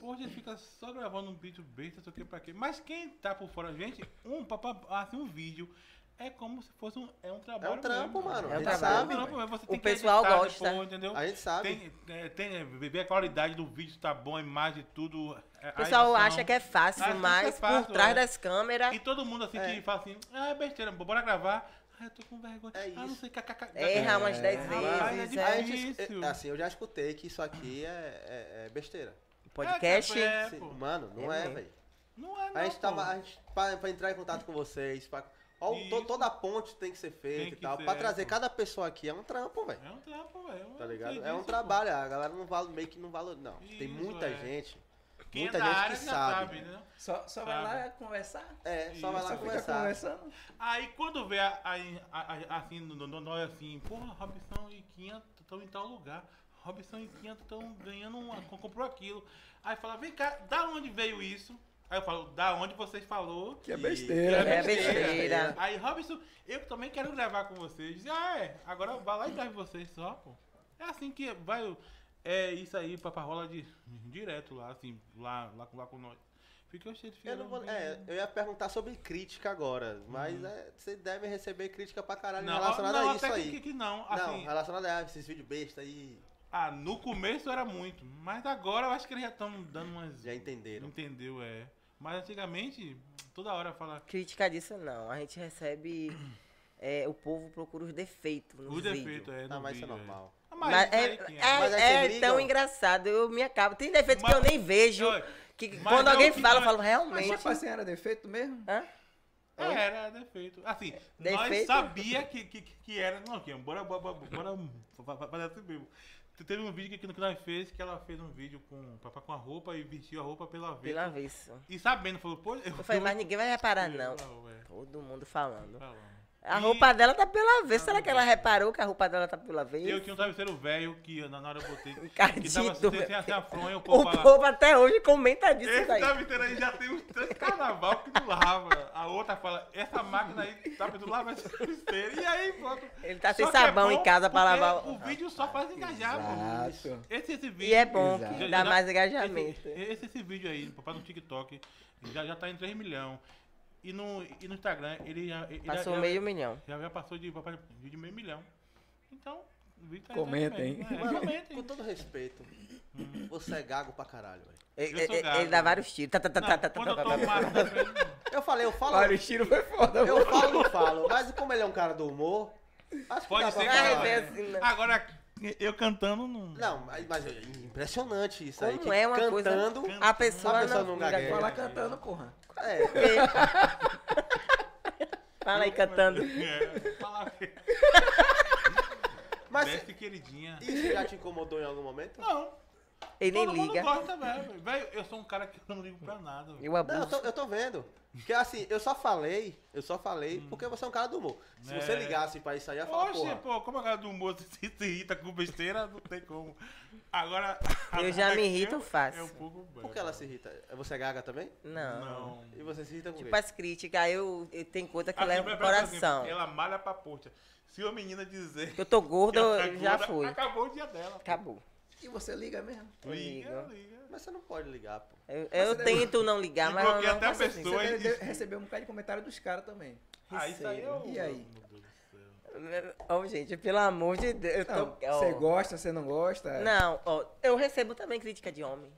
[SPEAKER 5] Pô, a gente fica só gravando um vídeo besta, sei o que pra quê. Mas quem tá por fora, gente, um, papá, assim, um vídeo é como se fosse um, é um
[SPEAKER 6] É
[SPEAKER 5] trabalho.
[SPEAKER 6] um trampo,
[SPEAKER 5] mesmo.
[SPEAKER 6] mano.
[SPEAKER 4] É um
[SPEAKER 6] a gente
[SPEAKER 4] trabalho.
[SPEAKER 6] sabe.
[SPEAKER 5] Não, pô, você
[SPEAKER 4] O
[SPEAKER 5] tem que
[SPEAKER 4] pessoal
[SPEAKER 5] editar
[SPEAKER 4] gosta.
[SPEAKER 5] depois, entendeu?
[SPEAKER 6] A gente sabe.
[SPEAKER 5] Tem, é, tem, é, ver a qualidade do vídeo, se tá bom, a imagem, tudo. é, a
[SPEAKER 4] O pessoal
[SPEAKER 5] edição.
[SPEAKER 4] acha que é fácil,
[SPEAKER 5] Acha que
[SPEAKER 4] mas
[SPEAKER 5] é fácil,
[SPEAKER 4] por trás
[SPEAKER 5] é.
[SPEAKER 4] das câmeras.
[SPEAKER 5] E todo mundo assim que fala assim, ah, é besteira, bora gravar. Ah, eu tô com vergonha.
[SPEAKER 6] É
[SPEAKER 5] Ah, não
[SPEAKER 6] isso.
[SPEAKER 5] sei, kkk. É,
[SPEAKER 4] Erra umas 10
[SPEAKER 5] Rapaz,
[SPEAKER 4] vezes.
[SPEAKER 5] é
[SPEAKER 4] é.
[SPEAKER 6] A
[SPEAKER 5] Difícil.
[SPEAKER 6] gente, é, assim, eu já escutei que isso aqui é, é- é besteira.
[SPEAKER 4] Podcast.
[SPEAKER 5] É,
[SPEAKER 6] Sim,
[SPEAKER 5] pô.
[SPEAKER 6] Mano, não
[SPEAKER 4] É
[SPEAKER 6] é,
[SPEAKER 4] mesmo.
[SPEAKER 6] velho.
[SPEAKER 5] Não é, não.
[SPEAKER 6] A gente
[SPEAKER 5] pô.
[SPEAKER 6] tava. A gente, pra, pra entrar em contato com vocês, pra, ó, o- to-
[SPEAKER 5] Isso.
[SPEAKER 6] toda a ponte tem que ser
[SPEAKER 5] Tem
[SPEAKER 6] feita e
[SPEAKER 5] que
[SPEAKER 6] tal.
[SPEAKER 5] ser,
[SPEAKER 6] pra trazer
[SPEAKER 5] pô.
[SPEAKER 6] cada pessoa aqui é um trampo, velho.
[SPEAKER 5] É um trampo, velho.
[SPEAKER 6] Tá
[SPEAKER 5] Eu
[SPEAKER 6] ligado?
[SPEAKER 5] sei
[SPEAKER 6] É um
[SPEAKER 5] disso, pô.
[SPEAKER 6] trabalho, a galera não vale, meio que não valoriza. Não, tem
[SPEAKER 5] Isso,
[SPEAKER 6] muita
[SPEAKER 5] é.
[SPEAKER 6] gente.
[SPEAKER 5] Quem
[SPEAKER 6] muita
[SPEAKER 5] é da
[SPEAKER 6] gente
[SPEAKER 5] área
[SPEAKER 6] que
[SPEAKER 5] já
[SPEAKER 6] sabe.
[SPEAKER 5] né?
[SPEAKER 7] Só, só vai
[SPEAKER 5] Sabe.
[SPEAKER 7] lá conversar.
[SPEAKER 6] É, só
[SPEAKER 5] Isso,
[SPEAKER 6] vai lá
[SPEAKER 7] Só fica
[SPEAKER 6] conversar.
[SPEAKER 7] conversando.
[SPEAKER 5] Aí quando vê a, a- a- a- assim, no- no- nós assim, porra, Robson e Quinha estão em tal lugar. Robson e Quinha estão ganhando uma. co- comprou aquilo. Aí fala, vem cá, da onde veio isso? Aí eu falo, da onde vocês falou?
[SPEAKER 7] Que é
[SPEAKER 6] E-
[SPEAKER 7] besteira.
[SPEAKER 4] É besteira.
[SPEAKER 5] Aí, Robson, eu também quero gravar com vocês. Diz, Ah, é. Agora vai lá e grave vocês só, pô. É assim que vai. o- É isso aí, paparrola de, direto lá, assim, lá, lá, com- lá com nós. Fica cheio de
[SPEAKER 6] Eu não vou, é, eu ia perguntar sobre crítica agora, mas é, vocês devem receber crítica pra caralho relacionada
[SPEAKER 5] não,
[SPEAKER 6] a isso
[SPEAKER 5] até
[SPEAKER 6] aí.
[SPEAKER 5] Que, que não.
[SPEAKER 6] Não,
[SPEAKER 5] Assim,
[SPEAKER 6] relacionada a esses vídeos besta aí.
[SPEAKER 5] ah, no começo era muito, mas agora eu acho que eles já estão dando umas.
[SPEAKER 6] Já entenderam.
[SPEAKER 5] Entendeu, é. Mas antigamente, toda hora fala.
[SPEAKER 4] Crítica disso não. A gente recebe é, o povo procura os defeitos nos
[SPEAKER 5] O
[SPEAKER 4] vídeos.
[SPEAKER 5] defeito é.
[SPEAKER 6] Ah,
[SPEAKER 5] no
[SPEAKER 6] mas isso é
[SPEAKER 5] vídeo,
[SPEAKER 6] normal.
[SPEAKER 5] Ah,
[SPEAKER 4] Mas
[SPEAKER 5] Mas,
[SPEAKER 4] é,
[SPEAKER 5] Eriquinha,
[SPEAKER 4] é-
[SPEAKER 6] Mas aí
[SPEAKER 4] é
[SPEAKER 6] vocês ligam?
[SPEAKER 4] tão engraçado, eu me acabo. Tem defeitos
[SPEAKER 5] Mas-
[SPEAKER 4] que eu nem vejo.
[SPEAKER 5] Olha,
[SPEAKER 4] Que
[SPEAKER 5] mas
[SPEAKER 4] quando
[SPEAKER 5] não
[SPEAKER 4] alguém
[SPEAKER 5] que
[SPEAKER 4] fala, eu
[SPEAKER 5] nós-
[SPEAKER 4] falo,
[SPEAKER 7] Mas
[SPEAKER 4] realmente.
[SPEAKER 7] tipo assim, era defeito mesmo?
[SPEAKER 4] Hã?
[SPEAKER 5] É, era defeito. Assim, nós
[SPEAKER 4] Defeito?
[SPEAKER 5] sabia que, que, que- que era. Não, aqui, bora, bora, bora, bora fa- fa- fazer assim mesmo. Te- Teve um vídeo que, que nós fez que ela fez um vídeo com, pra- pra- com a roupa e vestiu a roupa pela vez.
[SPEAKER 4] Pelo avesso.
[SPEAKER 5] E sabendo, falou, pô,
[SPEAKER 4] Eu falei, mas ninguém vai reparar, não.
[SPEAKER 5] É, tá
[SPEAKER 4] Todo mundo falando.
[SPEAKER 5] falou.
[SPEAKER 4] A
[SPEAKER 5] E-
[SPEAKER 4] roupa dela tá pela vez. Será que ela reparou que a roupa dela tá pela
[SPEAKER 5] Eu
[SPEAKER 4] vez?
[SPEAKER 5] tinha um travesseiro velho que eu- na na hora eu botei. Que
[SPEAKER 4] Encardido,
[SPEAKER 5] tava assim, sem,
[SPEAKER 4] meu
[SPEAKER 5] sem a- sem a fronha, o
[SPEAKER 4] O
[SPEAKER 5] povo lá.
[SPEAKER 4] povo até hoje comenta Um disso
[SPEAKER 5] Esse
[SPEAKER 4] daí.
[SPEAKER 5] travesseiro aí já tem uns três carnaval que não lava. A outra fala, essa máquina aí tá pensando lava esse travesseiro. E aí, pronto.
[SPEAKER 4] Ele tá
[SPEAKER 5] Só
[SPEAKER 4] sem
[SPEAKER 5] que é
[SPEAKER 4] sabão
[SPEAKER 5] bom
[SPEAKER 4] em casa pra
[SPEAKER 5] porque
[SPEAKER 4] lavar.
[SPEAKER 5] O vídeo só faz engajar, pô.
[SPEAKER 7] Exato.
[SPEAKER 5] Esse, esse vídeo.
[SPEAKER 4] E é bom
[SPEAKER 7] Exato.
[SPEAKER 4] que
[SPEAKER 5] Já-
[SPEAKER 4] dá
[SPEAKER 5] já-
[SPEAKER 4] mais engajamento.
[SPEAKER 5] Esse, esse, esse vídeo aí, papai no TikTok, já, já tá em 3 milhões. E no, e no Instagram, ele já. Ele
[SPEAKER 4] Passou um
[SPEAKER 5] já,
[SPEAKER 4] meio milhão.
[SPEAKER 5] Já, já passou de, papai, de meio milhão. Então, o vídeo tá
[SPEAKER 7] Comentem.
[SPEAKER 5] É,
[SPEAKER 6] Mano,
[SPEAKER 5] comentem.
[SPEAKER 6] com todo respeito,
[SPEAKER 5] Uhum.
[SPEAKER 6] você é gago pra caralho, velho.
[SPEAKER 4] Ele,
[SPEAKER 5] Eu sou
[SPEAKER 4] ele-
[SPEAKER 5] gago.
[SPEAKER 4] ele dá vários tiros. Tá, tá, tá,
[SPEAKER 5] Não,
[SPEAKER 4] tá, tá,
[SPEAKER 5] quando
[SPEAKER 4] tá,
[SPEAKER 5] eu
[SPEAKER 4] tá,
[SPEAKER 5] tô
[SPEAKER 4] tá, tá.
[SPEAKER 5] armado,
[SPEAKER 6] Eu falei, eu falo,
[SPEAKER 7] Para, o tiro foi foda,
[SPEAKER 6] eu
[SPEAKER 7] mano.
[SPEAKER 6] falo, não falo. Mas como ele é um cara do humor, acho que
[SPEAKER 4] tá
[SPEAKER 6] dá
[SPEAKER 5] Pode
[SPEAKER 6] pra
[SPEAKER 5] ser que
[SPEAKER 6] falar.
[SPEAKER 4] Ai, meu Deus.
[SPEAKER 5] né?
[SPEAKER 4] assim, não.
[SPEAKER 5] Agora, eu cantando não.
[SPEAKER 6] Não, mas mas é impressionante isso aí.
[SPEAKER 4] Como
[SPEAKER 6] que
[SPEAKER 4] é uma coisa.
[SPEAKER 6] cantando,
[SPEAKER 4] A pessoa,
[SPEAKER 6] a pessoa
[SPEAKER 4] não,
[SPEAKER 6] não gagueja.
[SPEAKER 7] Falar cantando, porra.
[SPEAKER 6] É,
[SPEAKER 4] Fala aí cantando.
[SPEAKER 5] É, fala
[SPEAKER 6] mas
[SPEAKER 5] Desce, queridinha.
[SPEAKER 4] é?
[SPEAKER 6] isso já te incomodou em algum momento?
[SPEAKER 5] Não.
[SPEAKER 4] Ele nem
[SPEAKER 5] todo mundo
[SPEAKER 4] liga.
[SPEAKER 5] gosta, velho. Velho, eu sou um cara que eu não ligo pra nada. velho.
[SPEAKER 4] Eu
[SPEAKER 6] Não, eu
[SPEAKER 4] abuso.
[SPEAKER 6] tô, eu tô vendo. Porque assim, eu só falei, eu só falei porque você é um cara do humor. Se
[SPEAKER 5] É.
[SPEAKER 6] você ligasse pra isso aí, eu ia falar,
[SPEAKER 5] Oxe,
[SPEAKER 6] porra.
[SPEAKER 5] pô, como a cara do moço se, se irrita com besteira, não tem como. Agora.
[SPEAKER 4] Eu já me
[SPEAKER 5] aqui
[SPEAKER 4] irrito
[SPEAKER 5] é-
[SPEAKER 4] fácil.
[SPEAKER 5] É um pouco.
[SPEAKER 6] Por que ela se irrita? Você é gaga também?
[SPEAKER 4] Não.
[SPEAKER 5] Não.
[SPEAKER 6] E você se irrita com
[SPEAKER 4] Tipo
[SPEAKER 6] quem?
[SPEAKER 4] as críticas, aí eu, eu tenho coisa que
[SPEAKER 5] Assim,
[SPEAKER 4] leva
[SPEAKER 5] por
[SPEAKER 4] pro
[SPEAKER 5] exemplo,
[SPEAKER 4] coração.
[SPEAKER 5] ela malha pra poxa. Se uma menina dizer.
[SPEAKER 4] Que eu tô gorda,
[SPEAKER 5] ela tá
[SPEAKER 4] eu já
[SPEAKER 5] gorda,
[SPEAKER 4] fui.
[SPEAKER 5] Acabou o dia dela.
[SPEAKER 4] Acabou.
[SPEAKER 7] E você liga mesmo?
[SPEAKER 4] Eu
[SPEAKER 5] Liga,
[SPEAKER 4] ligo.
[SPEAKER 5] liga.
[SPEAKER 6] Mas você não pode ligar, pô.
[SPEAKER 4] Eu, eu
[SPEAKER 7] você
[SPEAKER 4] tento não ligar,
[SPEAKER 5] E
[SPEAKER 4] Ah, mas eu
[SPEAKER 5] bloqueia
[SPEAKER 4] não
[SPEAKER 5] até a
[SPEAKER 4] faço isso.
[SPEAKER 5] pessoa. Dois.
[SPEAKER 7] Assim, Você deve- recebeu um bocado de comentário dos caras também.
[SPEAKER 5] Ah, isso aí é o.
[SPEAKER 7] E aí?
[SPEAKER 5] Meu Deus do céu.
[SPEAKER 4] Ô, gente, pelo amor de Deus. Eu tô-
[SPEAKER 7] Não,
[SPEAKER 4] ó.
[SPEAKER 7] você gosta, você não gosta?
[SPEAKER 4] Não, ó, eu recebo também crítica de homens.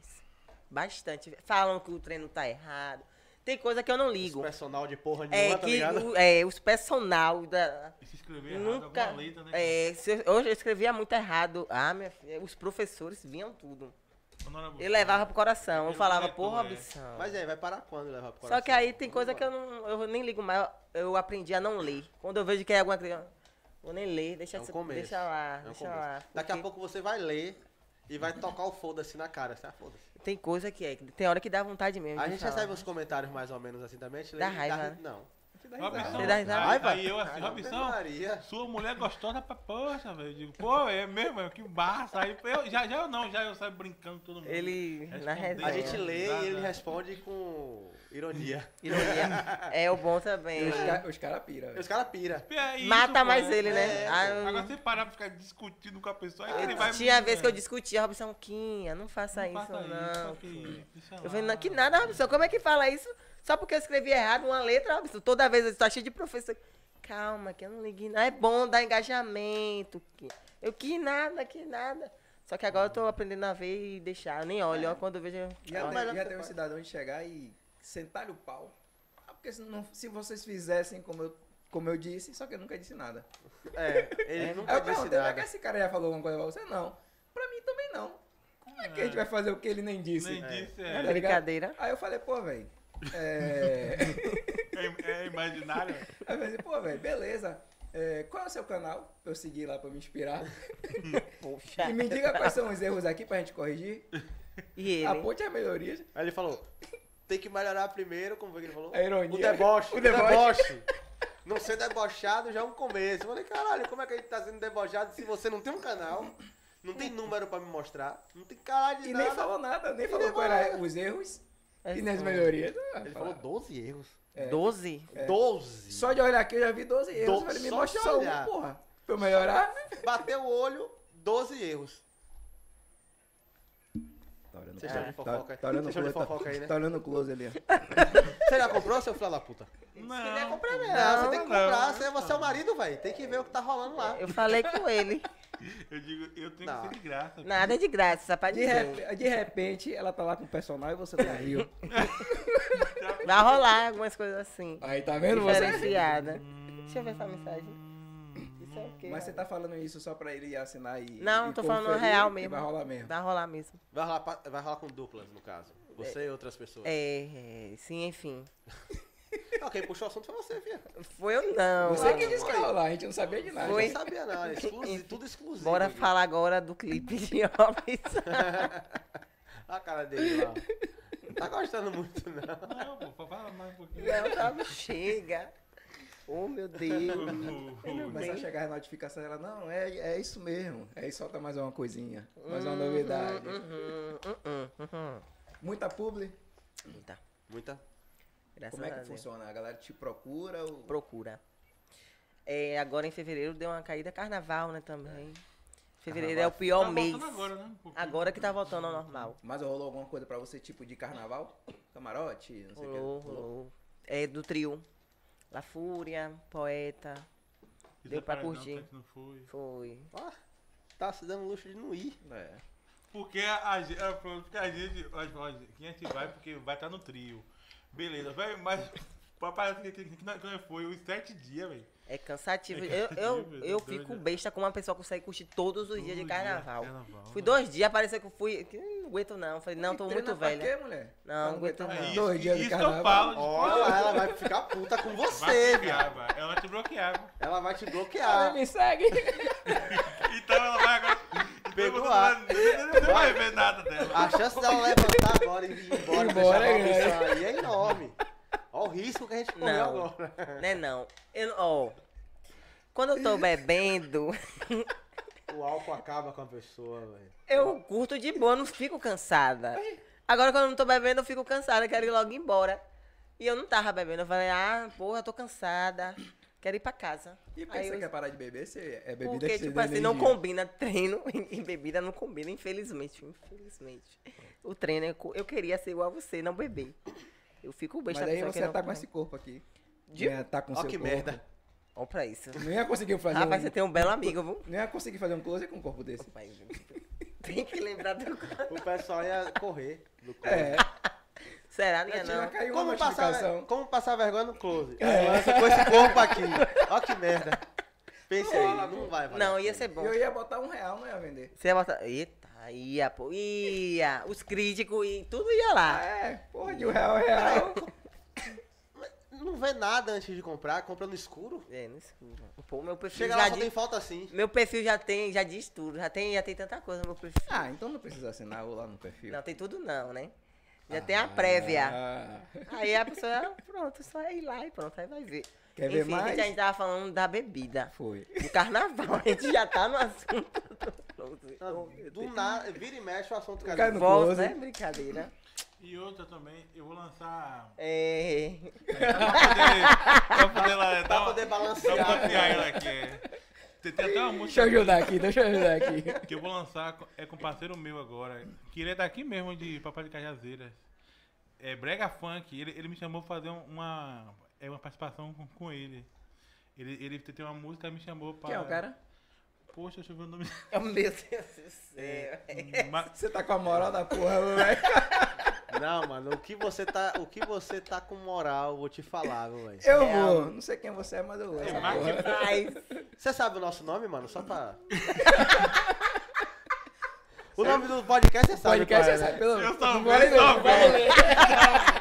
[SPEAKER 4] Bastante. Falam que o treino tá errado. Tem coisa que eu não
[SPEAKER 6] Esse
[SPEAKER 4] ligo.
[SPEAKER 6] personal de porra nenhuma,
[SPEAKER 4] É
[SPEAKER 6] tá
[SPEAKER 4] que
[SPEAKER 6] ligado?
[SPEAKER 4] o- é, os personal da,
[SPEAKER 5] E se escrever errado,
[SPEAKER 4] Nunca.
[SPEAKER 5] alguma letra, né?
[SPEAKER 4] É, se eu- hoje eu escrevia muito errado. Ah, minha filha, os professores vinham tudo.
[SPEAKER 5] Honorable.
[SPEAKER 4] Ele levava pro coração. Eu
[SPEAKER 5] Ele
[SPEAKER 4] falava,
[SPEAKER 5] diretor,
[SPEAKER 4] porra,
[SPEAKER 5] é.
[SPEAKER 4] bichão.
[SPEAKER 6] Mas aí, vai parar quando levar pro coração?
[SPEAKER 4] Só que aí tem coisa que eu não. Eu nem ligo mais. Eu aprendi a não ler. Quando eu vejo que é alguma criança. Vou nem ler, deixa,
[SPEAKER 6] É um
[SPEAKER 4] essa-
[SPEAKER 6] começo.
[SPEAKER 4] deixa lá,
[SPEAKER 6] É um
[SPEAKER 4] deixa
[SPEAKER 6] começo.
[SPEAKER 4] lá.
[SPEAKER 6] Daqui a
[SPEAKER 4] porque
[SPEAKER 6] pouco você vai ler e vai tocar o foda-se na cara, assim, ah, foda-se.
[SPEAKER 4] Tem coisa que é. Tem hora que dá vontade mesmo.
[SPEAKER 6] A
[SPEAKER 4] de
[SPEAKER 6] gente
[SPEAKER 4] falar.
[SPEAKER 6] recebe uns comentários mais ou menos assim também, a gente lê
[SPEAKER 4] Dá
[SPEAKER 6] e
[SPEAKER 4] raiva, né?
[SPEAKER 6] Não. A gente dá
[SPEAKER 5] Robson,
[SPEAKER 4] Você dá
[SPEAKER 5] aí,
[SPEAKER 4] risada?
[SPEAKER 5] aí
[SPEAKER 6] Raiva?
[SPEAKER 5] eu assim,
[SPEAKER 6] Ave
[SPEAKER 5] Robson,
[SPEAKER 6] Maria.
[SPEAKER 5] sua mulher é gostosa pra poxa, velho. Eu digo, pô, é mesmo, é que massa. Aí eu, já, já eu não, já eu saio brincando todo mundo.
[SPEAKER 4] Ele na
[SPEAKER 5] Respondeu.
[SPEAKER 4] resenha.
[SPEAKER 6] A gente lê
[SPEAKER 5] Nada.
[SPEAKER 6] e ele responde com ironia.
[SPEAKER 4] Ironia. é o bom
[SPEAKER 7] E
[SPEAKER 4] também.
[SPEAKER 7] Os, ca- os caras pira, velho.
[SPEAKER 6] Os caras pira.
[SPEAKER 5] E é isso,
[SPEAKER 4] Mata
[SPEAKER 5] pô.
[SPEAKER 4] mais ele, né?
[SPEAKER 5] É,
[SPEAKER 4] Ah,
[SPEAKER 5] pô.
[SPEAKER 4] eu-
[SPEAKER 5] Agora você parar pra ficar discutindo com a pessoa, aí ele vai. né?
[SPEAKER 4] Ah, Tinha vez que eu discutia, Robson, Quinha, não faça
[SPEAKER 5] Não
[SPEAKER 4] isso,
[SPEAKER 5] faça
[SPEAKER 4] não.
[SPEAKER 5] isso,
[SPEAKER 4] Quinha."
[SPEAKER 5] deixa
[SPEAKER 4] Eu
[SPEAKER 5] lá.
[SPEAKER 4] falei, não, que nada, Robson, como é que fala isso? Só porque eu escrevi errado uma letra, Robson. Toda vez eu estou cheio de professor. Calma, que eu não liguei. Não, é bom dar engajamento. Quinha." Eu que nada, que nada. Só que agora eu tô aprendendo a ver e deixar. Eu nem olho, ó, quando eu vejo. eu-
[SPEAKER 7] Já,
[SPEAKER 4] Olha.
[SPEAKER 7] tem, já teve um cidadão de chegar e sentar o pau. Ah, porque se, não- se vocês fizessem como eu, como eu disse, só que eu nunca disse nada.
[SPEAKER 6] É, ele
[SPEAKER 7] Aí
[SPEAKER 6] nunca
[SPEAKER 7] eu
[SPEAKER 6] disse
[SPEAKER 7] perguntei, mas que
[SPEAKER 6] nada.
[SPEAKER 7] esse cara já falou alguma coisa pra você? Não. Pra mim também não. Como é que a gente vai fazer o que ele nem disse?
[SPEAKER 5] Nem disse,
[SPEAKER 7] Tá
[SPEAKER 5] é,
[SPEAKER 7] ligado?
[SPEAKER 4] Brincadeira.
[SPEAKER 7] Aí eu falei, pô, velho. É.
[SPEAKER 5] é, é imaginário.
[SPEAKER 7] Aí eu falei, pô, velho, beleza. É, qual é o seu canal? Pra eu seguir lá pra me inspirar.
[SPEAKER 4] Poxa.
[SPEAKER 7] E me diga quais são os erros aqui pra gente corrigir.
[SPEAKER 4] E ele?
[SPEAKER 7] Aponte as melhorias.
[SPEAKER 6] Aí ele falou, tem que melhorar primeiro, como foi que ele falou?
[SPEAKER 7] A ironia.
[SPEAKER 6] O deboche.
[SPEAKER 7] O
[SPEAKER 6] O
[SPEAKER 7] deboche.
[SPEAKER 6] deboche. Não ser debochado já é um começo. Eu falei, caralho, como é que a gente tá sendo debochado se você não tem um canal, não tem número pra me mostrar, não tem caralho de
[SPEAKER 7] E
[SPEAKER 6] nada.
[SPEAKER 7] nem falou nada, nem
[SPEAKER 6] E
[SPEAKER 7] falou
[SPEAKER 6] nem
[SPEAKER 7] quais eram
[SPEAKER 6] falou.
[SPEAKER 7] os erros
[SPEAKER 4] É
[SPEAKER 7] e nem as
[SPEAKER 4] só.
[SPEAKER 7] melhorias. Ah,
[SPEAKER 6] Ele
[SPEAKER 7] fala-
[SPEAKER 6] falou 12 erros.
[SPEAKER 7] É.
[SPEAKER 4] 12?
[SPEAKER 6] 12.
[SPEAKER 7] Só de olhar aqui eu já vi 12 erros.
[SPEAKER 6] Do-
[SPEAKER 7] eu falei, me
[SPEAKER 6] só
[SPEAKER 7] mostra
[SPEAKER 6] de
[SPEAKER 7] só um,
[SPEAKER 6] olhar.
[SPEAKER 7] porra. Pra eu melhorar.
[SPEAKER 6] Bateu o olho, 12 erros.
[SPEAKER 7] Tá olhando
[SPEAKER 6] Vocês estão de fofoca
[SPEAKER 7] Tá
[SPEAKER 6] aí. Vocês estão de fofoca aí, né?
[SPEAKER 7] olhando o close ali.
[SPEAKER 6] Você já comprou, seu filho da puta?
[SPEAKER 5] Não.
[SPEAKER 4] é comprar, não.
[SPEAKER 6] Não, você tem que comprar.
[SPEAKER 5] não,
[SPEAKER 6] Você, você é o marido, velho. Tem que ver o que tá rolando lá.
[SPEAKER 4] Eu falei com ele.
[SPEAKER 5] Eu digo, eu tenho
[SPEAKER 6] Não.
[SPEAKER 5] que ser de graça.
[SPEAKER 4] Nada de graça, pra
[SPEAKER 7] De,
[SPEAKER 4] dizer.
[SPEAKER 7] rep- de repente, ela tá lá com o personal e você tá riu.
[SPEAKER 4] Vai rolar algumas coisas assim.
[SPEAKER 7] Aí tá vendo você?
[SPEAKER 4] Diferenciada. Deixa eu ver sua mensagem. Isso é o quê?
[SPEAKER 7] Mas você tá falando isso só pra ele assinar e.
[SPEAKER 4] Não,
[SPEAKER 7] e
[SPEAKER 4] tô falando
[SPEAKER 7] conferir
[SPEAKER 4] real
[SPEAKER 7] e
[SPEAKER 4] mesmo.
[SPEAKER 7] Vai rolar mesmo.
[SPEAKER 4] Vai rolar mesmo.
[SPEAKER 6] Vai rolar, pa- vai rolar com duplas, no caso. Você e outras pessoas.
[SPEAKER 4] É, é, sim, enfim.
[SPEAKER 6] Ah, quem puxou o assunto foi você, Fia.
[SPEAKER 4] Foi eu não.
[SPEAKER 7] Você que disse que ia rolar, a gente não sabia de nada.
[SPEAKER 4] Foi.
[SPEAKER 6] Não sabia, não. É exclusi- tudo exclusivo.
[SPEAKER 4] Bora
[SPEAKER 6] aqui.
[SPEAKER 4] falar agora do clipe de homens.
[SPEAKER 6] Olha a cara dele lá. Não tá gostando muito, não.
[SPEAKER 5] Não, pô, fala mais um pouquinho.
[SPEAKER 4] Não, tá, chega. Oh, meu Deus.
[SPEAKER 5] tá
[SPEAKER 7] Começa a chegar a notificação ela, não, é, é isso mesmo. Aí solta mais uma coisinha, mais
[SPEAKER 4] Uhum,
[SPEAKER 7] uma novidade. Muita publi.
[SPEAKER 4] Eita,
[SPEAKER 6] Muita.
[SPEAKER 4] graças
[SPEAKER 7] Como é
[SPEAKER 4] a
[SPEAKER 7] que
[SPEAKER 4] Deus.
[SPEAKER 7] funciona? A galera te procura ou...
[SPEAKER 4] Procura. É, agora em fevereiro deu uma caída carnaval, né,
[SPEAKER 7] É.
[SPEAKER 4] também. Fevereiro é o
[SPEAKER 5] Tá
[SPEAKER 4] pior
[SPEAKER 5] voltando
[SPEAKER 4] mês.
[SPEAKER 5] Agora, né? um pouquinho.
[SPEAKER 4] Agora que tá voltando ao normal.
[SPEAKER 7] Mas rolou alguma coisa pra você, tipo de carnaval? Camarote? Não sei o que.
[SPEAKER 4] Rolou, rolou. É do trio. La Fúria, Poeta.
[SPEAKER 5] Quiser
[SPEAKER 4] Deu pra
[SPEAKER 5] parar, é não,
[SPEAKER 4] curtir.
[SPEAKER 5] tanto Não foi.
[SPEAKER 4] Foi.
[SPEAKER 6] Ó, tá se dando luxo de não ir.
[SPEAKER 7] É.
[SPEAKER 5] Porque a gente, a, porque a gente, a, a, quem a gente vai, porque vai estar no trio. Beleza, vai, mas parece que, que, que, nós- que nós foi os sete dias, velho.
[SPEAKER 4] É cansativo. Eu,
[SPEAKER 5] É
[SPEAKER 4] eu,
[SPEAKER 5] cansativo,
[SPEAKER 4] eu
[SPEAKER 5] é doido.
[SPEAKER 4] fico besta com uma pessoa que consegue curtir todos os dias de
[SPEAKER 5] Todo dia,
[SPEAKER 4] carnaval.
[SPEAKER 5] carnaval,
[SPEAKER 4] Fui
[SPEAKER 5] né?
[SPEAKER 4] dois dias, pareceu que eu fui. que Não aguento não. Falei, não, tô
[SPEAKER 7] Treina
[SPEAKER 4] muito
[SPEAKER 7] pra
[SPEAKER 4] velha.
[SPEAKER 7] quê, mulher?
[SPEAKER 4] Não,
[SPEAKER 7] Tá
[SPEAKER 4] não aguento
[SPEAKER 7] aguentando
[SPEAKER 5] É
[SPEAKER 7] Dois
[SPEAKER 5] isso,
[SPEAKER 7] dias de
[SPEAKER 5] isso que eu
[SPEAKER 7] carnaval.
[SPEAKER 5] falo.
[SPEAKER 6] Olha, ela vai ficar puta com
[SPEAKER 5] Vai
[SPEAKER 6] você,
[SPEAKER 5] te
[SPEAKER 6] viado.
[SPEAKER 5] bloquear, vai. Ela te bloqueava.
[SPEAKER 6] Ela vai te bloquear.
[SPEAKER 7] Ah, me segue.
[SPEAKER 5] Então ela vai agora. então
[SPEAKER 6] Pegou
[SPEAKER 5] você
[SPEAKER 6] ar.
[SPEAKER 5] não vai- Não vai ver nada dela.
[SPEAKER 6] A chance dela levantar agora e ir embora,
[SPEAKER 7] Ir
[SPEAKER 6] embora
[SPEAKER 7] embora,
[SPEAKER 6] deixar
[SPEAKER 7] é
[SPEAKER 6] uma
[SPEAKER 7] grande.
[SPEAKER 6] missão aí é enorme. Olha o risco que a gente correu
[SPEAKER 4] Não.
[SPEAKER 6] agora.
[SPEAKER 4] Né não. Eu, ó, quando eu tô bebendo,
[SPEAKER 6] O álcool acaba com a pessoa, velho.
[SPEAKER 4] eu curto de boa, não fico cansada. Agora quando eu não tô bebendo, eu fico cansada, quero ir logo embora. E eu não tava bebendo, eu falei, ah, porra, eu tô cansada, quero ir pra casa.
[SPEAKER 7] E
[SPEAKER 4] Aí
[SPEAKER 7] pensa
[SPEAKER 4] eu-
[SPEAKER 7] que é parar de beber, você é bebida
[SPEAKER 4] Porque,
[SPEAKER 7] que
[SPEAKER 4] tipo assim, não combina
[SPEAKER 7] combina.
[SPEAKER 4] treino e bebida, não combina, infelizmente. Infelizmente. O treino, eu, cu- eu queria ser igual a você, não beber. Eu fico
[SPEAKER 7] Mas
[SPEAKER 4] besta
[SPEAKER 7] aí
[SPEAKER 4] pessoa que
[SPEAKER 7] você
[SPEAKER 4] não
[SPEAKER 7] tá com
[SPEAKER 4] come.
[SPEAKER 7] esse corpo aqui.
[SPEAKER 4] De-
[SPEAKER 7] Não ia tá com
[SPEAKER 6] Ó
[SPEAKER 7] seu
[SPEAKER 6] que
[SPEAKER 7] corpo.
[SPEAKER 6] merda.
[SPEAKER 4] Ó, pra isso.
[SPEAKER 7] Não ia conseguir fazer
[SPEAKER 4] Rapaz,
[SPEAKER 7] um...
[SPEAKER 4] você tem um belo amigo, viu?
[SPEAKER 7] Não ia conseguir fazer um close com um corpo desse.
[SPEAKER 4] Rapaz, Tem que lembrar do.
[SPEAKER 6] O pessoal ia correr do corpo.
[SPEAKER 7] É,
[SPEAKER 4] Será, não ia
[SPEAKER 7] já tinha
[SPEAKER 4] não? né?
[SPEAKER 7] caído uma
[SPEAKER 6] Como passar,
[SPEAKER 7] notificação.
[SPEAKER 6] como passar vergonha no close? Aí lança com esse corpo aqui. Ó que merda. Pense aí, não vai, vai.
[SPEAKER 4] Não, ia ser bom.
[SPEAKER 7] Eu ia botar um real, não ia vender.
[SPEAKER 4] Você ia botar. Eita, ia, pô. Ia. Os críticos e tudo ia lá.
[SPEAKER 7] É, porra de um real, é real.
[SPEAKER 6] Não vê nada antes de comprar, compra no escuro.
[SPEAKER 4] É, não escuro. Pô, meu perfil
[SPEAKER 6] Chega
[SPEAKER 4] já
[SPEAKER 6] lá, só
[SPEAKER 4] diz-
[SPEAKER 6] tem falta assim.
[SPEAKER 4] Meu perfil já tem, já diz tudo. Já tem, já tem tanta coisa no meu perfil.
[SPEAKER 7] Ah, então não precisa assinar o lá no perfil.
[SPEAKER 4] Não, tem tudo não, né? Já tem a prévia.
[SPEAKER 7] Ah,
[SPEAKER 4] Aí a pessoa, ah, pronto, só ir lá e pronto, aí vai ver.
[SPEAKER 7] Quer ver
[SPEAKER 4] Enfim, a
[SPEAKER 7] mais?
[SPEAKER 4] gente ainda tava falando da bebida.
[SPEAKER 7] foi.
[SPEAKER 4] Do carnaval, a gente já tá no assunto.
[SPEAKER 6] Não, Do nada, vira e mexe o assunto,
[SPEAKER 7] Cai
[SPEAKER 6] cara.
[SPEAKER 7] no
[SPEAKER 4] Volta,
[SPEAKER 7] close.
[SPEAKER 4] né? Brincadeira.
[SPEAKER 5] E outra também, eu vou lançar.
[SPEAKER 4] É...
[SPEAKER 5] Pra poder. Pra poder, lá, dar
[SPEAKER 6] Pra
[SPEAKER 5] uma-
[SPEAKER 6] poder
[SPEAKER 5] Só pra
[SPEAKER 6] balancear. né?
[SPEAKER 5] ampliar ela aqui. é. Tem, tem até uma
[SPEAKER 7] Deixa eu
[SPEAKER 5] música
[SPEAKER 7] ajudar aqui, deixa eu ajudar aqui.
[SPEAKER 5] que eu vou lançar com- é com um parceiro meu agora. Que ele é daqui mesmo, de Papai de Cajazeiras. É Brega Funk. Ele, ele me chamou pra fazer um- uma, é uma participação com, com ele. ele. Ele tem uma música me chamou pra.
[SPEAKER 7] Quem é o cara?
[SPEAKER 5] Poxa, deixa eu ver o nome.
[SPEAKER 6] É
[SPEAKER 5] É, hum,
[SPEAKER 4] Oh, Meu Deus do céu.
[SPEAKER 5] Ma-
[SPEAKER 7] Você tá com a moral da porra, moleque.
[SPEAKER 6] Não, mano, o que você tá, o que você tá com moral, vou te falar, viu, velho. É
[SPEAKER 7] Eu vou. Não sei quem você é, mas eu vou. Essa
[SPEAKER 5] Max
[SPEAKER 7] porra.
[SPEAKER 4] Mas,
[SPEAKER 6] Você sabe o nosso nome, mano? Só pra. o nome do podcast você sabe.
[SPEAKER 7] Podcast
[SPEAKER 6] qual é,
[SPEAKER 7] você sabe,
[SPEAKER 6] né?
[SPEAKER 7] pelo
[SPEAKER 5] Eu também,
[SPEAKER 7] Não vale não,
[SPEAKER 5] também.
[SPEAKER 7] vale não.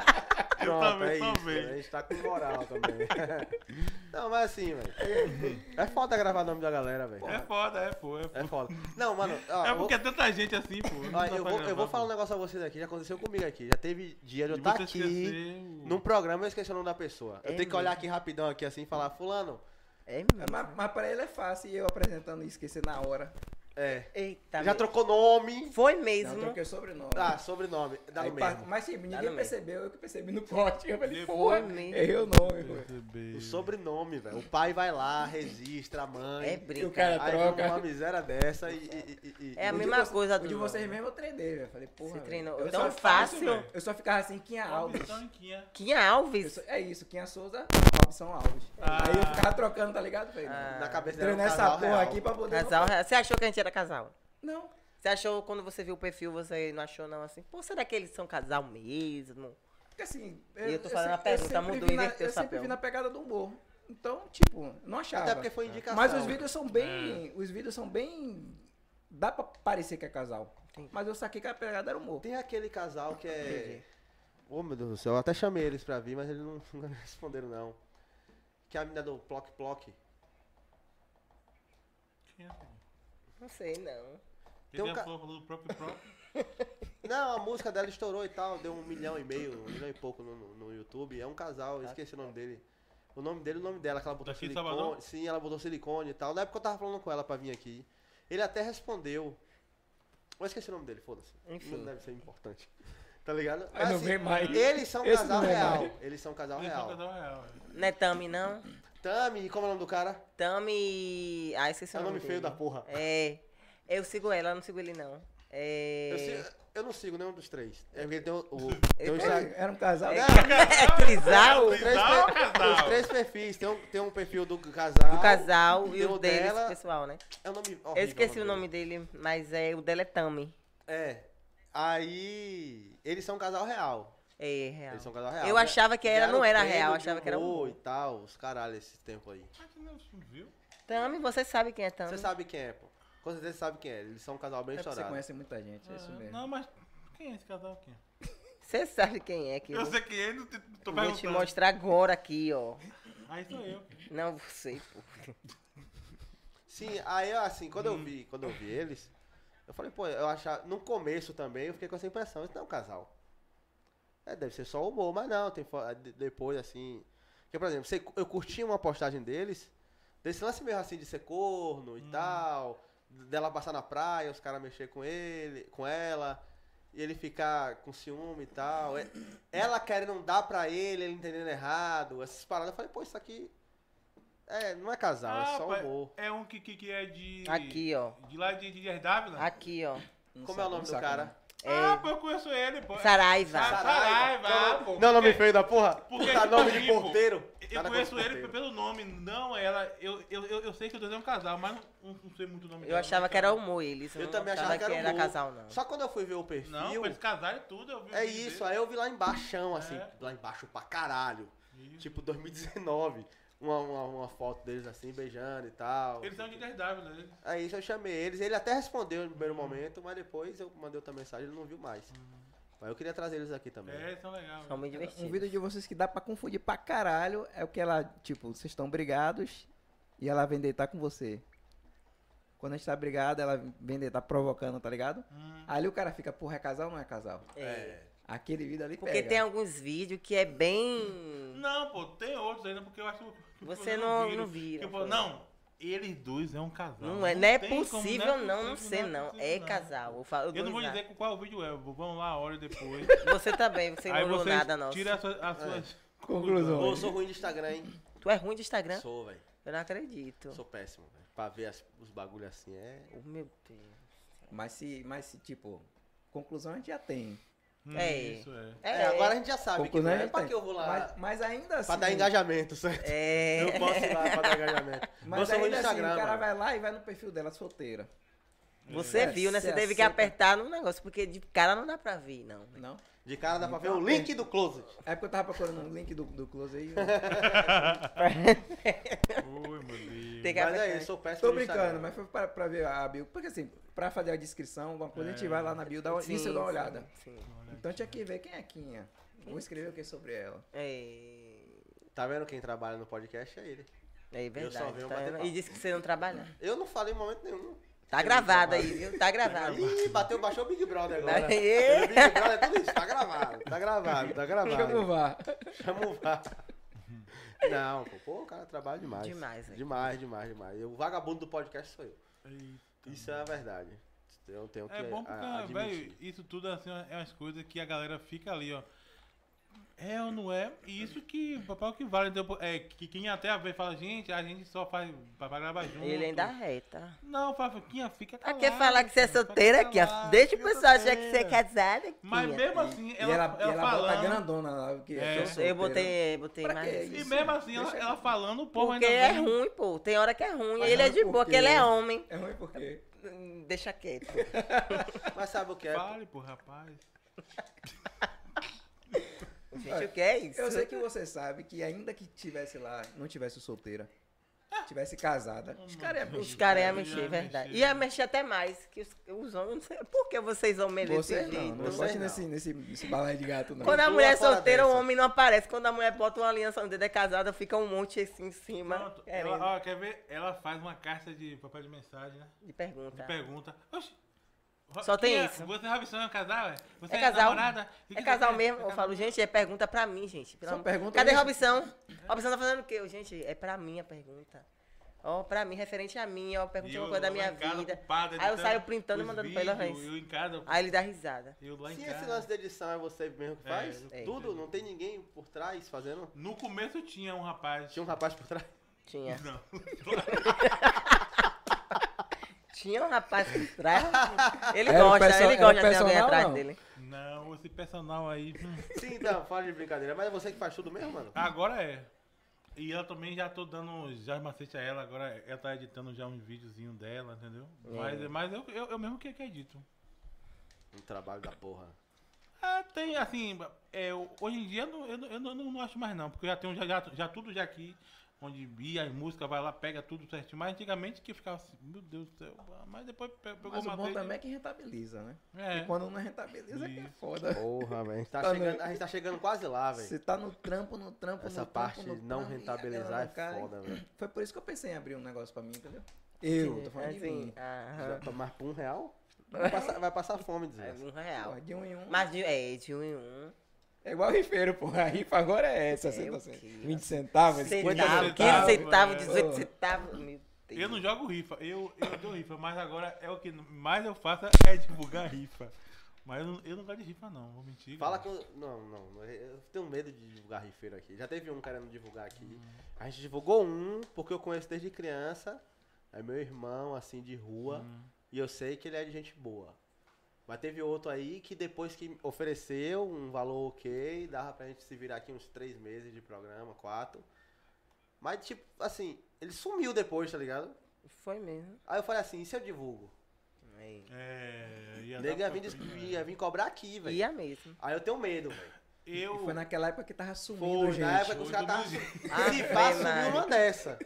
[SPEAKER 5] Eu
[SPEAKER 6] Pronto,
[SPEAKER 5] também,
[SPEAKER 6] é isso.
[SPEAKER 5] também.
[SPEAKER 6] A gente tá com moral também. Não, mas assim, velho. É foda gravar o nome da galera, velho.
[SPEAKER 5] É foda, é, pô. É, pô.
[SPEAKER 6] É foda. Não, mano, ó,
[SPEAKER 5] É
[SPEAKER 6] eu Ah, vou-
[SPEAKER 5] porque é tanta gente assim, pô. não
[SPEAKER 6] ó,
[SPEAKER 5] dá pra
[SPEAKER 6] eu, vou, eu
[SPEAKER 5] gravar,
[SPEAKER 6] vou
[SPEAKER 5] pô.
[SPEAKER 6] falar um negócio a vocês aqui, já aconteceu comigo aqui. Já teve dia de eu
[SPEAKER 5] E
[SPEAKER 6] estar
[SPEAKER 5] você
[SPEAKER 6] aqui.
[SPEAKER 5] esqueceu.
[SPEAKER 6] Num programa eu esqueci o nome da pessoa. eu
[SPEAKER 4] É
[SPEAKER 6] tenho que olhar aqui rapidão aqui assim e falar, fulano.
[SPEAKER 4] é,
[SPEAKER 7] Mas, mas pra ele é fácil e eu apresentando e esquecer na hora.
[SPEAKER 6] É.
[SPEAKER 4] eita,
[SPEAKER 6] já
[SPEAKER 4] me-
[SPEAKER 6] trocou nome.
[SPEAKER 4] Foi
[SPEAKER 7] Não,
[SPEAKER 4] mesmo.
[SPEAKER 7] um troquei o sobrenome.
[SPEAKER 6] Ah, sobrenome. Dá
[SPEAKER 7] Aí
[SPEAKER 6] Uhum. no
[SPEAKER 7] pa-
[SPEAKER 6] mesmo.
[SPEAKER 7] Mas sim,
[SPEAKER 4] no
[SPEAKER 7] ninguém
[SPEAKER 4] mesmo.
[SPEAKER 7] percebeu, eu que percebi no pote. Eu falei,
[SPEAKER 5] Depois-
[SPEAKER 7] porra,
[SPEAKER 4] Foi
[SPEAKER 7] errei o nome, pô.
[SPEAKER 6] O
[SPEAKER 5] Percebi.
[SPEAKER 6] sobrenome, velho. O pai vai lá, registra, a mãe.
[SPEAKER 4] É
[SPEAKER 7] E o
[SPEAKER 4] brincadeira.
[SPEAKER 7] cara
[SPEAKER 6] Aí
[SPEAKER 7] troca.
[SPEAKER 6] uma miséria dessa e. e- e- e-
[SPEAKER 4] É a
[SPEAKER 7] O de
[SPEAKER 4] mesma
[SPEAKER 7] vo-
[SPEAKER 4] coisa
[SPEAKER 7] O de
[SPEAKER 4] do-
[SPEAKER 7] vocês mesmo eu treinei, velho. Falei, porra.
[SPEAKER 4] Você
[SPEAKER 7] velho.
[SPEAKER 4] treinou
[SPEAKER 7] Eu
[SPEAKER 4] tão
[SPEAKER 7] só-
[SPEAKER 5] faço,
[SPEAKER 4] fácil.
[SPEAKER 5] velho.
[SPEAKER 7] Eu só ficava assim, quem é Alves?
[SPEAKER 5] Opção em quinha.
[SPEAKER 4] Quem é
[SPEAKER 7] Eu
[SPEAKER 4] Alves?
[SPEAKER 7] só- é isso, quem é Souza, Robson Alves.
[SPEAKER 5] Ah.
[SPEAKER 7] Aí eu ficava trocando, tá ligado? Falei,
[SPEAKER 4] Ah.
[SPEAKER 6] Na cabeça dela.
[SPEAKER 7] treinei
[SPEAKER 6] um
[SPEAKER 7] essa
[SPEAKER 6] casal
[SPEAKER 7] porra
[SPEAKER 6] real.
[SPEAKER 7] aqui pra poder.
[SPEAKER 4] Casal, você achou que a gente era casal?
[SPEAKER 7] Não.
[SPEAKER 4] Você achou, quando você viu o perfil, você não achou não assim? Pô, será que eles são casal mesmo?
[SPEAKER 7] Porque assim.
[SPEAKER 4] E eu tô fazendo a
[SPEAKER 7] sempre- eu
[SPEAKER 4] pergunta,
[SPEAKER 7] sempre
[SPEAKER 4] mudou,
[SPEAKER 7] vi na-
[SPEAKER 4] inverteu o
[SPEAKER 7] Eu sempre
[SPEAKER 4] papel.
[SPEAKER 7] vi na pegada do humor. Então, tipo, não achava.
[SPEAKER 6] Até Tá, porque foi indicação.
[SPEAKER 7] Mas os vídeos são
[SPEAKER 5] É.
[SPEAKER 7] bem. Os vídeos são bem. Dá pra parecer que é casal. Mas eu saquei que a pegada era humor.
[SPEAKER 6] Tem aquele casal que é. Ô meu Deus do céu, eu até chamei eles pra vir, mas eles não, não responderam não. Que é a menina do Plock Plock.
[SPEAKER 4] Não sei, não.
[SPEAKER 5] Tem
[SPEAKER 6] um
[SPEAKER 5] um
[SPEAKER 6] ca-
[SPEAKER 5] do próprio próprio.
[SPEAKER 6] Não, a música dela estourou e tal, deu um milhão e meio, um milhão e pouco no, no- no YouTube. É um casal, eu esqueci o nome dele. O nome dele e o nome dela, que ela botou
[SPEAKER 5] Daqui de
[SPEAKER 6] silicone.
[SPEAKER 5] Salvador?
[SPEAKER 6] Sim, ela botou silicone e tal. Na época eu tava falando com ela pra vir aqui. Ele até respondeu. Eu esqueci o nome dele, foda-se.
[SPEAKER 4] Enfim.
[SPEAKER 6] Não deve ser importante. Tá ligado?
[SPEAKER 7] Aí não vem mais.
[SPEAKER 6] Eles são um
[SPEAKER 7] Esse
[SPEAKER 6] casal
[SPEAKER 7] não vem
[SPEAKER 6] real.
[SPEAKER 7] mais.
[SPEAKER 6] Eles são um casal
[SPEAKER 5] Eles são
[SPEAKER 6] real.
[SPEAKER 5] casal real.
[SPEAKER 4] Não é Tami, não?
[SPEAKER 6] Tami, como é o nome do cara?
[SPEAKER 4] Tami. Ah, esqueci
[SPEAKER 6] É
[SPEAKER 4] o
[SPEAKER 6] o
[SPEAKER 4] nome.
[SPEAKER 6] nome feio
[SPEAKER 4] dele.
[SPEAKER 6] da porra.
[SPEAKER 4] É. Eu sigo ela, eu não sigo ele, não. É.
[SPEAKER 6] Eu, sigo- eu não sigo nenhum dos três. É porque tem o, o, tem o Instagram.
[SPEAKER 7] Era, era um casal.
[SPEAKER 4] É,
[SPEAKER 7] né?
[SPEAKER 4] é Crisal?
[SPEAKER 6] Os três,
[SPEAKER 5] Casal,
[SPEAKER 6] pe-
[SPEAKER 5] casal.
[SPEAKER 6] os três perfis. Tem um, tem um perfil do casal.
[SPEAKER 4] Do casal e
[SPEAKER 6] tem
[SPEAKER 4] o dele,
[SPEAKER 6] dela.
[SPEAKER 4] esse pessoal, né?
[SPEAKER 6] É o nome horrível,
[SPEAKER 4] Eu esqueci o
[SPEAKER 6] dele.
[SPEAKER 4] nome dele, mas é o dela é Tami.
[SPEAKER 6] É. Aí. Eles são um casal real.
[SPEAKER 4] É real.
[SPEAKER 6] Eles são um casal real.
[SPEAKER 4] Eu
[SPEAKER 6] né?
[SPEAKER 4] achava que era-
[SPEAKER 6] Ganharam
[SPEAKER 4] não era
[SPEAKER 6] prêmio
[SPEAKER 4] real,
[SPEAKER 6] de
[SPEAKER 4] achava que era um
[SPEAKER 6] humor
[SPEAKER 4] humor.
[SPEAKER 6] e tal, Tá, os caralho, esse tempo aí.
[SPEAKER 5] Mas tu não viu?
[SPEAKER 4] Tami, você sabe quem é Tami?
[SPEAKER 6] Você sabe quem é, pô. Com certeza você sabe quem é. Eles são um casal bem
[SPEAKER 7] É porque Você
[SPEAKER 6] estourado.
[SPEAKER 7] conhece muita gente, é isso
[SPEAKER 5] Ah,
[SPEAKER 7] mesmo.
[SPEAKER 5] Não, mas quem é esse casal aqui?
[SPEAKER 4] Você sabe quem é que eu,
[SPEAKER 5] Eu sei quem é, não te- tô
[SPEAKER 4] vou te
[SPEAKER 5] perguntando.
[SPEAKER 4] mostrar agora aqui, ó.
[SPEAKER 5] Aí sou eu.
[SPEAKER 4] Não, você, pô.
[SPEAKER 6] Sim, aí eu, assim, quando eu vi, quando eu vi eles, eu falei, pô, eu achava. No começo também eu fiquei com essa impressão, isso não é um casal. É, deve ser só humor, mas não, tem fo- de- depois assim. Porque, por exemplo, você- eu curti uma postagem deles, desse lance meio assim de ser corno e
[SPEAKER 4] Hum.
[SPEAKER 6] tal, dela passar na praia, os caras mexer com ele, com ela, e ele ficar com ciúme e tal. É- Ela querendo dar pra ele, ele entendendo errado, essas paradas. Eu falei, pô, isso aqui. É, não é casal, é
[SPEAKER 5] Ah,
[SPEAKER 6] só
[SPEAKER 5] pai,
[SPEAKER 6] humor.
[SPEAKER 5] É um que, que, que é de.
[SPEAKER 4] Aqui, ó.
[SPEAKER 5] De lá de, de Ardávila?
[SPEAKER 4] Aqui, ó.
[SPEAKER 7] Não
[SPEAKER 6] Como é
[SPEAKER 7] sabe,
[SPEAKER 6] o nome
[SPEAKER 7] não
[SPEAKER 6] do
[SPEAKER 7] sabe,
[SPEAKER 6] cara?
[SPEAKER 7] não.
[SPEAKER 5] Ah, pô, eu conheço ele, pô.
[SPEAKER 4] Saraiva.
[SPEAKER 5] Ah, Saraiva, ah, pô.
[SPEAKER 6] Não, nome
[SPEAKER 5] Porque-
[SPEAKER 6] feio da porra.
[SPEAKER 5] porque,
[SPEAKER 6] tá
[SPEAKER 5] tipo
[SPEAKER 6] nome de
[SPEAKER 5] assim, pô,
[SPEAKER 6] porteiro. Tá
[SPEAKER 5] Eu
[SPEAKER 6] Nada
[SPEAKER 5] conheço
[SPEAKER 6] contra
[SPEAKER 5] ele
[SPEAKER 6] porteiro.
[SPEAKER 5] pelo nome, não ela. Eu, eu, eu, eu sei que os dois é um casal, mas não, não sei muito o nome
[SPEAKER 4] Eu achava que era humor eles.
[SPEAKER 6] Eu
[SPEAKER 4] não
[SPEAKER 6] também achava que era, um
[SPEAKER 4] casal, não.
[SPEAKER 6] Só quando eu fui ver o perfil.
[SPEAKER 5] Não, pra eles casarem tudo, eu vi. o
[SPEAKER 6] é
[SPEAKER 5] vídeo
[SPEAKER 6] isso, aí eu vi lá embaixo, assim,
[SPEAKER 5] É.
[SPEAKER 6] lá embaixo pra caralho.
[SPEAKER 5] dele. Isso.
[SPEAKER 6] Tipo 2019. Uma, uma, uma foto deles assim, beijando e tal.
[SPEAKER 5] Eles são de Ardávila, né?
[SPEAKER 6] Aí isso eu chamei eles. Ele até respondeu no primeiro momento, mas depois eu mandei outra mensagem e ele não viu mais. Mas eu queria trazer eles aqui também.
[SPEAKER 5] É, eles são legais.
[SPEAKER 4] São bem
[SPEAKER 7] Um
[SPEAKER 4] divertidos.
[SPEAKER 7] vídeo de vocês que dá pra confundir pra caralho é o que ela, tipo, vocês estão brigados e ela vem deitar com você. Quando a gente tá brigado, ela vem deitar provocando, tá ligado?
[SPEAKER 6] Hum.
[SPEAKER 7] Ali o cara fica, porra, é casal ou não é casal?
[SPEAKER 4] É.
[SPEAKER 7] Aquele vídeo ali
[SPEAKER 4] Porque
[SPEAKER 7] pega.
[SPEAKER 4] tem alguns vídeos que é bem.
[SPEAKER 5] Não, pô, tem outros ainda, porque eu acho que.
[SPEAKER 4] Você
[SPEAKER 5] eu
[SPEAKER 4] não-
[SPEAKER 5] vi,
[SPEAKER 4] não
[SPEAKER 5] né?
[SPEAKER 4] vira,
[SPEAKER 5] Que eu
[SPEAKER 4] pô.
[SPEAKER 5] falo, não, eles dois é um casal.
[SPEAKER 4] Não é, não é
[SPEAKER 5] tem como,
[SPEAKER 4] possível, não, não
[SPEAKER 5] possível,
[SPEAKER 4] sei, não. É
[SPEAKER 5] possível,
[SPEAKER 4] casal. Eu, falo,
[SPEAKER 5] Eu não vou
[SPEAKER 4] dou risada.
[SPEAKER 5] dizer qual vídeo é, vamos lá, olha depois.
[SPEAKER 4] Você também, você
[SPEAKER 5] Aí
[SPEAKER 4] ignorou
[SPEAKER 5] você
[SPEAKER 4] nada, É. nossa.
[SPEAKER 5] tira as suas. as suas
[SPEAKER 7] Conclusão.
[SPEAKER 6] Ô, eu sou ruim de Instagram, hein?
[SPEAKER 4] Tu é ruim de Instagram?
[SPEAKER 6] Sou, velho.
[SPEAKER 4] Eu não acredito.
[SPEAKER 6] Sou péssimo, velho. Pra ver as- os bagulhos assim é.
[SPEAKER 4] Oh, meu Deus.
[SPEAKER 7] Mas se, mas se, tipo, conclusão a gente já tem.
[SPEAKER 5] Hum,
[SPEAKER 4] É.
[SPEAKER 5] Isso, é.
[SPEAKER 4] É,
[SPEAKER 6] É, agora a gente já sabe que não
[SPEAKER 7] conclusão a
[SPEAKER 6] é
[SPEAKER 7] gente
[SPEAKER 6] pra
[SPEAKER 7] tem.
[SPEAKER 6] que eu vou lá.
[SPEAKER 7] Mas, mas ainda assim.
[SPEAKER 6] Pra dar engajamento, certo?
[SPEAKER 4] É.
[SPEAKER 6] Eu posso ir lá pra dar engajamento.
[SPEAKER 7] Mas
[SPEAKER 6] Você no
[SPEAKER 7] ainda assim, o
[SPEAKER 6] Instagram,
[SPEAKER 7] cara
[SPEAKER 6] mano.
[SPEAKER 7] vai lá e vai no perfil dela solteira.
[SPEAKER 4] Você
[SPEAKER 7] É,
[SPEAKER 4] viu, né?
[SPEAKER 7] se
[SPEAKER 4] Você teve que
[SPEAKER 7] aceita.
[SPEAKER 4] apertar no negócio, porque de cara não dá pra ver, não.
[SPEAKER 7] Não?
[SPEAKER 6] De cara dá pra ver o link do closet.
[SPEAKER 7] É porque eu tava procurando um link do, do close aí. eu-
[SPEAKER 5] Oi, meu Deus.
[SPEAKER 4] Tem que
[SPEAKER 6] Mas
[SPEAKER 4] apertar.
[SPEAKER 6] é isso, eu peço
[SPEAKER 7] Tô brincando, mas foi pra, pra ver a bio. Porque assim, pra fazer a descrição, alguma coisa, a gente vai lá na bio, dá uma,
[SPEAKER 4] Sim,
[SPEAKER 7] nisso eu dou uma
[SPEAKER 4] sim,
[SPEAKER 7] olhada.
[SPEAKER 4] sim.
[SPEAKER 7] Então tinha que ver quem é Quinha. Vou escrever o que sobre ela.
[SPEAKER 4] É,
[SPEAKER 6] Tá vendo quem trabalha no podcast é ele.
[SPEAKER 4] é
[SPEAKER 6] Eu só
[SPEAKER 4] verdade.
[SPEAKER 6] vi um
[SPEAKER 4] tá
[SPEAKER 6] bater
[SPEAKER 4] vendo?
[SPEAKER 6] papo.
[SPEAKER 4] E disse que você não trabalha.
[SPEAKER 6] Eu não falei em momento nenhum.
[SPEAKER 4] Tá gravado aí, viu? Tá gravado. Tá
[SPEAKER 6] Ih, bateu, baixou o Big Brother agora.
[SPEAKER 4] Aê!
[SPEAKER 6] O Big Brother é tudo isso. Tá gravado, tá gravado, tá
[SPEAKER 7] Chama o
[SPEAKER 6] gravado.
[SPEAKER 7] VAR.
[SPEAKER 6] Chama o VAR. Não, pô, pô, o cara trabalha demais.
[SPEAKER 4] Demais, velho.
[SPEAKER 6] Demais, demais, demais. O vagabundo do podcast sou eu. Isso é a verdade. Eu tenho que
[SPEAKER 5] É bom porque,
[SPEAKER 2] ah,
[SPEAKER 6] a- admitir.
[SPEAKER 5] velho, isso tudo assim, é umas coisas que a galera fica ali, ó. É ou não é? E isso que papel que vale. Então, é, que quem até às vezes fala, gente, a gente só faz papai gravar junto.
[SPEAKER 4] Ele ainda
[SPEAKER 7] Tá
[SPEAKER 4] reta.
[SPEAKER 5] Não, Fafa, Quinha fica
[SPEAKER 4] Ah,
[SPEAKER 5] calada.
[SPEAKER 4] quer falar que você é
[SPEAKER 5] cara,
[SPEAKER 4] solteira
[SPEAKER 5] fica
[SPEAKER 4] aqui, ó.
[SPEAKER 5] calada,
[SPEAKER 4] Deixa o
[SPEAKER 5] fica
[SPEAKER 4] pessoal achar que você é
[SPEAKER 5] solteira.
[SPEAKER 4] casada.
[SPEAKER 5] Mas
[SPEAKER 4] Quinha.
[SPEAKER 5] mesmo assim,
[SPEAKER 7] E
[SPEAKER 5] ela, ela,
[SPEAKER 7] ela, e ela bota
[SPEAKER 5] falando.
[SPEAKER 7] grandona lá, porque
[SPEAKER 5] É.
[SPEAKER 7] eu sou solteira.
[SPEAKER 4] Eu botei, botei
[SPEAKER 7] Pra
[SPEAKER 4] mais.
[SPEAKER 7] quê?
[SPEAKER 4] isso.
[SPEAKER 5] E
[SPEAKER 7] Isso,
[SPEAKER 5] mesmo assim, ela,
[SPEAKER 7] deixa
[SPEAKER 5] ela falando, o povo
[SPEAKER 4] Porque
[SPEAKER 5] ainda
[SPEAKER 4] é
[SPEAKER 5] vem-
[SPEAKER 4] ruim, pô. Tem hora que é ruim.
[SPEAKER 7] Mas
[SPEAKER 4] Ele é
[SPEAKER 7] ruim
[SPEAKER 4] de
[SPEAKER 7] por
[SPEAKER 4] boa, porque
[SPEAKER 7] quê?
[SPEAKER 4] ele é homem.
[SPEAKER 7] É ruim porque.
[SPEAKER 4] Hum, Deixa quieto.
[SPEAKER 6] Mas sabe o que é?
[SPEAKER 5] Fale, pô, rapaz.
[SPEAKER 4] Gente, o que é isso?
[SPEAKER 7] Eu sei que você sabe que ainda que tivesse lá, não tivesse solteira, tivesse casada, os caras iam
[SPEAKER 4] É, Os caras iam
[SPEAKER 5] Ia
[SPEAKER 4] mexer, é
[SPEAKER 5] mexer.
[SPEAKER 4] verdade. Ia mexer até mais. Que os, os homens, não sei, por que vocês homens desse
[SPEAKER 7] Você
[SPEAKER 4] jeito?
[SPEAKER 7] não, não gosta nesse, nesse, nesse balai de gato, não.
[SPEAKER 4] Quando a
[SPEAKER 6] Pula
[SPEAKER 4] mulher é
[SPEAKER 6] fora
[SPEAKER 4] solteira, o
[SPEAKER 6] dessa.
[SPEAKER 4] homem não aparece. Quando a mulher bota uma aliança no dedo é casada, fica um monte assim em cima. é
[SPEAKER 5] Pronto.
[SPEAKER 4] querendo,
[SPEAKER 5] Ela, ó, quer ver? Ela faz uma carta de papel de mensagem, né?
[SPEAKER 4] de
[SPEAKER 5] De
[SPEAKER 4] pergunta.
[SPEAKER 5] pergunta. Oxi.
[SPEAKER 4] Tá. Só tem
[SPEAKER 5] quem é?
[SPEAKER 4] isso.
[SPEAKER 5] Você e Robson é casal, é? Você
[SPEAKER 4] É casal.
[SPEAKER 5] namorada? E
[SPEAKER 4] É
[SPEAKER 5] que-
[SPEAKER 4] casal
[SPEAKER 5] que-
[SPEAKER 4] mesmo?
[SPEAKER 5] é
[SPEAKER 4] Eu
[SPEAKER 5] casal.
[SPEAKER 4] falo, gente, é pergunta pra mim, gente. pelo
[SPEAKER 7] Só
[SPEAKER 4] amor-
[SPEAKER 7] pergunta
[SPEAKER 4] Cadê
[SPEAKER 7] mesmo?
[SPEAKER 4] Robson? Robson tá fazendo o quê? Eu, Gente, é pra mim a pergunta. Ó, pra mim, referente a mim, ó,
[SPEAKER 5] E
[SPEAKER 4] pergunta
[SPEAKER 5] eu
[SPEAKER 4] uma coisa é da
[SPEAKER 5] lá
[SPEAKER 4] minha
[SPEAKER 5] em casa,
[SPEAKER 4] vida.
[SPEAKER 5] ocupado,
[SPEAKER 4] Aí eu
[SPEAKER 5] editando
[SPEAKER 4] saio printando e
[SPEAKER 5] os
[SPEAKER 4] mandando pra ele, ó,
[SPEAKER 5] vídeos,
[SPEAKER 4] Reis.
[SPEAKER 5] Eu em casa.
[SPEAKER 4] Aí ele dá risada.
[SPEAKER 5] Eu lá em
[SPEAKER 6] Se
[SPEAKER 5] casa.
[SPEAKER 6] esse lance da edição é você mesmo que
[SPEAKER 5] É,
[SPEAKER 6] faz,
[SPEAKER 5] eu
[SPEAKER 4] não-
[SPEAKER 6] tudo, não tem ninguém por trás fazendo.
[SPEAKER 5] No começo tinha um rapaz.
[SPEAKER 6] Tinha um rapaz por trás.
[SPEAKER 4] Tinha.
[SPEAKER 5] Não.
[SPEAKER 4] Tinha um rapaz por trás. Ele
[SPEAKER 7] Era o
[SPEAKER 4] gosta,
[SPEAKER 7] perso-
[SPEAKER 4] ele gosta de
[SPEAKER 7] era o
[SPEAKER 4] ter alguém
[SPEAKER 7] personal,
[SPEAKER 4] atrás
[SPEAKER 7] não?
[SPEAKER 4] dele.
[SPEAKER 5] Não, esse personal aí. hum,
[SPEAKER 6] Sim, então, fora de brincadeira. Mas é você que faz tudo mesmo, mano?
[SPEAKER 5] Agora é. E eu também já tô dando já os macete a ela, agora ela tá editando já uns videozinhos dela, entendeu?
[SPEAKER 7] É.
[SPEAKER 5] Mas, mas eu, eu, eu mesmo que que edito.
[SPEAKER 6] Um trabalho da porra.
[SPEAKER 5] Ah, tem, assim, é, eu- hoje em dia eu, não- eu, não- eu não, não acho mais não, porque eu já tenho já, já, já tudo já aqui, onde ia as músicas, vai lá, pega tudo certinho. Mas antigamente que ficava assim, meu Deus do céu, mas depois pe- pegou
[SPEAKER 7] Mas o bom
[SPEAKER 5] macete.
[SPEAKER 7] também é que rentabiliza, né?
[SPEAKER 5] É.
[SPEAKER 7] E quando não rentabiliza, é que é
[SPEAKER 5] Isso.
[SPEAKER 7] foda.
[SPEAKER 6] Porra, velho. A, gente tá
[SPEAKER 7] Tá
[SPEAKER 6] chegando-
[SPEAKER 7] no-
[SPEAKER 6] a gente tá chegando quase lá, velho.
[SPEAKER 7] Você tá no trampo, no trampo,
[SPEAKER 6] Essa
[SPEAKER 7] tá no trampo,
[SPEAKER 6] parte
[SPEAKER 7] no
[SPEAKER 6] de não
[SPEAKER 7] trampo, e a galera
[SPEAKER 6] rentabilizar
[SPEAKER 7] não
[SPEAKER 6] é
[SPEAKER 7] cai.
[SPEAKER 6] foda, velho.
[SPEAKER 7] Foi por isso que eu pensei em abrir um negócio pra mim, entendeu? Eu, tô falando de
[SPEAKER 6] um.
[SPEAKER 4] Assim,
[SPEAKER 7] mim.
[SPEAKER 4] aham.
[SPEAKER 6] Já Tomar por um real? Vai passar, vai passar fome,
[SPEAKER 4] É
[SPEAKER 6] desgraça.
[SPEAKER 4] um real.
[SPEAKER 7] Porra, de um em um.
[SPEAKER 4] Mas de, é, de um em um.
[SPEAKER 7] É igual rifeiro, porra. A rifa agora é essa,
[SPEAKER 4] É, o
[SPEAKER 7] 60
[SPEAKER 4] quê? tá
[SPEAKER 7] centavos. 20
[SPEAKER 6] Ah,
[SPEAKER 7] centavos, 50
[SPEAKER 4] Centavo,
[SPEAKER 5] centavos,
[SPEAKER 4] 15 centavos,
[SPEAKER 7] centavos.
[SPEAKER 5] é.
[SPEAKER 4] 18 centavos. Meu Deus.
[SPEAKER 5] Eu não jogo rifa, eu, eu dou rifa, mas agora é o que mais eu faço é divulgar rifa. Mas eu não, eu não gosto de rifa não, vou mentir.
[SPEAKER 6] Fala
[SPEAKER 5] cara.
[SPEAKER 6] que eu. Não, não. não, Eu tenho medo de divulgar rifeiro aqui. Já teve um querendo divulgar aqui. A gente divulgou um, porque eu conheço desde criança. É meu irmão, assim, de rua. E eu sei que ele é de gente boa. Mas teve outro aí que depois que ofereceu um valor ok, dava pra gente se virar aqui uns três meses de programa, quatro. Mas, tipo, assim, ele sumiu depois, tá ligado?
[SPEAKER 4] Foi mesmo.
[SPEAKER 6] Aí eu falei assim, e se eu divulgo?
[SPEAKER 4] Aí.
[SPEAKER 5] É, ia dar
[SPEAKER 6] Nego ia
[SPEAKER 5] pra
[SPEAKER 6] vir, dis-
[SPEAKER 5] tudo, né?
[SPEAKER 6] ia vir cobrar aqui, velho.
[SPEAKER 4] Ia mesmo.
[SPEAKER 6] Aí eu tenho medo, velho.
[SPEAKER 5] Eu,
[SPEAKER 7] E foi naquela época que tava sumindo,
[SPEAKER 6] Foi,
[SPEAKER 7] gente.
[SPEAKER 4] né?
[SPEAKER 6] na época que os
[SPEAKER 5] Foi
[SPEAKER 6] caras assim.
[SPEAKER 5] do
[SPEAKER 6] estavam.
[SPEAKER 5] museu.
[SPEAKER 6] Se
[SPEAKER 4] Ave
[SPEAKER 6] pá, sumiu
[SPEAKER 4] Maria.
[SPEAKER 6] uma dessa.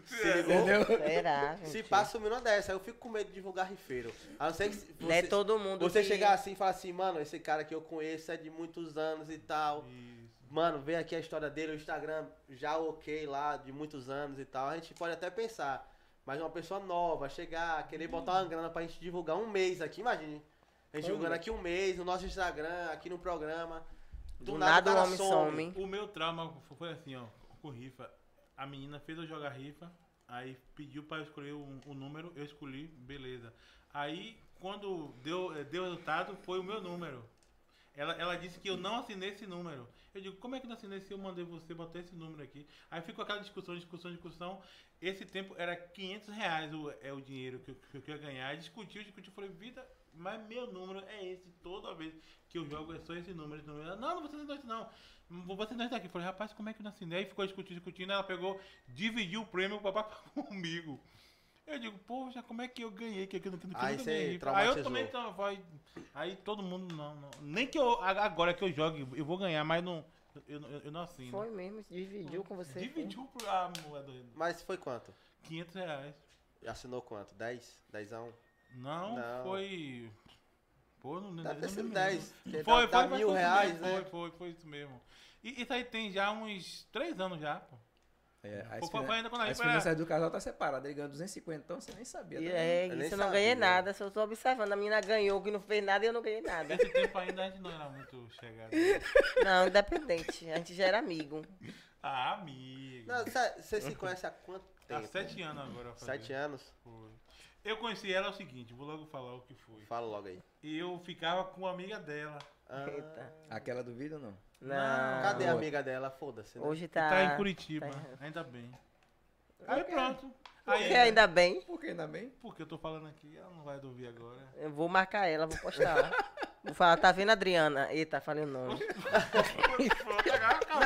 [SPEAKER 7] Entendeu?
[SPEAKER 4] Será?
[SPEAKER 6] Se
[SPEAKER 4] gente?
[SPEAKER 6] pá, sumiu uma dessa. Aí eu fico com medo de divulgar rifeiro. A não ser que se- você,
[SPEAKER 4] Não é todo mundo.
[SPEAKER 6] você
[SPEAKER 4] que-
[SPEAKER 6] chegar assim e falar assim, mano, esse cara que eu conheço é de muitos anos e tal.
[SPEAKER 5] Isso.
[SPEAKER 6] Mano, vê aqui a história dele, o Instagram já ok lá, de muitos anos e tal. A gente pode até pensar. Mas uma pessoa nova, chegar, querer botar uma grana pra gente divulgar um mês aqui, imagine. A gente divulgando aqui um mês, no nosso Instagram, aqui no programa. tá
[SPEAKER 4] Do nada
[SPEAKER 6] o
[SPEAKER 4] o
[SPEAKER 6] cara
[SPEAKER 4] homem some.
[SPEAKER 5] O meu trauma foi assim, ó, com rifa. A menina fez eu jogar rifa, aí pediu pra eu escolher um, um número, eu escolhi, beleza. Aí, quando deu, eh, deu resultado, foi o meu número. Ela, ela disse que eu não assinei esse número. Eu digo, como é que não assinei se eu mandei você botar esse número aqui? Aí ficou aquela discussão, discussão, discussão. Esse tempo era 500 reais o, é o dinheiro que eu, que eu- que eu ia ganhar. Aí discutiu, discutiu, falei, vida, mas meu número é esse. Toda vez que eu jogo é só esse número. Esse número. Ela, não, não, você não isso não. Você não está aqui. Eu Falei, rapaz, como é que eu não assinei? Aí ficou discutindo, discutindo. Ela pegou, dividiu o prêmio pra papá comigo. Eu digo, poxa, como é que eu ganhei? Que, que, que, que, que
[SPEAKER 6] Aí
[SPEAKER 5] eu
[SPEAKER 6] você
[SPEAKER 5] ganhei? Aí eu
[SPEAKER 6] traumatizou.
[SPEAKER 5] também então, vai. Aí todo mundo não, não. Nem que eu a- agora que eu jogue, eu vou ganhar, mas não. Eu, eu, eu não assino.
[SPEAKER 4] Foi mesmo, dividiu com você.
[SPEAKER 5] Dividiu por. Ah, moeda.
[SPEAKER 6] Mas foi quanto?
[SPEAKER 5] 500 reais.
[SPEAKER 6] Assinou quanto? 10? 10 a 1?
[SPEAKER 5] Não,
[SPEAKER 6] Não.
[SPEAKER 5] foi. Pô, não
[SPEAKER 6] Dá
[SPEAKER 5] não-
[SPEAKER 6] pra
[SPEAKER 5] não
[SPEAKER 6] ser
[SPEAKER 5] me
[SPEAKER 6] 10.
[SPEAKER 5] lembro. Foi,
[SPEAKER 6] porque dá,
[SPEAKER 5] foi,
[SPEAKER 6] dá
[SPEAKER 5] mas
[SPEAKER 6] mil
[SPEAKER 5] foi isso
[SPEAKER 6] reais,
[SPEAKER 5] mesmo,
[SPEAKER 6] né?
[SPEAKER 5] Foi, foi, foi isso mesmo. E isso aí tem já uns 3 anos já, pô.
[SPEAKER 7] É, as
[SPEAKER 5] Foi- foi
[SPEAKER 7] finan-
[SPEAKER 5] ainda quando a
[SPEAKER 7] as
[SPEAKER 5] rifa era-
[SPEAKER 7] finanças do casal tá separada. Ele ganhou 250, então você nem sabia.
[SPEAKER 4] E
[SPEAKER 7] tá vendo?
[SPEAKER 4] é,
[SPEAKER 6] Eu
[SPEAKER 4] isso
[SPEAKER 6] nem
[SPEAKER 4] eu não
[SPEAKER 6] sabia.
[SPEAKER 4] ganhei nada, só tô observando. A menina ganhou que não fez nada e eu não ganhei nada.
[SPEAKER 5] Nesse tempo ainda a gente não era muito chegado.
[SPEAKER 4] Não, independente. A gente já era amigo.
[SPEAKER 5] Ah, amigo.
[SPEAKER 6] Não, você se conhece há quanto
[SPEAKER 5] Há
[SPEAKER 6] tempo?
[SPEAKER 5] 7 anos agora. eu falei.
[SPEAKER 6] Sete anos?
[SPEAKER 5] Foi. Eu conheci ela é o seguinte, vou logo falar o que foi.
[SPEAKER 6] Fala logo aí.
[SPEAKER 5] E eu ficava com uma amiga dela.
[SPEAKER 6] Ah,
[SPEAKER 4] Eita.
[SPEAKER 7] Aquela do vídeo, não?
[SPEAKER 4] Não.
[SPEAKER 6] cadê a
[SPEAKER 7] Boa.
[SPEAKER 6] amiga dela? Foda-se. Né?
[SPEAKER 4] Hoje
[SPEAKER 5] que Tá,
[SPEAKER 4] tá.
[SPEAKER 5] em Curitiba,
[SPEAKER 4] tá
[SPEAKER 5] ainda bem. Aí pronto. Aí,
[SPEAKER 4] E ainda bem.
[SPEAKER 7] Por que ainda bem?
[SPEAKER 5] Porque eu tô falando aqui, ela não vai ouvir agora.
[SPEAKER 4] Eu vou marcar ela, vou postar lá. Vou falar, tá vendo, Adriana? Eita, falei o nome.
[SPEAKER 5] Pronto, agora acabou.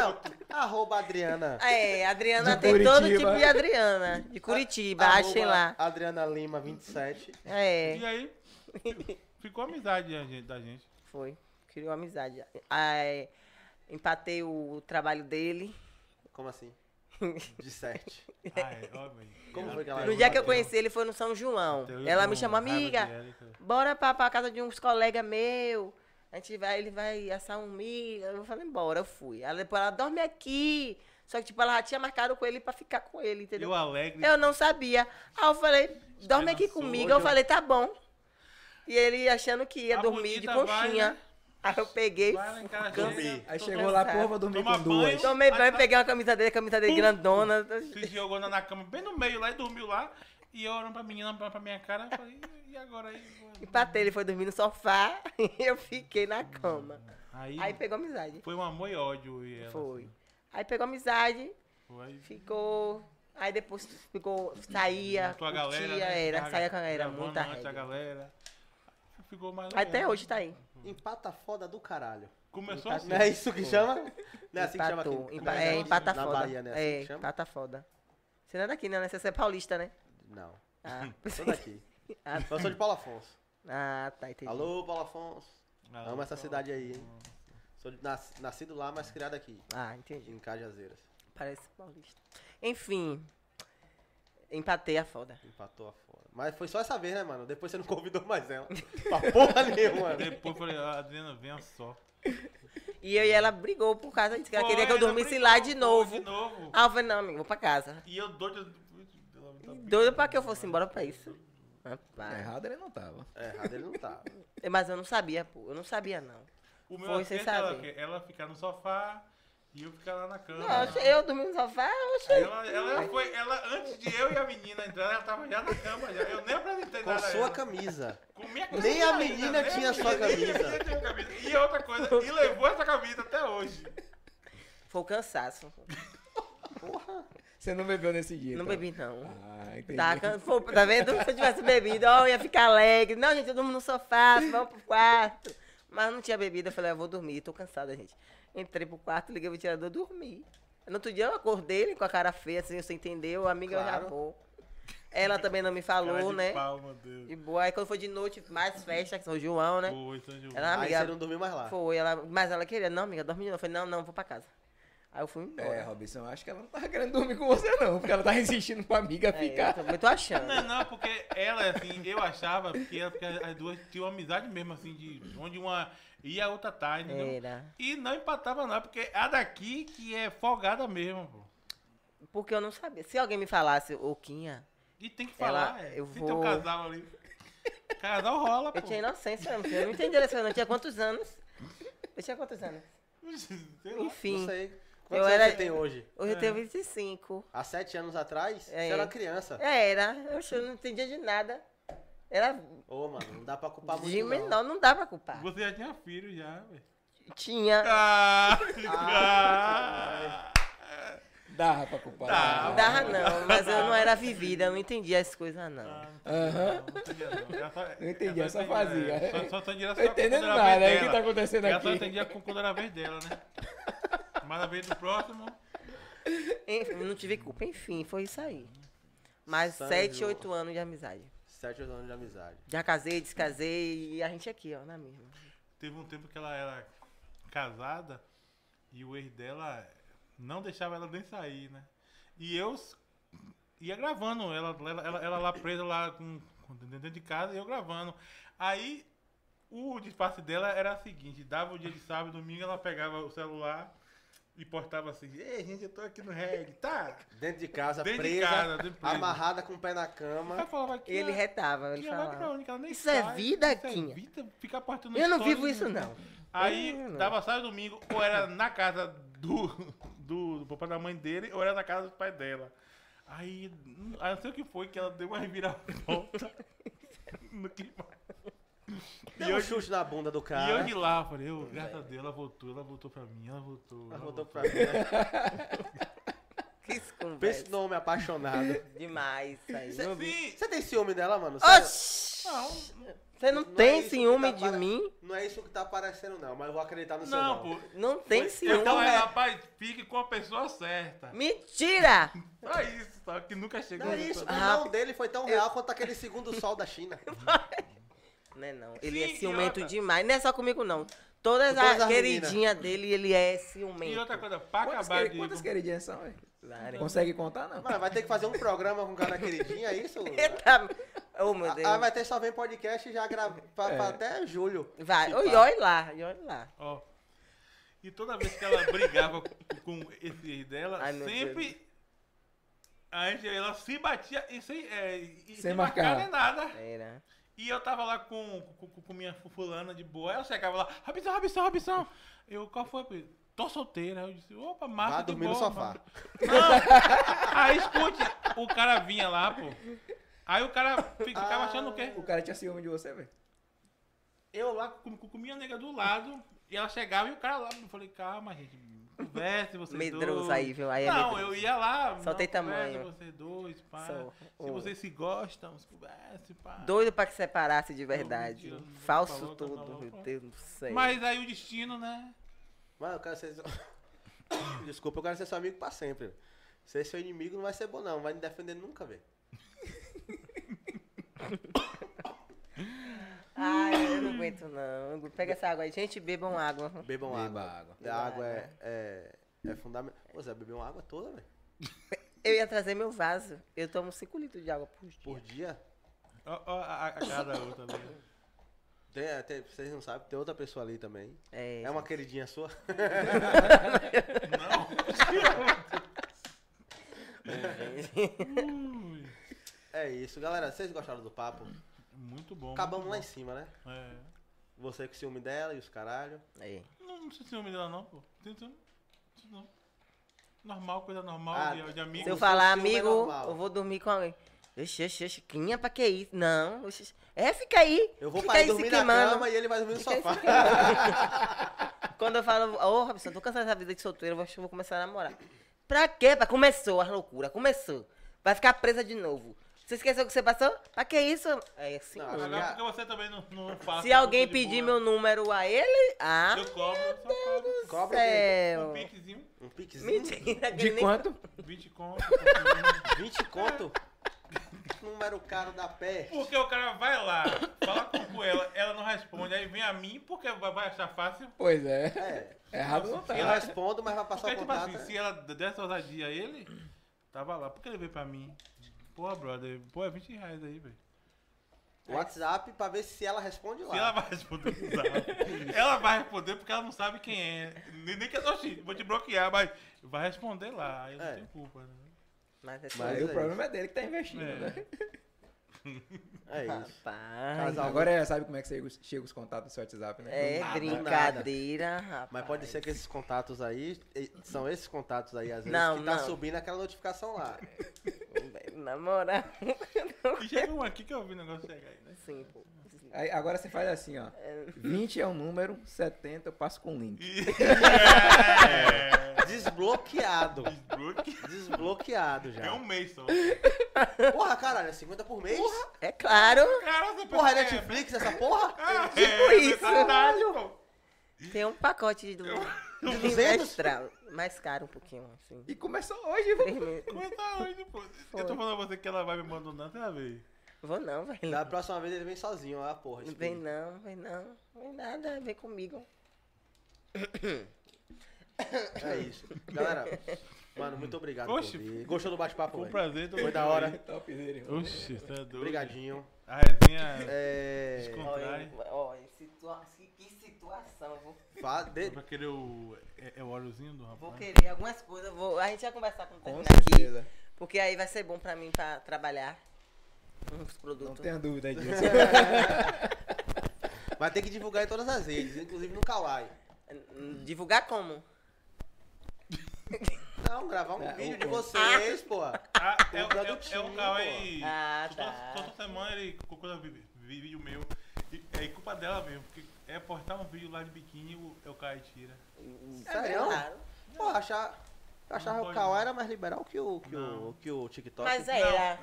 [SPEAKER 6] Não, arroba Adriana.
[SPEAKER 4] É, Adriana
[SPEAKER 7] De
[SPEAKER 4] tem todo
[SPEAKER 7] Curitiba.
[SPEAKER 4] tipo de Ah, Adriana. De Curitiba,
[SPEAKER 6] Arroba
[SPEAKER 4] achem lá.
[SPEAKER 6] Adriana Lima, 27.
[SPEAKER 4] É,
[SPEAKER 5] E aí, ficou amizade a gente- da gente.
[SPEAKER 4] foi. Criou amizade. Ai, Ah, é, Empatei o trabalho dele.
[SPEAKER 6] Como assim? De sete.
[SPEAKER 5] Ai, Ah, é, ó, Então bem.
[SPEAKER 6] Como foi que ela-
[SPEAKER 4] No dia que eu conheci ele foi no São João.
[SPEAKER 5] Teu
[SPEAKER 4] Ela
[SPEAKER 5] irmão,
[SPEAKER 4] me chamou,
[SPEAKER 5] raiva de
[SPEAKER 4] amiga,
[SPEAKER 5] Érica.
[SPEAKER 4] bora pra, pra casa de uns colegas meu. A gente vai, ele vai assar um milho. Eu falei, bora, eu fui. Ela depois ela dorme aqui. Só que, tipo, ela já tinha marcado com ele pra ficar com ele,
[SPEAKER 5] E
[SPEAKER 4] entendeu?
[SPEAKER 5] o Alegre.
[SPEAKER 4] Eu não sabia. Aí eu falei, dorme aqui
[SPEAKER 5] Esperançoso.
[SPEAKER 4] comigo. Eu falei, tá bom. E ele achando que ia
[SPEAKER 5] A
[SPEAKER 4] dormir de
[SPEAKER 5] bonita vai,
[SPEAKER 4] conchinha.
[SPEAKER 5] né?
[SPEAKER 4] Aí eu peguei,
[SPEAKER 5] Vai lá em casa,
[SPEAKER 4] cansa-
[SPEAKER 5] gente.
[SPEAKER 7] Aí
[SPEAKER 5] Tô
[SPEAKER 7] chegou lá,
[SPEAKER 4] cansado.
[SPEAKER 7] porra, vou dormir
[SPEAKER 5] Toma
[SPEAKER 7] com
[SPEAKER 5] banho.
[SPEAKER 7] duas.
[SPEAKER 4] tomei
[SPEAKER 5] Aí
[SPEAKER 4] banho,
[SPEAKER 5] tá-
[SPEAKER 4] peguei uma camisa dele, a camisa dele grandona.
[SPEAKER 5] se jogou na, na cama, bem no meio lá e dormiu lá. E eu olhando pra menina, pra, pra minha cara, eu falei, e agora aí?
[SPEAKER 4] Empatei, ele foi dormir no sofá e eu fiquei na cama.
[SPEAKER 5] Aí,
[SPEAKER 4] Aí pegou amizade.
[SPEAKER 5] foi um amor e ódio. E ela,
[SPEAKER 4] Foi. Aí pegou amizade,
[SPEAKER 5] Foi.
[SPEAKER 4] ficou. Aí depois ficou. Saía,
[SPEAKER 5] Tua
[SPEAKER 4] curtia,
[SPEAKER 5] galera, né?
[SPEAKER 4] era,
[SPEAKER 5] Tava
[SPEAKER 4] saía com a galera,
[SPEAKER 5] gravando
[SPEAKER 4] muita
[SPEAKER 5] antes a
[SPEAKER 4] rede.
[SPEAKER 5] galera. Ficou mais
[SPEAKER 4] Até
[SPEAKER 5] legal.
[SPEAKER 4] hoje tá aí.
[SPEAKER 6] Empata foda do caralho.
[SPEAKER 5] Começou assim.
[SPEAKER 6] Não é isso que chama? Não é assim que chama aqui?
[SPEAKER 4] Empatou.
[SPEAKER 6] Como
[SPEAKER 4] Empa-
[SPEAKER 6] que
[SPEAKER 4] é,
[SPEAKER 6] chama?
[SPEAKER 4] empata
[SPEAKER 6] Na
[SPEAKER 4] foda.
[SPEAKER 6] Bahia, né? Assim
[SPEAKER 4] É,
[SPEAKER 6] que chama?
[SPEAKER 4] empata foda. Você não é daqui, não, né? Você é paulista, né?
[SPEAKER 6] Não,
[SPEAKER 4] Ah,
[SPEAKER 6] sou daqui.
[SPEAKER 4] Ah.
[SPEAKER 6] Eu sou de Paulo Afonso.
[SPEAKER 4] ah, tá, entendi.
[SPEAKER 6] Alô, Paulo Afonso.
[SPEAKER 5] Ah,
[SPEAKER 6] Amo essa
[SPEAKER 5] só-
[SPEAKER 6] cidade aí, hein? Sou de- nas- nascido lá, mas criado aqui,
[SPEAKER 4] Ah, entendi.
[SPEAKER 6] em Cajazeiras.
[SPEAKER 4] Parece paulista. Enfim. Empatei a foda.
[SPEAKER 6] Empatou a foda. Mas foi só essa vez, né, mano? Depois você não convidou mais ela. pra porra nenhuma. né?
[SPEAKER 5] Depois eu falei, ah, Adriana, venha só.
[SPEAKER 4] E eu e ela brigou por causa disso, que ela queria que eu
[SPEAKER 5] Foi, ela
[SPEAKER 4] dormisse
[SPEAKER 5] brigou,
[SPEAKER 4] lá de
[SPEAKER 5] foi
[SPEAKER 4] novo.
[SPEAKER 5] De novo.
[SPEAKER 4] Ah, eu falei, não, amigo, vou pra casa.
[SPEAKER 5] E eu doido. tá
[SPEAKER 4] Doido pra que eu fosse embora pra isso. Rapaz. É,
[SPEAKER 7] Errado ele não tava.
[SPEAKER 6] É, errado ele não tá.
[SPEAKER 4] Mas eu não sabia, pô. Eu não sabia, não.
[SPEAKER 5] O meu
[SPEAKER 4] Foi sem
[SPEAKER 5] acerto era
[SPEAKER 4] saber.
[SPEAKER 5] que ela ficar no sofá e eu ficar lá na cama.
[SPEAKER 4] Não, eu, eu dormi no sofá, oxe.
[SPEAKER 5] Ela, ela foi, ela, antes de eu e a menina entrar, ela tava já na cama, já. eu nem apresentei
[SPEAKER 6] Com
[SPEAKER 5] nada. a
[SPEAKER 6] sua
[SPEAKER 5] ela.
[SPEAKER 6] camisa.
[SPEAKER 5] Com minha
[SPEAKER 6] Nem a
[SPEAKER 5] ainda, nem
[SPEAKER 6] menina
[SPEAKER 5] a
[SPEAKER 6] tinha sua
[SPEAKER 5] menina, nem a
[SPEAKER 6] camisa.
[SPEAKER 5] menina tinha camisa. E outra coisa, e levou essa camisa até hoje.
[SPEAKER 4] Foi o cansaço.
[SPEAKER 7] Você não bebeu nesse dia.
[SPEAKER 4] Não
[SPEAKER 7] então.
[SPEAKER 4] bebi, não.
[SPEAKER 7] Ah, entendi.
[SPEAKER 4] Tá, can- foi- tá vendo? Se eu tivesse bebido, ó, eu ia ficar alegre. Não, gente, eu durmo no sofá, vamos pro quarto. Mas não tinha bebida, eu falei, eu vou dormir, tô cansada, gente. Entrei pro quarto, liguei o ventilador, dormi. No outro dia eu acordei ele com a cara feia, assim, você entendeu? Amiga, eu já
[SPEAKER 6] Claro.
[SPEAKER 4] vou. Ela também não me
[SPEAKER 5] Cara
[SPEAKER 4] falou,
[SPEAKER 5] de
[SPEAKER 4] né?
[SPEAKER 5] pau, meu Deus.
[SPEAKER 4] De boa. Aí quando foi de noite, mais festa, que São João, né?
[SPEAKER 5] Pô, então, Gil.
[SPEAKER 4] Ela,
[SPEAKER 6] Aí você
[SPEAKER 4] amiga,
[SPEAKER 6] não dormiu mais lá.
[SPEAKER 4] foi, ela, mas ela queria, não, amiga, dorme de novo. Eu falei, não, não, vou pra casa. Aí eu fui
[SPEAKER 7] É,
[SPEAKER 4] embora.
[SPEAKER 7] Robinson, eu acho que ela não tava querendo dormir com você, não. Porque ela tava insistindo pra
[SPEAKER 4] É,
[SPEAKER 7] amiga
[SPEAKER 4] eu
[SPEAKER 7] ficar.
[SPEAKER 4] também tô achando.
[SPEAKER 5] Não, é não, porque ela, assim, eu achava que ela- porque as duas tinham uma amizade mesmo, assim, de onde uma ia a outra tá, entendeu?
[SPEAKER 4] Era.
[SPEAKER 5] E não empatava não, porque a daqui que é folgada mesmo, pô.
[SPEAKER 4] Porque eu não sabia. Se alguém me falasse, ô Quinha,
[SPEAKER 5] E tem que
[SPEAKER 4] Ela-
[SPEAKER 5] falar, é.
[SPEAKER 4] eu
[SPEAKER 5] Se
[SPEAKER 4] vou-
[SPEAKER 5] tem um casal ali. Casal rola, pô.
[SPEAKER 4] eu tinha inocência, mesmo, eu não entendia isso, eu não tinha quantos anos. Eu tinha quantos anos?
[SPEAKER 5] Sei lá.
[SPEAKER 4] Enfim,
[SPEAKER 6] Não sei. Quantos
[SPEAKER 4] Eu
[SPEAKER 6] anos
[SPEAKER 4] era-
[SPEAKER 6] você tem hoje? É.
[SPEAKER 4] hoje eu tenho 25.
[SPEAKER 6] Há sete anos atrás,
[SPEAKER 4] É.
[SPEAKER 6] você era criança.
[SPEAKER 4] É, Era, Oxe, eu não entendia de nada. Era
[SPEAKER 6] Ô, mano, não dá pra culpar muito.
[SPEAKER 4] de
[SPEAKER 6] não.
[SPEAKER 4] menor, não dá pra culpar.
[SPEAKER 5] Você já tinha filho já, velho.
[SPEAKER 4] Tinha,
[SPEAKER 5] Ah! ah,
[SPEAKER 7] Dava pra culpar.
[SPEAKER 5] Dava.
[SPEAKER 4] dava não, mas eu não era vivida, eu não entendia as coisas
[SPEAKER 6] Ah.
[SPEAKER 4] não.
[SPEAKER 7] Aham.
[SPEAKER 5] não entendia, não. Ela só-
[SPEAKER 7] Eu
[SPEAKER 5] ela
[SPEAKER 7] entendi, ela só fazia.
[SPEAKER 5] entendia, é, Só, só, só entendia
[SPEAKER 7] Tô
[SPEAKER 5] só quando
[SPEAKER 7] entendendo
[SPEAKER 5] era a
[SPEAKER 7] nada,
[SPEAKER 5] vez
[SPEAKER 7] é o que
[SPEAKER 5] dela.
[SPEAKER 7] tá acontecendo
[SPEAKER 5] Ela só
[SPEAKER 7] aqui.
[SPEAKER 5] entendia com- quando era a vez dela, né? Mas a vez do próximo,
[SPEAKER 4] Enfim, não tive culpa, enfim, foi isso aí. Mas
[SPEAKER 6] Sanjo.
[SPEAKER 4] sete, oito anos de amizade.
[SPEAKER 6] Sete anos de amizade.
[SPEAKER 4] Já casei, descasei e a gente aqui, ó, na mesma.
[SPEAKER 5] teve um tempo que ela era casada e o ex dela não deixava ela nem sair, né? E eu s- ia gravando, ela, ela, ela, ela lá presa lá com, com- dentro de casa e eu gravando. Aí o disfarce dela era o seguinte, dava o dia de sábado, domingo, ela pegava o celular e postava assim, ei gente, eu tô aqui no reggae, tá?
[SPEAKER 6] Dentro de casa,
[SPEAKER 5] Dentro de
[SPEAKER 6] presa,
[SPEAKER 5] casa, dentro de presa.
[SPEAKER 6] amarrada com o pé na
[SPEAKER 5] Ela
[SPEAKER 6] cama.
[SPEAKER 5] falava que
[SPEAKER 4] E ele
[SPEAKER 5] ela-
[SPEAKER 4] retava,
[SPEAKER 5] que
[SPEAKER 4] ele
[SPEAKER 5] ela vai pra
[SPEAKER 4] falava.
[SPEAKER 5] onde, que ela nem
[SPEAKER 4] Isso é
[SPEAKER 5] sai,
[SPEAKER 4] vida,
[SPEAKER 5] isso é
[SPEAKER 4] Quinha.
[SPEAKER 5] vida, fica postando
[SPEAKER 4] Eu não
[SPEAKER 5] stories,
[SPEAKER 4] vivo isso não.
[SPEAKER 5] Aí
[SPEAKER 4] Eu não.
[SPEAKER 5] dava sábado e domingo, ou era na casa do, do, do papai da mãe dele, ou era na casa do pai dela. Aí, hum, aí não sei o que foi, que ela deu uma reviravolta. no que-
[SPEAKER 6] Deu um chute na bunda do
[SPEAKER 5] E eu
[SPEAKER 6] cara.
[SPEAKER 5] de lá, falei, eu, graças a Deus, ela voltou, ela voltou pra mim, ela voltou.
[SPEAKER 6] Ela voltou pra mim. né?
[SPEAKER 4] Que isso,
[SPEAKER 6] Pensa
[SPEAKER 4] conversa.
[SPEAKER 6] no homem apaixonado.
[SPEAKER 4] Demais isso aí.
[SPEAKER 5] Cê-
[SPEAKER 4] Não vi.
[SPEAKER 5] é Sim!
[SPEAKER 6] Você tem ciúme dela, mano? Você-
[SPEAKER 4] Oxi!
[SPEAKER 5] Não,
[SPEAKER 4] Você não,
[SPEAKER 6] Não é
[SPEAKER 4] tem
[SPEAKER 6] isso que
[SPEAKER 4] ciúme
[SPEAKER 6] tá
[SPEAKER 4] de
[SPEAKER 6] para-
[SPEAKER 4] mim?
[SPEAKER 6] Não é isso que tá aparecendo, não, mas eu vou acreditar no seu
[SPEAKER 5] não,
[SPEAKER 6] nome.
[SPEAKER 5] pô.
[SPEAKER 4] Não tem ciúme.
[SPEAKER 5] Então,
[SPEAKER 6] é-
[SPEAKER 5] rapaz, fique com a pessoa certa.
[SPEAKER 4] Mentira!
[SPEAKER 5] Só isso, só que nunca chegou.
[SPEAKER 6] Não é isso, o
[SPEAKER 4] Ah,
[SPEAKER 6] irmão dele foi tão real quanto aquele segundo sol da China.
[SPEAKER 4] Não é não. Ele
[SPEAKER 5] Sim,
[SPEAKER 4] é ciumento
[SPEAKER 5] idiota.
[SPEAKER 4] demais. Não é só comigo, não. Todas,
[SPEAKER 6] Todas
[SPEAKER 4] as
[SPEAKER 6] as
[SPEAKER 4] queridinhas dele, ele é
[SPEAKER 5] E
[SPEAKER 4] ciumento.
[SPEAKER 5] outra coisa, pra
[SPEAKER 7] Quantas,
[SPEAKER 5] acabar
[SPEAKER 7] queri-
[SPEAKER 5] de.
[SPEAKER 7] quantas queridinhas são? ué? Consegue contar, não?
[SPEAKER 6] Mano, vai ter que fazer um programa com cada queridinha, é isso?
[SPEAKER 4] Eita, oh meu
[SPEAKER 6] Ah,
[SPEAKER 4] Deus.
[SPEAKER 6] vai ter só vem podcast e já grava pra- pra até julho.
[SPEAKER 4] Vai, Oi, olha lá, e olha lá.
[SPEAKER 5] Ó. E toda vez que ela brigava com esse dela,
[SPEAKER 4] Ai, meu
[SPEAKER 5] sempre a Angela ela se batia e sem, é, e sem,
[SPEAKER 7] marcar.
[SPEAKER 5] nem nada.
[SPEAKER 4] Era.
[SPEAKER 5] E eu tava lá com, com, com minha fulana de boa, ela chegava lá, Rabisão, Rabisão, Rabisão. Eu, qual foi? Pri? Tô solteira. Eu disse, opa, massa
[SPEAKER 6] Vai
[SPEAKER 5] de
[SPEAKER 6] dormir no
[SPEAKER 5] boa,
[SPEAKER 6] sofá.
[SPEAKER 5] mano. Não, aí escute, o cara vinha lá, pô. Aí o cara ficava achando o quê?
[SPEAKER 7] O cara tinha ciúme de você, velho.
[SPEAKER 5] eu lá com, com, com minha nega do lado, e ela chegava e o cara lá, eu falei, calma, gente, converse, vocês dois.
[SPEAKER 4] Medroso aí, viu? Aí é
[SPEAKER 5] não,
[SPEAKER 4] medroso.
[SPEAKER 5] eu ia lá,
[SPEAKER 4] Só
[SPEAKER 5] não,
[SPEAKER 4] tem
[SPEAKER 5] converse
[SPEAKER 4] tamanho. um
[SPEAKER 5] vocês dois, pá.
[SPEAKER 4] Só,
[SPEAKER 5] Se
[SPEAKER 4] ô.
[SPEAKER 5] vocês se gostam, se converse, pá.
[SPEAKER 4] Doido pra que separasse de verdade.
[SPEAKER 5] mentira, não vou falar,
[SPEAKER 4] Falso
[SPEAKER 5] tá
[SPEAKER 4] tudo,
[SPEAKER 5] maluco.
[SPEAKER 4] meu Deus do céu.
[SPEAKER 5] Mas aí o destino, né?
[SPEAKER 6] Mano, eu quero ser. seu- Desculpa, eu quero ser seu amigo pra sempre. velho. Ser seu inimigo não vai ser bom, não. Não vai me defender nunca, velho.
[SPEAKER 4] Ai, eu não aguento não. Pega essa água aí. Gente, bebam água.
[SPEAKER 6] Bebam água.
[SPEAKER 3] água.
[SPEAKER 6] A água é, é, é fundamental. Pô, você bebeu uma água toda, velho?
[SPEAKER 4] Eu ia trazer meu vaso. Eu tomo 5 litros de água por dia.
[SPEAKER 6] Por dia?
[SPEAKER 5] Ó, ó, a, a cara da outra ali.
[SPEAKER 6] Tem, é, tem- vocês não sabem, tem outra pessoa ali também.
[SPEAKER 4] É,
[SPEAKER 6] É uma queridinha sua?
[SPEAKER 5] Ui,
[SPEAKER 6] É isso, galera. Vocês gostaram do papo?
[SPEAKER 5] Muito bom.
[SPEAKER 6] Acabamos lá em
[SPEAKER 5] muito
[SPEAKER 6] cima, né?
[SPEAKER 5] bom. É.
[SPEAKER 6] Você com ciúme dela e os caralho.
[SPEAKER 4] é.
[SPEAKER 5] Não, não sei se ciúme dela não, pô. Tem ciúme? Isso Não. Normal, coisa normal
[SPEAKER 6] Ah,
[SPEAKER 5] de, de amigo.
[SPEAKER 4] Se eu
[SPEAKER 6] Você
[SPEAKER 4] falar,
[SPEAKER 6] ciúme é
[SPEAKER 4] amigo,
[SPEAKER 6] normal.
[SPEAKER 4] eu vou dormir com alguém. Oxi, oxi, oxi, quinha, pra que isso? Não, oxi, oxi. É, fica aí.
[SPEAKER 6] Eu vou
[SPEAKER 4] fica
[SPEAKER 6] pra
[SPEAKER 4] aí
[SPEAKER 6] ir dormir
[SPEAKER 4] se
[SPEAKER 6] na
[SPEAKER 4] queimando.
[SPEAKER 6] cama e ele vai dormir no
[SPEAKER 4] Fica aí se
[SPEAKER 6] sofá.
[SPEAKER 4] queimando. Quando eu falo, ô, Robson, tô cansado dessa vida de solteiro, eu vou, acho que eu vou começar a namorar. Pra quê? Pra... Começou as loucuras, começou. Vai ficar presa de novo. Você esqueceu o que você passou? Pra que isso? É assim.
[SPEAKER 6] Não,
[SPEAKER 4] mano.
[SPEAKER 5] Agora porque você também não, não faz.
[SPEAKER 4] Se alguém pedir meu número a ele, ah,
[SPEAKER 5] Eu cobro, eu só cobro.
[SPEAKER 6] Cobra o quê?
[SPEAKER 5] Um
[SPEAKER 4] céu.
[SPEAKER 5] piquezinho,
[SPEAKER 6] Um piquezinho?
[SPEAKER 4] Mentira, que
[SPEAKER 7] De
[SPEAKER 4] nem-
[SPEAKER 7] quanto?
[SPEAKER 5] 20 conto. piquezinho.
[SPEAKER 6] 20 conto? Número caro da pé.
[SPEAKER 5] Porque o cara vai lá, fala com ela, ela não responde, aí vem a mim, porque vai vai achar fácil.
[SPEAKER 7] Pois é.
[SPEAKER 6] É.
[SPEAKER 7] Errado não tá.
[SPEAKER 6] Eu respondo, mas vai passar
[SPEAKER 5] Porque,
[SPEAKER 6] o
[SPEAKER 5] tipo assim,
[SPEAKER 6] contato. né?
[SPEAKER 5] se ela desse ousadia a ele, tava lá. Por que ele veio pra mim? Pô, brother, pô, é 20 reais aí, velho.
[SPEAKER 6] WhatsApp pra ver se ela responde lá.
[SPEAKER 5] Se ela vai responder, não sabe. ela vai responder porque ela não sabe quem é. Nem, nem que eu sou X, vou te bloquear, mas vai responder lá, aí eu
[SPEAKER 6] É.
[SPEAKER 5] não tenho culpa. Né?
[SPEAKER 4] Mas é
[SPEAKER 6] Mas
[SPEAKER 7] Aí
[SPEAKER 6] é
[SPEAKER 7] o problema é dele que tá investindo,
[SPEAKER 5] É.
[SPEAKER 7] né?
[SPEAKER 6] É isso.
[SPEAKER 4] Rapaz,
[SPEAKER 6] Casal,
[SPEAKER 7] Agora é, sabe como é que você chega os contatos do seu WhatsApp, né?
[SPEAKER 4] é
[SPEAKER 6] nada.
[SPEAKER 4] brincadeira, rapaz.
[SPEAKER 6] Mas pode ser que esses contatos aí, e- são esses contatos aí, às vezes,
[SPEAKER 4] Não,
[SPEAKER 6] que tá
[SPEAKER 4] não.
[SPEAKER 6] subindo aquela notificação lá.
[SPEAKER 4] Na moral,
[SPEAKER 5] E chega um aqui que eu vi o negócio chegar aí, né?
[SPEAKER 4] sim, pô.
[SPEAKER 7] Aí, agora você faz assim, ó. 20 é o número, 70 eu passo com o link.
[SPEAKER 5] E... É.
[SPEAKER 6] Desbloqueado.
[SPEAKER 5] Brook
[SPEAKER 6] Desbloqueado já.
[SPEAKER 5] É um mês só.
[SPEAKER 6] Porra, caralho, é 50 por mês?
[SPEAKER 4] É claro,
[SPEAKER 5] Cara, você
[SPEAKER 6] Porra, é
[SPEAKER 5] pensa-
[SPEAKER 6] Netflix essa porra?
[SPEAKER 5] Ah,
[SPEAKER 4] Tipo
[SPEAKER 5] tipo, é,
[SPEAKER 4] isso.
[SPEAKER 5] verdade, pô.
[SPEAKER 4] tem um pacote do, do
[SPEAKER 6] 200?
[SPEAKER 4] extra, mais caro um pouquinho, assim.
[SPEAKER 7] E começou é hoje, viu?
[SPEAKER 4] Três mil.
[SPEAKER 5] Mas tá hoje, pô. Eu tô falando a você que ela vai me abandonando até a vez.
[SPEAKER 4] Vou não, velho.
[SPEAKER 6] Da próxima vez ele vem sozinho, ah, porra.
[SPEAKER 4] Hum. Não
[SPEAKER 6] esse
[SPEAKER 4] vem não, vem não, vem nada, vem comigo.
[SPEAKER 6] filho. É isso. Galera, mano, muito obrigado
[SPEAKER 5] Oxe,
[SPEAKER 6] por vir. Gostou do bate-papo,
[SPEAKER 5] Foi um
[SPEAKER 6] velho?
[SPEAKER 5] prazer. tô
[SPEAKER 6] Foi da
[SPEAKER 5] aqui.
[SPEAKER 6] hora.
[SPEAKER 7] Topzera, irmão.
[SPEAKER 5] Oxi, você é doido.
[SPEAKER 6] Obrigadinho.
[SPEAKER 5] A resenha
[SPEAKER 6] É...
[SPEAKER 5] descontrai.
[SPEAKER 4] Olha, situa- que- que situação, vou,
[SPEAKER 6] fa- de-
[SPEAKER 5] Vai querer o, é, é o óleozinho do rapaz?
[SPEAKER 4] vou querer algumas coisas, vou, a gente vai conversar com o
[SPEAKER 7] Com
[SPEAKER 4] Tânia é aqui,
[SPEAKER 7] certeza.
[SPEAKER 4] porque aí vai ser bom pra mim pra trabalhar uns
[SPEAKER 7] Não
[SPEAKER 4] produtos.
[SPEAKER 7] tenha dúvida disso.
[SPEAKER 6] Vai ter que divulgar em todas as redes, inclusive no Kawaii.
[SPEAKER 4] Divulgar como?
[SPEAKER 6] Não, gravar um vídeo de
[SPEAKER 7] o-
[SPEAKER 6] vocês, porra.
[SPEAKER 5] Ah, é, o-
[SPEAKER 6] O
[SPEAKER 5] é, o- é
[SPEAKER 6] produtinho,
[SPEAKER 5] o carro aí.
[SPEAKER 4] Ah,
[SPEAKER 5] Só-
[SPEAKER 4] tá.
[SPEAKER 5] Só toda semana ele colocou vídeo, vídeo meu. E, é culpa dela mesmo. Porque é postar um vídeo lá de biquíni, o, é o cara tira.
[SPEAKER 4] É
[SPEAKER 6] Sério?
[SPEAKER 4] Claro.
[SPEAKER 6] Porra, achar... Eu achava
[SPEAKER 5] Não
[SPEAKER 6] que o
[SPEAKER 5] pode
[SPEAKER 6] Kawaii
[SPEAKER 5] não.
[SPEAKER 6] era mais liberal que o, que o,
[SPEAKER 5] Não.
[SPEAKER 6] que o TikTok.
[SPEAKER 4] Mas é, era.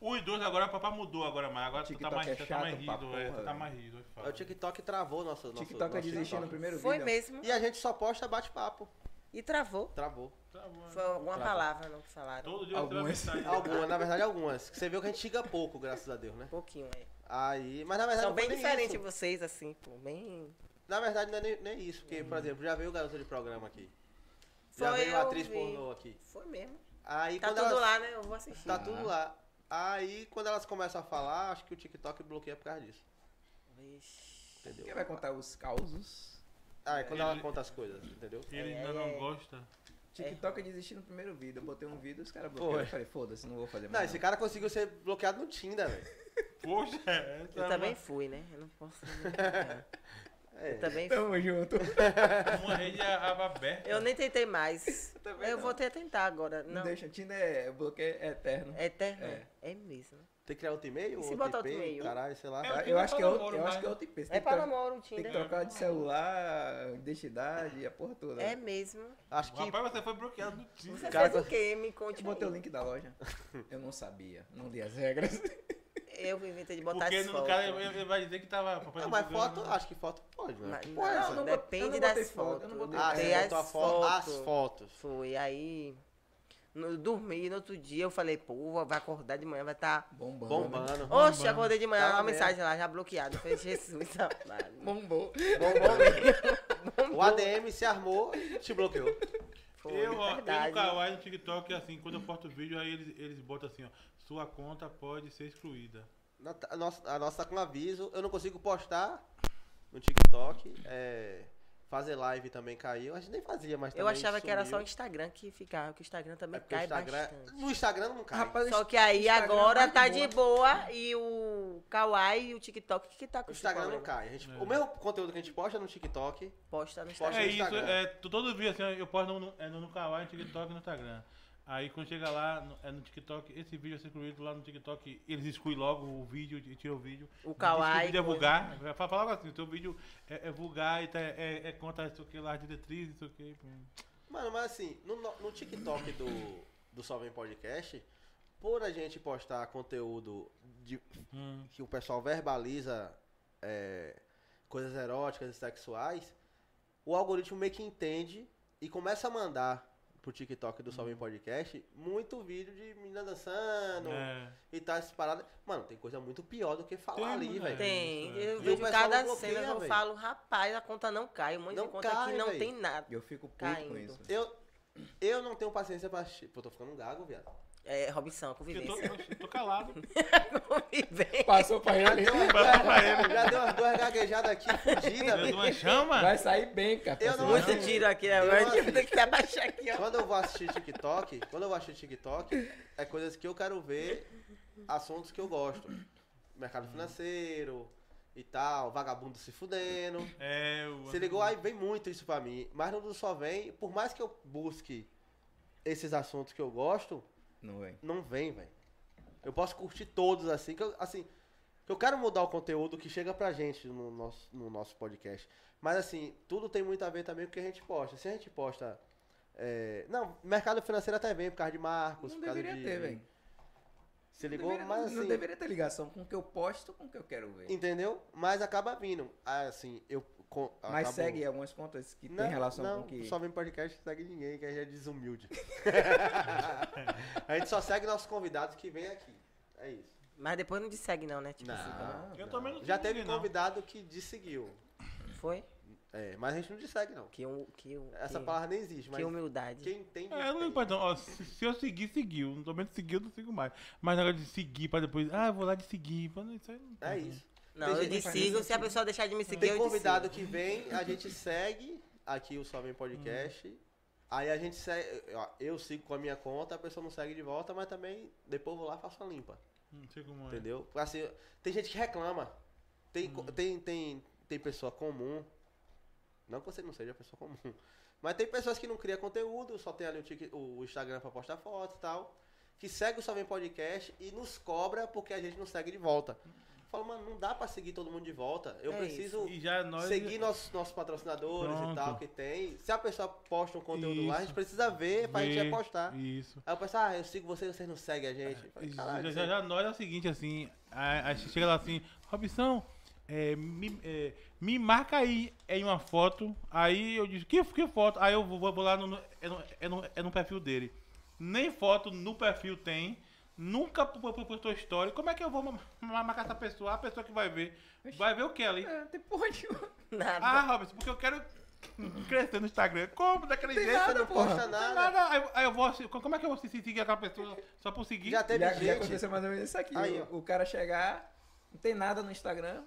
[SPEAKER 5] Os dois agora, papai mudou agora mais. Agora tu tá
[SPEAKER 7] TikTok
[SPEAKER 5] mais,
[SPEAKER 7] é
[SPEAKER 5] tu tá
[SPEAKER 7] chato
[SPEAKER 5] mais
[SPEAKER 7] pra
[SPEAKER 5] rido, é. Tu
[SPEAKER 7] porra,
[SPEAKER 5] tá
[SPEAKER 7] velho.
[SPEAKER 5] mais rido, eu falo.
[SPEAKER 6] O TikTok travou nosso... nosso
[SPEAKER 7] TikTok é
[SPEAKER 6] nosso
[SPEAKER 7] desistir no
[SPEAKER 6] TikTok.
[SPEAKER 7] primeiro
[SPEAKER 4] Foi
[SPEAKER 7] vídeo.
[SPEAKER 4] mesmo.
[SPEAKER 6] E a gente só posta bate-papo.
[SPEAKER 4] E travou.
[SPEAKER 6] Travou.
[SPEAKER 5] Travou, né?
[SPEAKER 4] Foi alguma
[SPEAKER 7] Travou.
[SPEAKER 4] palavra não que falaram.
[SPEAKER 5] Todo dia você vai
[SPEAKER 7] Algumas.
[SPEAKER 5] mensagem.
[SPEAKER 6] Algumas, na verdade algumas. Que Você viu que a gente xinga pouco, graças a Deus, né?
[SPEAKER 4] Um pouquinho aí.
[SPEAKER 6] Aí, mas na verdade
[SPEAKER 4] São
[SPEAKER 6] não
[SPEAKER 4] bem
[SPEAKER 6] foi nem
[SPEAKER 4] diferentes
[SPEAKER 6] isso.
[SPEAKER 4] vocês, assim, pô. Bem.
[SPEAKER 6] Na verdade, não é nem, nem isso, porque, por exemplo, já veio garota de programa aqui. Já
[SPEAKER 4] Foi,
[SPEAKER 6] veio
[SPEAKER 4] eu
[SPEAKER 6] atriz
[SPEAKER 4] vi.
[SPEAKER 6] pornô aqui.
[SPEAKER 4] Foi mesmo.
[SPEAKER 6] Aí,
[SPEAKER 4] tá
[SPEAKER 6] quando
[SPEAKER 4] tudo
[SPEAKER 6] elas-
[SPEAKER 4] lá, né? Eu vou assistir.
[SPEAKER 6] Tá tudo lá. Aí, quando elas começam a falar, acho que o TikTok bloqueia por causa disso.
[SPEAKER 4] Vixe.
[SPEAKER 6] Entendeu?
[SPEAKER 7] Quem vai contar os causos?
[SPEAKER 6] Ah, é quando
[SPEAKER 5] Ele-
[SPEAKER 6] ela conta as coisas, entendeu?
[SPEAKER 5] Ele ainda não gosta.
[SPEAKER 7] TikTok eu desisti no primeiro vídeo. Eu botei um vídeo os caras bloquearam.
[SPEAKER 6] Foi.
[SPEAKER 7] Eu falei, foda-se, não vou fazer
[SPEAKER 6] Não,
[SPEAKER 7] mais.
[SPEAKER 6] esse cara conseguiu ser bloqueado no Tinder, velho.
[SPEAKER 5] Poxa, essa
[SPEAKER 4] Eu também
[SPEAKER 5] é
[SPEAKER 4] fui, né? Eu não posso. nem negar. Eu também fui.
[SPEAKER 7] Tamo junto.
[SPEAKER 5] uma- uma rede é a- aba aberta.
[SPEAKER 4] Eu nem tentei mais. Eu,
[SPEAKER 7] também
[SPEAKER 4] vou até tentar agora.
[SPEAKER 7] Não,
[SPEAKER 4] Não.
[SPEAKER 7] deixa, Tinder é bloqueio eterno.
[SPEAKER 4] É eterno. É, mesmo.
[SPEAKER 6] Tem que criar outro e-mail?
[SPEAKER 2] um
[SPEAKER 4] E se
[SPEAKER 6] outro
[SPEAKER 4] botar outro
[SPEAKER 6] IP,
[SPEAKER 4] e-mail?
[SPEAKER 6] Caralho, sei lá.
[SPEAKER 5] É,
[SPEAKER 7] Eu
[SPEAKER 5] não
[SPEAKER 7] acho
[SPEAKER 5] é
[SPEAKER 7] que é
[SPEAKER 5] pra
[SPEAKER 7] outro, eu
[SPEAKER 5] namoro
[SPEAKER 7] acho que é
[SPEAKER 5] mais.
[SPEAKER 7] outro IP. Você
[SPEAKER 4] É
[SPEAKER 7] tem que
[SPEAKER 4] para
[SPEAKER 7] trocar-
[SPEAKER 4] namoro o
[SPEAKER 7] Tem que
[SPEAKER 4] Tinder.
[SPEAKER 7] trocar é. de celular, identidade, a porra toda.
[SPEAKER 4] É mesmo.
[SPEAKER 6] Acho que.
[SPEAKER 5] Rapaz, você foi bloqueado no Tinder.
[SPEAKER 4] Você
[SPEAKER 6] Cara,
[SPEAKER 4] fez o quê? Me conte.
[SPEAKER 7] Eu botei o
[SPEAKER 4] aí.
[SPEAKER 7] link da loja. Eu não sabia, não li as regras.
[SPEAKER 4] Eu inventei de botar
[SPEAKER 5] Porque
[SPEAKER 4] as
[SPEAKER 5] no
[SPEAKER 4] fotos.
[SPEAKER 5] cara ele- ele vai dizer que tava.
[SPEAKER 6] Não, mas foto, ah, acho que foto pode, né?
[SPEAKER 4] Mas-
[SPEAKER 6] Que porra é
[SPEAKER 4] não,
[SPEAKER 6] essa?
[SPEAKER 7] não botei- eu
[SPEAKER 4] depende
[SPEAKER 7] não botei
[SPEAKER 4] das
[SPEAKER 7] foto,
[SPEAKER 4] fotos.
[SPEAKER 7] eu não
[SPEAKER 4] Eu
[SPEAKER 7] botei-
[SPEAKER 6] Ah,
[SPEAKER 4] botei
[SPEAKER 6] você botou a
[SPEAKER 4] as
[SPEAKER 6] foto. As
[SPEAKER 4] fotos.
[SPEAKER 6] fotos.
[SPEAKER 4] Foi, aí... no- Eu dormi, no outro dia eu falei, pô, vai acordar de manhã, vai estar...
[SPEAKER 7] Bombando. né?
[SPEAKER 6] Bombando.
[SPEAKER 4] Oxe, acordei de manhã,
[SPEAKER 6] Tá
[SPEAKER 4] uma
[SPEAKER 6] mesmo.
[SPEAKER 4] mensagem lá, já bloqueada. Eu Falei, Jesus, amado.
[SPEAKER 7] Bombou.
[SPEAKER 6] O ADM se armou e te bloqueou.
[SPEAKER 4] Foi,
[SPEAKER 5] Eu, ó, eu no
[SPEAKER 4] verdade. né?
[SPEAKER 6] né?
[SPEAKER 5] Kawaii, no TikTok, assim, quando eu posto vídeo, aí eles, eles botam assim, ó. Sua conta pode ser excluída.
[SPEAKER 6] Na- A nossa, a nossa tá com aviso. Eu não consigo postar no TikTok. é, fazer live também caiu. A gente nem fazia, mas
[SPEAKER 4] Eu
[SPEAKER 6] também
[SPEAKER 4] achava que era só o
[SPEAKER 6] sumiu.
[SPEAKER 4] Instagram que ficava, que o Instagram
[SPEAKER 6] É
[SPEAKER 4] também
[SPEAKER 6] porque o
[SPEAKER 4] cai
[SPEAKER 6] Instagram-
[SPEAKER 4] bastante.
[SPEAKER 6] No Instagram não cai.
[SPEAKER 7] Rapaz,
[SPEAKER 4] Só que aí
[SPEAKER 7] Instagram
[SPEAKER 6] é
[SPEAKER 4] agora
[SPEAKER 7] vai de
[SPEAKER 4] tá de boa e o Kawaii e o TikTok que tá com
[SPEAKER 6] O Instagram não
[SPEAKER 4] esse problema.
[SPEAKER 6] cai. A gente- O mesmo conteúdo que a gente posta é no TikTok,
[SPEAKER 4] Posta no
[SPEAKER 6] Posta
[SPEAKER 4] Instagram.
[SPEAKER 5] É
[SPEAKER 6] no
[SPEAKER 5] isso,
[SPEAKER 6] Instagram.
[SPEAKER 5] é, tu- todo vídeo assim, ó, eu posto no, no, é no, no Kawaii, no TikTok e no Instagram. Aí quando chega lá, no, é no TikTok, esse vídeo é excluído lá no TikTok, eles excluem logo o vídeo e tiram o vídeo.
[SPEAKER 4] O
[SPEAKER 5] Diz que
[SPEAKER 4] Kawaii,
[SPEAKER 5] O vídeo é
[SPEAKER 4] coisa.
[SPEAKER 5] vulgar. Fala, fala logo assim, o teu vídeo é, é vulgar e tá, é, é contra isso aqui lá, as diretrizes, isso aqui. pum.
[SPEAKER 6] Mano, mas assim, no, no- no TikTok do, do Só Vem Podcast, por a gente postar conteúdo de-
[SPEAKER 5] Hum.
[SPEAKER 6] que o pessoal verbaliza é, coisas eróticas e sexuais, o algoritmo meio que entende e começa a mandar pro TikTok do
[SPEAKER 5] Uhum.
[SPEAKER 6] Só Vem Podcast muito vídeo de menina
[SPEAKER 2] Tá
[SPEAKER 6] dançando
[SPEAKER 5] É.
[SPEAKER 6] e tal, essas paradas. Mano, tem coisa muito pior do que falar
[SPEAKER 5] Tem,
[SPEAKER 6] ali,
[SPEAKER 5] mano,
[SPEAKER 6] velho.
[SPEAKER 4] Tem.
[SPEAKER 5] É.
[SPEAKER 4] Eu
[SPEAKER 6] E
[SPEAKER 4] vejo
[SPEAKER 6] o pessoal
[SPEAKER 4] cada
[SPEAKER 6] não bloqueia,
[SPEAKER 4] cena, eu
[SPEAKER 6] véi.
[SPEAKER 4] falo, rapaz, a conta não cai. Um monte
[SPEAKER 6] Não
[SPEAKER 4] de conta
[SPEAKER 6] cai,
[SPEAKER 4] que não
[SPEAKER 6] véi.
[SPEAKER 4] tem nada.
[SPEAKER 7] Eu fico puto
[SPEAKER 4] Caindo.
[SPEAKER 7] com isso.
[SPEAKER 6] Eu, eu não tenho paciência pra assistir. Pô, tô ficando gago, viado.
[SPEAKER 4] É, Robson, a
[SPEAKER 5] Eu tô,
[SPEAKER 4] convivência.
[SPEAKER 5] eu tô calado.
[SPEAKER 4] Convivência.
[SPEAKER 7] Passou pra ele.
[SPEAKER 5] Passa pra ele.
[SPEAKER 6] Já deu umas duas gaguejadas aqui, fodida,
[SPEAKER 5] Eu dou uma chama.
[SPEAKER 7] Vai sair bem, cara.
[SPEAKER 6] Eu não-
[SPEAKER 4] Muito tiro aqui, né? Agora
[SPEAKER 6] Eu
[SPEAKER 4] a gente
[SPEAKER 6] assisto.
[SPEAKER 4] tem que se abaixar aqui, ó.
[SPEAKER 6] Quando eu vou assistir TikTok, quando eu vou assistir TikTok, é coisas que eu quero ver, assuntos que eu gosto. Mercado financeiro e tal, vagabundo se fudendo.
[SPEAKER 5] É, o-
[SPEAKER 6] Se ligou? Aí vem muito isso pra mim. Mas no do só vem, por mais que eu busque esses assuntos que eu gosto,
[SPEAKER 7] Não vem.
[SPEAKER 6] não vem, velho. Eu posso curtir todos, assim, que eu, assim, que eu quero mudar o conteúdo que chega pra gente no nosso, no nosso podcast. Mas, assim, tudo tem muito a ver também com o que a gente posta. Se a gente posta... é, não, mercado financeiro até vem, por causa de marcos,
[SPEAKER 7] Não
[SPEAKER 6] por causa
[SPEAKER 7] deveria
[SPEAKER 6] de...
[SPEAKER 7] ter, velho.
[SPEAKER 6] Se
[SPEAKER 7] Não
[SPEAKER 6] ligou?
[SPEAKER 7] deveria-
[SPEAKER 6] mas, assim,
[SPEAKER 7] Não deveria ter ligação com o que eu posto com o que eu quero ver.
[SPEAKER 6] entendeu? Mas acaba vindo. Ah, Assim, eu... con-
[SPEAKER 7] Mas
[SPEAKER 6] acabo-
[SPEAKER 7] segue algumas contas que
[SPEAKER 6] Não,
[SPEAKER 7] tem relação
[SPEAKER 6] não,
[SPEAKER 7] com o que.
[SPEAKER 6] só vem podcast que segue ninguém, que a gente é desumilde. a gente só segue nossos convidados que vem aqui. É isso.
[SPEAKER 4] Mas depois não te segue, não, né? Tipo assim,
[SPEAKER 6] Não,
[SPEAKER 5] Eu
[SPEAKER 6] não.
[SPEAKER 5] também não
[SPEAKER 6] Já
[SPEAKER 5] sigo
[SPEAKER 6] teve
[SPEAKER 5] ninguém, não.
[SPEAKER 6] convidado que desseguiu.
[SPEAKER 4] foi?
[SPEAKER 6] É, mas a gente não dissegue, não.
[SPEAKER 4] Que, um, que, um,
[SPEAKER 6] Essa
[SPEAKER 4] que,
[SPEAKER 6] palavra é nem existe, mas
[SPEAKER 4] que
[SPEAKER 7] um
[SPEAKER 4] humildade.
[SPEAKER 6] quem entende.
[SPEAKER 5] É, não
[SPEAKER 6] entende.
[SPEAKER 5] importa. não. Ó, se, se eu seguir, seguiu. No momento seguiu, eu não sigo mais. Mas na hora de seguir pra depois. Ah, eu vou lá de seguir. Mano, isso aí não
[SPEAKER 6] É
[SPEAKER 5] tem.
[SPEAKER 6] isso.
[SPEAKER 7] Uhum.
[SPEAKER 4] Não,
[SPEAKER 6] Tem
[SPEAKER 4] eu
[SPEAKER 6] gente que
[SPEAKER 4] te
[SPEAKER 6] faz
[SPEAKER 4] sigo. Se a pessoa deixar de me seguir,
[SPEAKER 6] Tem
[SPEAKER 4] eu te
[SPEAKER 6] convidado
[SPEAKER 4] sigo.
[SPEAKER 6] que vem, a gente segue aqui o Só Vem Podcast.
[SPEAKER 7] Uhum.
[SPEAKER 6] Aí a gente segue. ó, Eu sigo com a minha conta, a pessoa não segue de volta, mas também depois eu vou lá e faço a limpa.
[SPEAKER 5] Não sei como é.
[SPEAKER 6] Entendeu? Porque, Assim, tem gente que reclama. Tem,
[SPEAKER 5] Hum.
[SPEAKER 6] co- tem, tem, tem pessoa comum. Não que você não seja pessoa comum. Mas tem pessoas que não criam conteúdo, só tem ali o, tic- o Instagram pra postar foto e tal. Que segue o Só Vem Podcast e nos cobra porque a gente não segue de volta. Fala, mano, não dá pra seguir todo mundo de volta. Eu
[SPEAKER 4] É
[SPEAKER 6] preciso
[SPEAKER 5] E já nós.
[SPEAKER 6] seguir nossos, nossos patrocinadores
[SPEAKER 5] Pronto.
[SPEAKER 6] e tal que tem. Se a pessoa posta um conteúdo lá, a gente
[SPEAKER 5] Isso.
[SPEAKER 6] precisa ver pra gente
[SPEAKER 5] Ver.
[SPEAKER 6] repostar.
[SPEAKER 5] Isso. É,
[SPEAKER 6] Aí eu penso, ah, eu sigo vocês, vocês não seguem a gente. Eu falei,
[SPEAKER 5] Já,
[SPEAKER 6] "Caralho,
[SPEAKER 7] né?"
[SPEAKER 5] já, já nós é o seguinte, assim. A, a gente chega lá assim, Robson, é, me, é, me marca aí é, em uma foto. Aí eu digo, que, que foto? Aí eu vou, vou lá no, no- é no, é no, é no perfil dele. Nem foto no perfil tem. nunca publicou história, como é que eu vou ma- ma- marcar essa pessoa? A pessoa que vai ver. Vai ver o que ali?
[SPEAKER 7] É, tem porra nenhuma.
[SPEAKER 4] Nada.
[SPEAKER 5] Ah, Robson, porque eu quero crescer no Instagram. Como daquele
[SPEAKER 7] Tem
[SPEAKER 5] jeito?
[SPEAKER 7] nada,
[SPEAKER 5] não
[SPEAKER 7] porra.
[SPEAKER 5] posta nada. Aí, eu- aí eu vou. assi- Como é que eu vou se- seguir aquela pessoa só por seguir?
[SPEAKER 6] Já teve
[SPEAKER 7] Já, já
[SPEAKER 6] gente.
[SPEAKER 7] aconteceu mais ou menos isso aqui.
[SPEAKER 6] Aí,
[SPEAKER 7] o, o cara chegar, não tem nada no Instagram,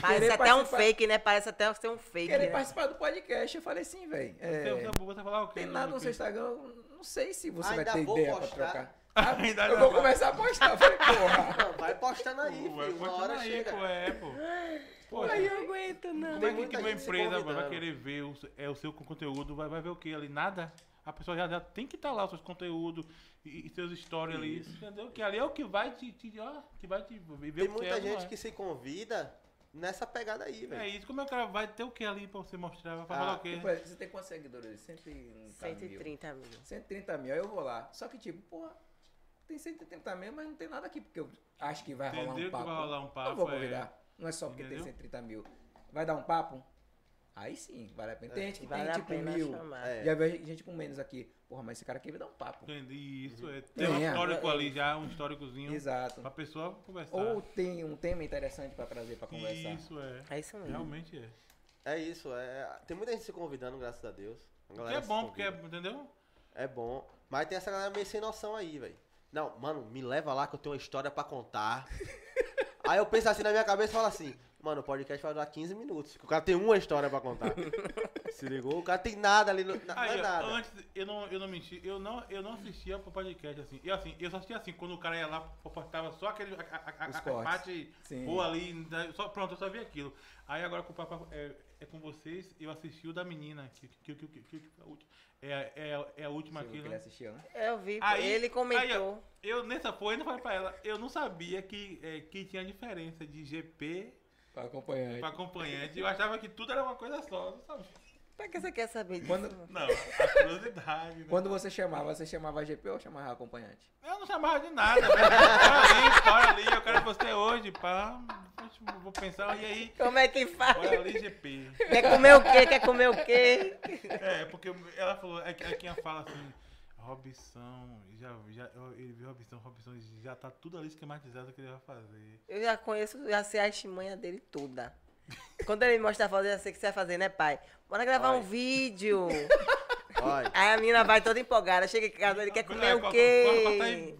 [SPEAKER 4] Parece
[SPEAKER 7] Querer
[SPEAKER 4] até um
[SPEAKER 7] participar-
[SPEAKER 4] fake, né? Parece até ser um fake.
[SPEAKER 7] querer
[SPEAKER 4] né?
[SPEAKER 7] participar do podcast. Eu falei assim, velho.
[SPEAKER 5] Você,
[SPEAKER 7] É,
[SPEAKER 5] você- você falar o quê?
[SPEAKER 7] tem nada no seu Instagram, eu não sei se você
[SPEAKER 6] Ainda
[SPEAKER 7] vai ter
[SPEAKER 6] vou
[SPEAKER 7] ideia
[SPEAKER 6] postar.
[SPEAKER 7] pra trocar.
[SPEAKER 5] Ainda
[SPEAKER 7] eu
[SPEAKER 5] não.
[SPEAKER 7] vou começar a postar. Eu falei, porra.
[SPEAKER 6] Não, vai postando aí,
[SPEAKER 5] Pô, é,
[SPEAKER 6] filho. Uma hora
[SPEAKER 5] continua aí,
[SPEAKER 6] chega.
[SPEAKER 5] pô, é, pô. Poxa,
[SPEAKER 4] Ai, eu não aguento, não.
[SPEAKER 5] como é que,
[SPEAKER 6] muita
[SPEAKER 5] que uma
[SPEAKER 6] gente se
[SPEAKER 5] empresa vai- vai
[SPEAKER 6] convidando.
[SPEAKER 5] querer ver o, se- é, o seu conteúdo? Vai, vai ver o que ali? Nada? A pessoa já, já tem que estar lá os seus conteúdos e, e seus stories ali. Entendeu? Que ali é o que vai te. te ó, que vai te ver
[SPEAKER 6] Tem
[SPEAKER 5] o que
[SPEAKER 6] muita
[SPEAKER 5] é, não
[SPEAKER 6] gente
[SPEAKER 5] é.
[SPEAKER 6] que se convida nessa pegada aí,
[SPEAKER 5] É
[SPEAKER 6] velho.
[SPEAKER 5] isso, como é que o cara vai ter o que ali pra você mostrar? Vai
[SPEAKER 6] Ah,
[SPEAKER 5] falar o quê?
[SPEAKER 7] Tipo, Você tem quantos seguidores? 130 mil.
[SPEAKER 4] 130 mil.
[SPEAKER 7] 130 mil, aí eu vou lá. Só que, tipo, porra, tem 130 mil, mas não tem nada aqui, porque eu acho que vai rolar
[SPEAKER 5] Entendeu
[SPEAKER 7] um
[SPEAKER 5] que vai
[SPEAKER 7] papo.
[SPEAKER 5] rolar um papo,
[SPEAKER 7] Eu vou
[SPEAKER 5] é.
[SPEAKER 7] convidar. Não é só porque
[SPEAKER 5] Entendeu?
[SPEAKER 7] tem 130 mil. Vai dar um papo? Aí sim, vale a pena. Tem gente que
[SPEAKER 4] Vale
[SPEAKER 7] tem,
[SPEAKER 4] a
[SPEAKER 7] tipo,
[SPEAKER 4] pena
[SPEAKER 7] mil.
[SPEAKER 4] chamar.
[SPEAKER 6] É.
[SPEAKER 7] Já vi gente com menos aqui. Porra, mas esse cara queria dar um papo.
[SPEAKER 5] Entendi, isso. É, tem um
[SPEAKER 7] É.
[SPEAKER 5] histórico ali já, um históricozinho.
[SPEAKER 7] Exato.
[SPEAKER 5] Pra pessoa conversar.
[SPEAKER 7] Ou tem um tema interessante pra trazer pra conversar.
[SPEAKER 5] Isso é.
[SPEAKER 4] É isso mesmo.
[SPEAKER 5] Realmente é.
[SPEAKER 6] É isso, é. Tem muita gente se convidando, graças a Deus. A
[SPEAKER 5] Que
[SPEAKER 6] galera
[SPEAKER 5] é
[SPEAKER 6] se
[SPEAKER 5] bom, porque, é,
[SPEAKER 6] convida.
[SPEAKER 5] entendeu?
[SPEAKER 6] É bom. Mas tem essa galera meio sem noção aí, velho. Não, mano, me leva lá que eu tenho uma história pra contar. aí eu penso assim na minha cabeça e falo assim, mano, o podcast vai durar 15 minutos. que O cara tem uma história pra contar. se ligou? O cara tem nada ali, no, na, não
[SPEAKER 5] Aí,
[SPEAKER 6] é
[SPEAKER 5] ó,
[SPEAKER 6] nada.
[SPEAKER 5] antes, eu não, eu não menti, eu não, eu não assistia pro podcast assim. Eu, assim, eu só assistia assim, quando o cara ia lá, postava só aquele, a, a- a-
[SPEAKER 7] Os
[SPEAKER 5] a
[SPEAKER 7] cortes.
[SPEAKER 5] parte
[SPEAKER 7] Sim.
[SPEAKER 5] boa ali, né, só, pronto, eu só vi aquilo. Aí agora com o papo, é, é com vocês, eu assisti o da menina, que, que, que, que, que, que é a última- é, a- é, a- é a última
[SPEAKER 7] Você
[SPEAKER 5] aqui, né?
[SPEAKER 7] não queria assistir, né?
[SPEAKER 4] Eu vi, pô.
[SPEAKER 5] Aí-
[SPEAKER 4] ele
[SPEAKER 5] aí,
[SPEAKER 4] comentou.
[SPEAKER 5] ó, eu nessa foi, eu não falei pra ela, eu não sabia que, é, que tinha diferença de GP
[SPEAKER 7] Pra acompanhante.
[SPEAKER 5] pra acompanhante. Eu achava que tudo era uma coisa só, eu não sabia.
[SPEAKER 4] Pra que você quer saber disso?
[SPEAKER 7] Quando-
[SPEAKER 4] mano?
[SPEAKER 5] Não, a curiosidade, né?
[SPEAKER 7] Quando você chamava, você chamava GP ou chamava acompanhante?
[SPEAKER 5] Eu não chamava de nada, né? Fora ali, fora ali, eu quero você hoje, pá. Poxa, Vou pensar, e aí?
[SPEAKER 4] Como é que
[SPEAKER 5] Bora
[SPEAKER 4] faz?
[SPEAKER 5] ali, GP.
[SPEAKER 4] Quer comer o quê? Quer comer o quê?
[SPEAKER 5] É, porque ela falou, é que é quem fala assim, Robson, já, já, eu- ele viu Robson, Robson, já tá tudo ali esquematizado que ele vai fazer.
[SPEAKER 4] Eu já conheço, já sei a estimanha dele toda. Quando ele me mostra a foto, eu já sei o que você vai fazer, né, pai? Bora gravar um vídeo.
[SPEAKER 6] Olha,
[SPEAKER 4] Aí a menina vai toda empolgada. Chega em casa, ele quer comer o
[SPEAKER 5] tá
[SPEAKER 4] quê? Aí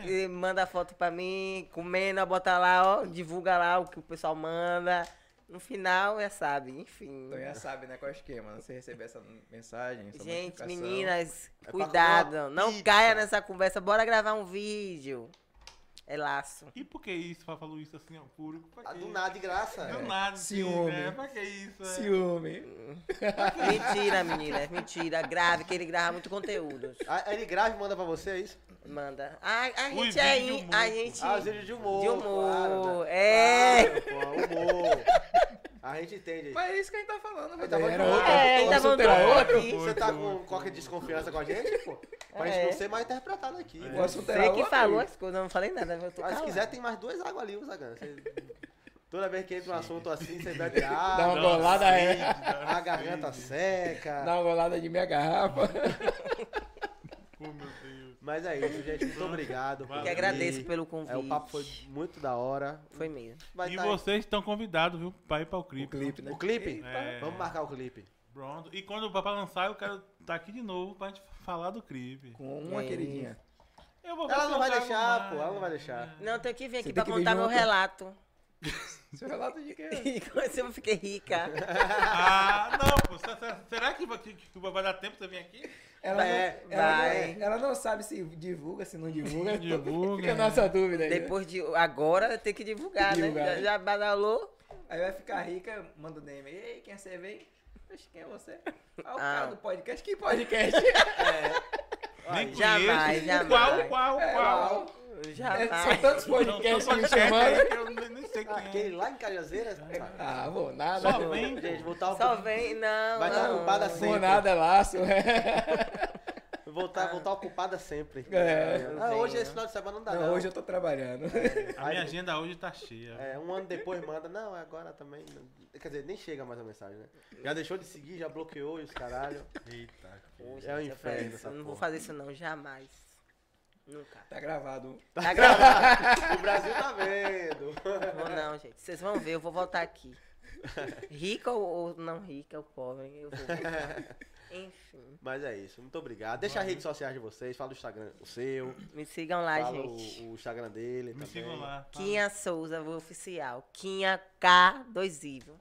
[SPEAKER 5] Aí,
[SPEAKER 4] eh, manda a foto pra mim, comendo, bota lá, ó, divulga lá o que o pessoal manda. No final, já sabe, enfim.
[SPEAKER 7] Então já sabe, né, qual é o esquema. né? Você receber essa mensagem, essa
[SPEAKER 4] Gente,
[SPEAKER 7] notificação.
[SPEAKER 4] meninas,
[SPEAKER 6] pra comer
[SPEAKER 4] cuidado.
[SPEAKER 6] uma
[SPEAKER 4] Não
[SPEAKER 6] pizza.
[SPEAKER 4] caia nessa conversa. Bora gravar um vídeo. É laço.
[SPEAKER 5] e por que isso? Fala- Falou isso assim, ó, público. pra quê?
[SPEAKER 6] Ah, do nada de graça.
[SPEAKER 5] Do nada, assim,
[SPEAKER 7] Ciúme.
[SPEAKER 5] né? Pra que isso? é?
[SPEAKER 7] Ciúme.
[SPEAKER 4] Mentira, meninas. Mentira. Grave, que ele grava muito conteúdo.
[SPEAKER 6] Aí aí ele grava e manda pra você, é isso?
[SPEAKER 4] Manda. A, a
[SPEAKER 5] Os
[SPEAKER 4] gente é.
[SPEAKER 5] vídeos
[SPEAKER 4] in-
[SPEAKER 5] muito.
[SPEAKER 4] A gente.
[SPEAKER 6] Ah, os vídeos de humor.
[SPEAKER 4] de humor.
[SPEAKER 6] claro, né?
[SPEAKER 4] É.
[SPEAKER 6] Claro, pô, humor. A gente entende.
[SPEAKER 7] Mas é isso que a gente tá falando,
[SPEAKER 6] tá
[SPEAKER 7] velho.
[SPEAKER 6] bom, tá
[SPEAKER 7] Era
[SPEAKER 6] bom.
[SPEAKER 7] outro,
[SPEAKER 4] É,
[SPEAKER 7] vamos
[SPEAKER 4] tá bom,
[SPEAKER 7] superar
[SPEAKER 4] tá bom.
[SPEAKER 7] outro.
[SPEAKER 4] Foi,
[SPEAKER 6] Você tá
[SPEAKER 5] foi,
[SPEAKER 6] com
[SPEAKER 5] foi,
[SPEAKER 6] qualquer
[SPEAKER 5] foi.
[SPEAKER 6] desconfiança com a gente, pô? Pra
[SPEAKER 4] É.
[SPEAKER 6] gente não ser mais interpretado aqui.
[SPEAKER 5] É
[SPEAKER 7] O
[SPEAKER 6] pô.
[SPEAKER 7] assunto era
[SPEAKER 4] Você que
[SPEAKER 7] outro.
[SPEAKER 4] falou as coisas, eu não falei nada. Eu tô
[SPEAKER 6] Mas se
[SPEAKER 4] calada.
[SPEAKER 6] quiser, tem mais duas águas ali, usa Zagan. Você- Toda vez que entra um assunto assim, você bebe água.
[SPEAKER 7] Dá uma golada, é.
[SPEAKER 6] A garganta seca.
[SPEAKER 7] Dá uma golada de minha garrafa.
[SPEAKER 5] Oh, meu Deus.
[SPEAKER 6] Mas é isso, gente. Muito obrigado. por
[SPEAKER 5] Eu
[SPEAKER 4] Que
[SPEAKER 5] Valeu.
[SPEAKER 6] vir.
[SPEAKER 4] agradeço pelo convite.
[SPEAKER 6] É, o papo foi muito da hora.
[SPEAKER 4] Foi mesmo.
[SPEAKER 6] Vai
[SPEAKER 5] E
[SPEAKER 6] tá aí.
[SPEAKER 5] vocês estão convidados, viu? Pra ir pra o clipe.
[SPEAKER 7] O clipe, né?
[SPEAKER 6] O clipe?
[SPEAKER 5] É.
[SPEAKER 6] Vamos marcar o clipe.
[SPEAKER 5] Pronto. E quando o papai lançar, eu quero estar aqui de novo pra gente falar do clipe.
[SPEAKER 7] Com uma
[SPEAKER 4] É
[SPEAKER 7] queridinha.
[SPEAKER 5] Eu vou
[SPEAKER 6] Ela não vai
[SPEAKER 5] tentar
[SPEAKER 6] deixar,
[SPEAKER 5] arrumar.
[SPEAKER 6] pô. Ela não vai deixar.
[SPEAKER 4] Não, tenho que vir aqui
[SPEAKER 7] tem
[SPEAKER 4] pra
[SPEAKER 7] que vir
[SPEAKER 4] contar meu
[SPEAKER 7] junto.
[SPEAKER 4] relato.
[SPEAKER 7] Seu relato de quê?
[SPEAKER 4] E como se eu fiquei rica.
[SPEAKER 5] Ah, não, pô. se- se- Será que, vai- que, que vai dar tempo pra você vir aqui?
[SPEAKER 7] Ela,
[SPEAKER 6] Vai,
[SPEAKER 7] não, ela,
[SPEAKER 4] vai.
[SPEAKER 7] Não, ela não sabe se divulga, se não divulga.
[SPEAKER 5] Divulga.
[SPEAKER 7] Fica a nossa dúvida aí. né?
[SPEAKER 4] Depois de. Agora tem que divulgar, né?
[SPEAKER 7] Divulgar.
[SPEAKER 4] Já, já badalou.
[SPEAKER 7] Aí vai ficar rica, manda um DM. Ei, quem é você vem? Oxe, quem é você? Ah, o
[SPEAKER 4] Ah.
[SPEAKER 7] cara do podcast. Que podcast?
[SPEAKER 5] Nem conheço.
[SPEAKER 4] jamais, jamais.
[SPEAKER 5] Qual, qual, qual?
[SPEAKER 4] Já tá.
[SPEAKER 7] É,
[SPEAKER 4] vai.
[SPEAKER 7] são tantos podcasts que me chamaram.
[SPEAKER 5] é Eu nem- nem sei quem é.
[SPEAKER 6] Aquele lá em Cajazeiras.
[SPEAKER 7] Ah, vou nada.
[SPEAKER 6] é?
[SPEAKER 5] Só vem.
[SPEAKER 6] Gente, voltar ao
[SPEAKER 4] Só vem, não.
[SPEAKER 6] Vai um estar
[SPEAKER 4] não.
[SPEAKER 6] ocupada
[SPEAKER 7] Vou
[SPEAKER 6] sempre.
[SPEAKER 7] nada, é laço. né?
[SPEAKER 6] Voltar, voltar ocupada sempre.
[SPEAKER 7] É.
[SPEAKER 6] Ah,
[SPEAKER 4] né?
[SPEAKER 6] hoje esse final de semana não dá,
[SPEAKER 7] Não, hoje eu tô trabalhando.
[SPEAKER 5] A minha agenda hoje tá cheia.
[SPEAKER 6] É, um ano depois manda, não, é agora também. não- Quer dizer, nem chega mais a mensagem, né? Já deixou de seguir, já bloqueou e os caralho.
[SPEAKER 5] Eita.
[SPEAKER 6] É o
[SPEAKER 4] Já falei
[SPEAKER 6] inferno
[SPEAKER 4] isso,
[SPEAKER 6] essa
[SPEAKER 4] eu Não vou
[SPEAKER 6] porra.
[SPEAKER 4] fazer isso, não, jamais. Nunca.
[SPEAKER 7] Tá gravado.
[SPEAKER 4] Tá
[SPEAKER 2] O
[SPEAKER 4] gravado?
[SPEAKER 2] Brasil tá vendo.
[SPEAKER 4] Vou não, gente. Vocês vão ver, eu vou voltar aqui. Rica ou, ou não rica, ou pobre, eu vou. Enfim.
[SPEAKER 2] Mas é isso, muito obrigado. Deixa as redes sociais de vocês, fala o Instagram, o seu,
[SPEAKER 4] Me sigam lá,
[SPEAKER 2] fala
[SPEAKER 4] gente.
[SPEAKER 2] o, o Instagram dele
[SPEAKER 6] É,
[SPEAKER 5] Me
[SPEAKER 6] tá
[SPEAKER 2] também.
[SPEAKER 5] sigam lá.
[SPEAKER 4] Quinha Souza, vou oficial. Quinha K2 Ivo.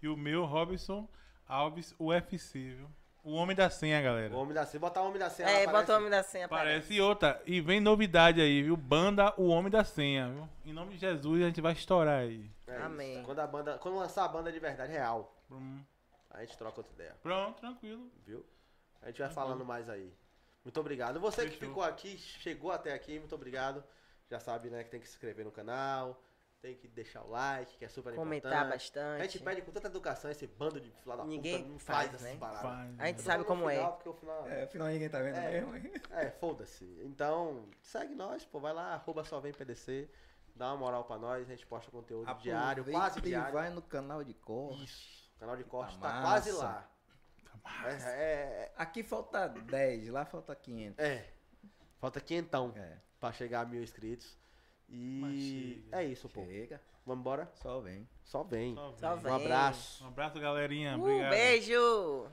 [SPEAKER 5] E o meu, Robson Alves UFC, viu? O homem da senha, galera.
[SPEAKER 2] O Homem da Senha, botar o Homem da Senha lá,
[SPEAKER 4] É, bota o
[SPEAKER 2] aparece.
[SPEAKER 4] homem da senha. Parece.
[SPEAKER 5] Parece outra. E vem novidade aí, viu? Banda O Homem da Senha, viu? Em nome de Jesus, a gente vai estourar aí.
[SPEAKER 2] É isso.
[SPEAKER 4] Amém.
[SPEAKER 2] Quando, a banda, quando lançar a banda de verdade real,
[SPEAKER 5] Hum.
[SPEAKER 2] a gente troca outra ideia,
[SPEAKER 5] Pronto, tranquilo.
[SPEAKER 2] viu? A gente vai falando mais aí. Muito obrigado. Você que
[SPEAKER 5] Fechou.
[SPEAKER 2] ficou aqui, chegou até aqui, muito obrigado. Já sabe, né, que tem que se inscrever no canal, tem que deixar o like, que é super
[SPEAKER 4] Comentar
[SPEAKER 2] importante.
[SPEAKER 4] bastante.
[SPEAKER 2] A gente pede com tanta educação esse bando de filha da
[SPEAKER 4] Ninguém
[SPEAKER 2] puta, não faz,
[SPEAKER 4] faz,
[SPEAKER 2] essas
[SPEAKER 4] né?
[SPEAKER 2] paradas.
[SPEAKER 5] Faz.
[SPEAKER 4] A gente
[SPEAKER 2] Eu
[SPEAKER 4] sabe
[SPEAKER 2] tô
[SPEAKER 4] como
[SPEAKER 2] no
[SPEAKER 4] é.
[SPEAKER 2] final, porque o final-
[SPEAKER 7] É, afinal ninguém tá vendo
[SPEAKER 2] É.
[SPEAKER 7] mesmo, hein?
[SPEAKER 2] É, foda-se. Então, segue nós, pô. Vai lá, arroba só vem PDC. Dá uma moral pra nós. A gente posta conteúdo diário, quase
[SPEAKER 7] Aproveita e
[SPEAKER 2] diário.
[SPEAKER 7] vai no canal de corte.
[SPEAKER 2] Isso. O canal de corte tá
[SPEAKER 7] massa.
[SPEAKER 2] quase lá. É,
[SPEAKER 7] Aqui falta 10, lá falta 500.
[SPEAKER 2] é, é. Falta quentão
[SPEAKER 7] É.
[SPEAKER 2] pra chegar a mil inscritos.
[SPEAKER 5] Mas
[SPEAKER 2] E
[SPEAKER 5] chega.
[SPEAKER 2] é isso, pô.
[SPEAKER 7] Chega,
[SPEAKER 2] Vamos embora?
[SPEAKER 7] só vem.
[SPEAKER 2] Só vem.
[SPEAKER 5] Só vem.
[SPEAKER 4] Só
[SPEAKER 2] Um abraço.
[SPEAKER 5] Um abraço, galerinha.
[SPEAKER 4] Um
[SPEAKER 5] Obrigado.
[SPEAKER 4] beijo.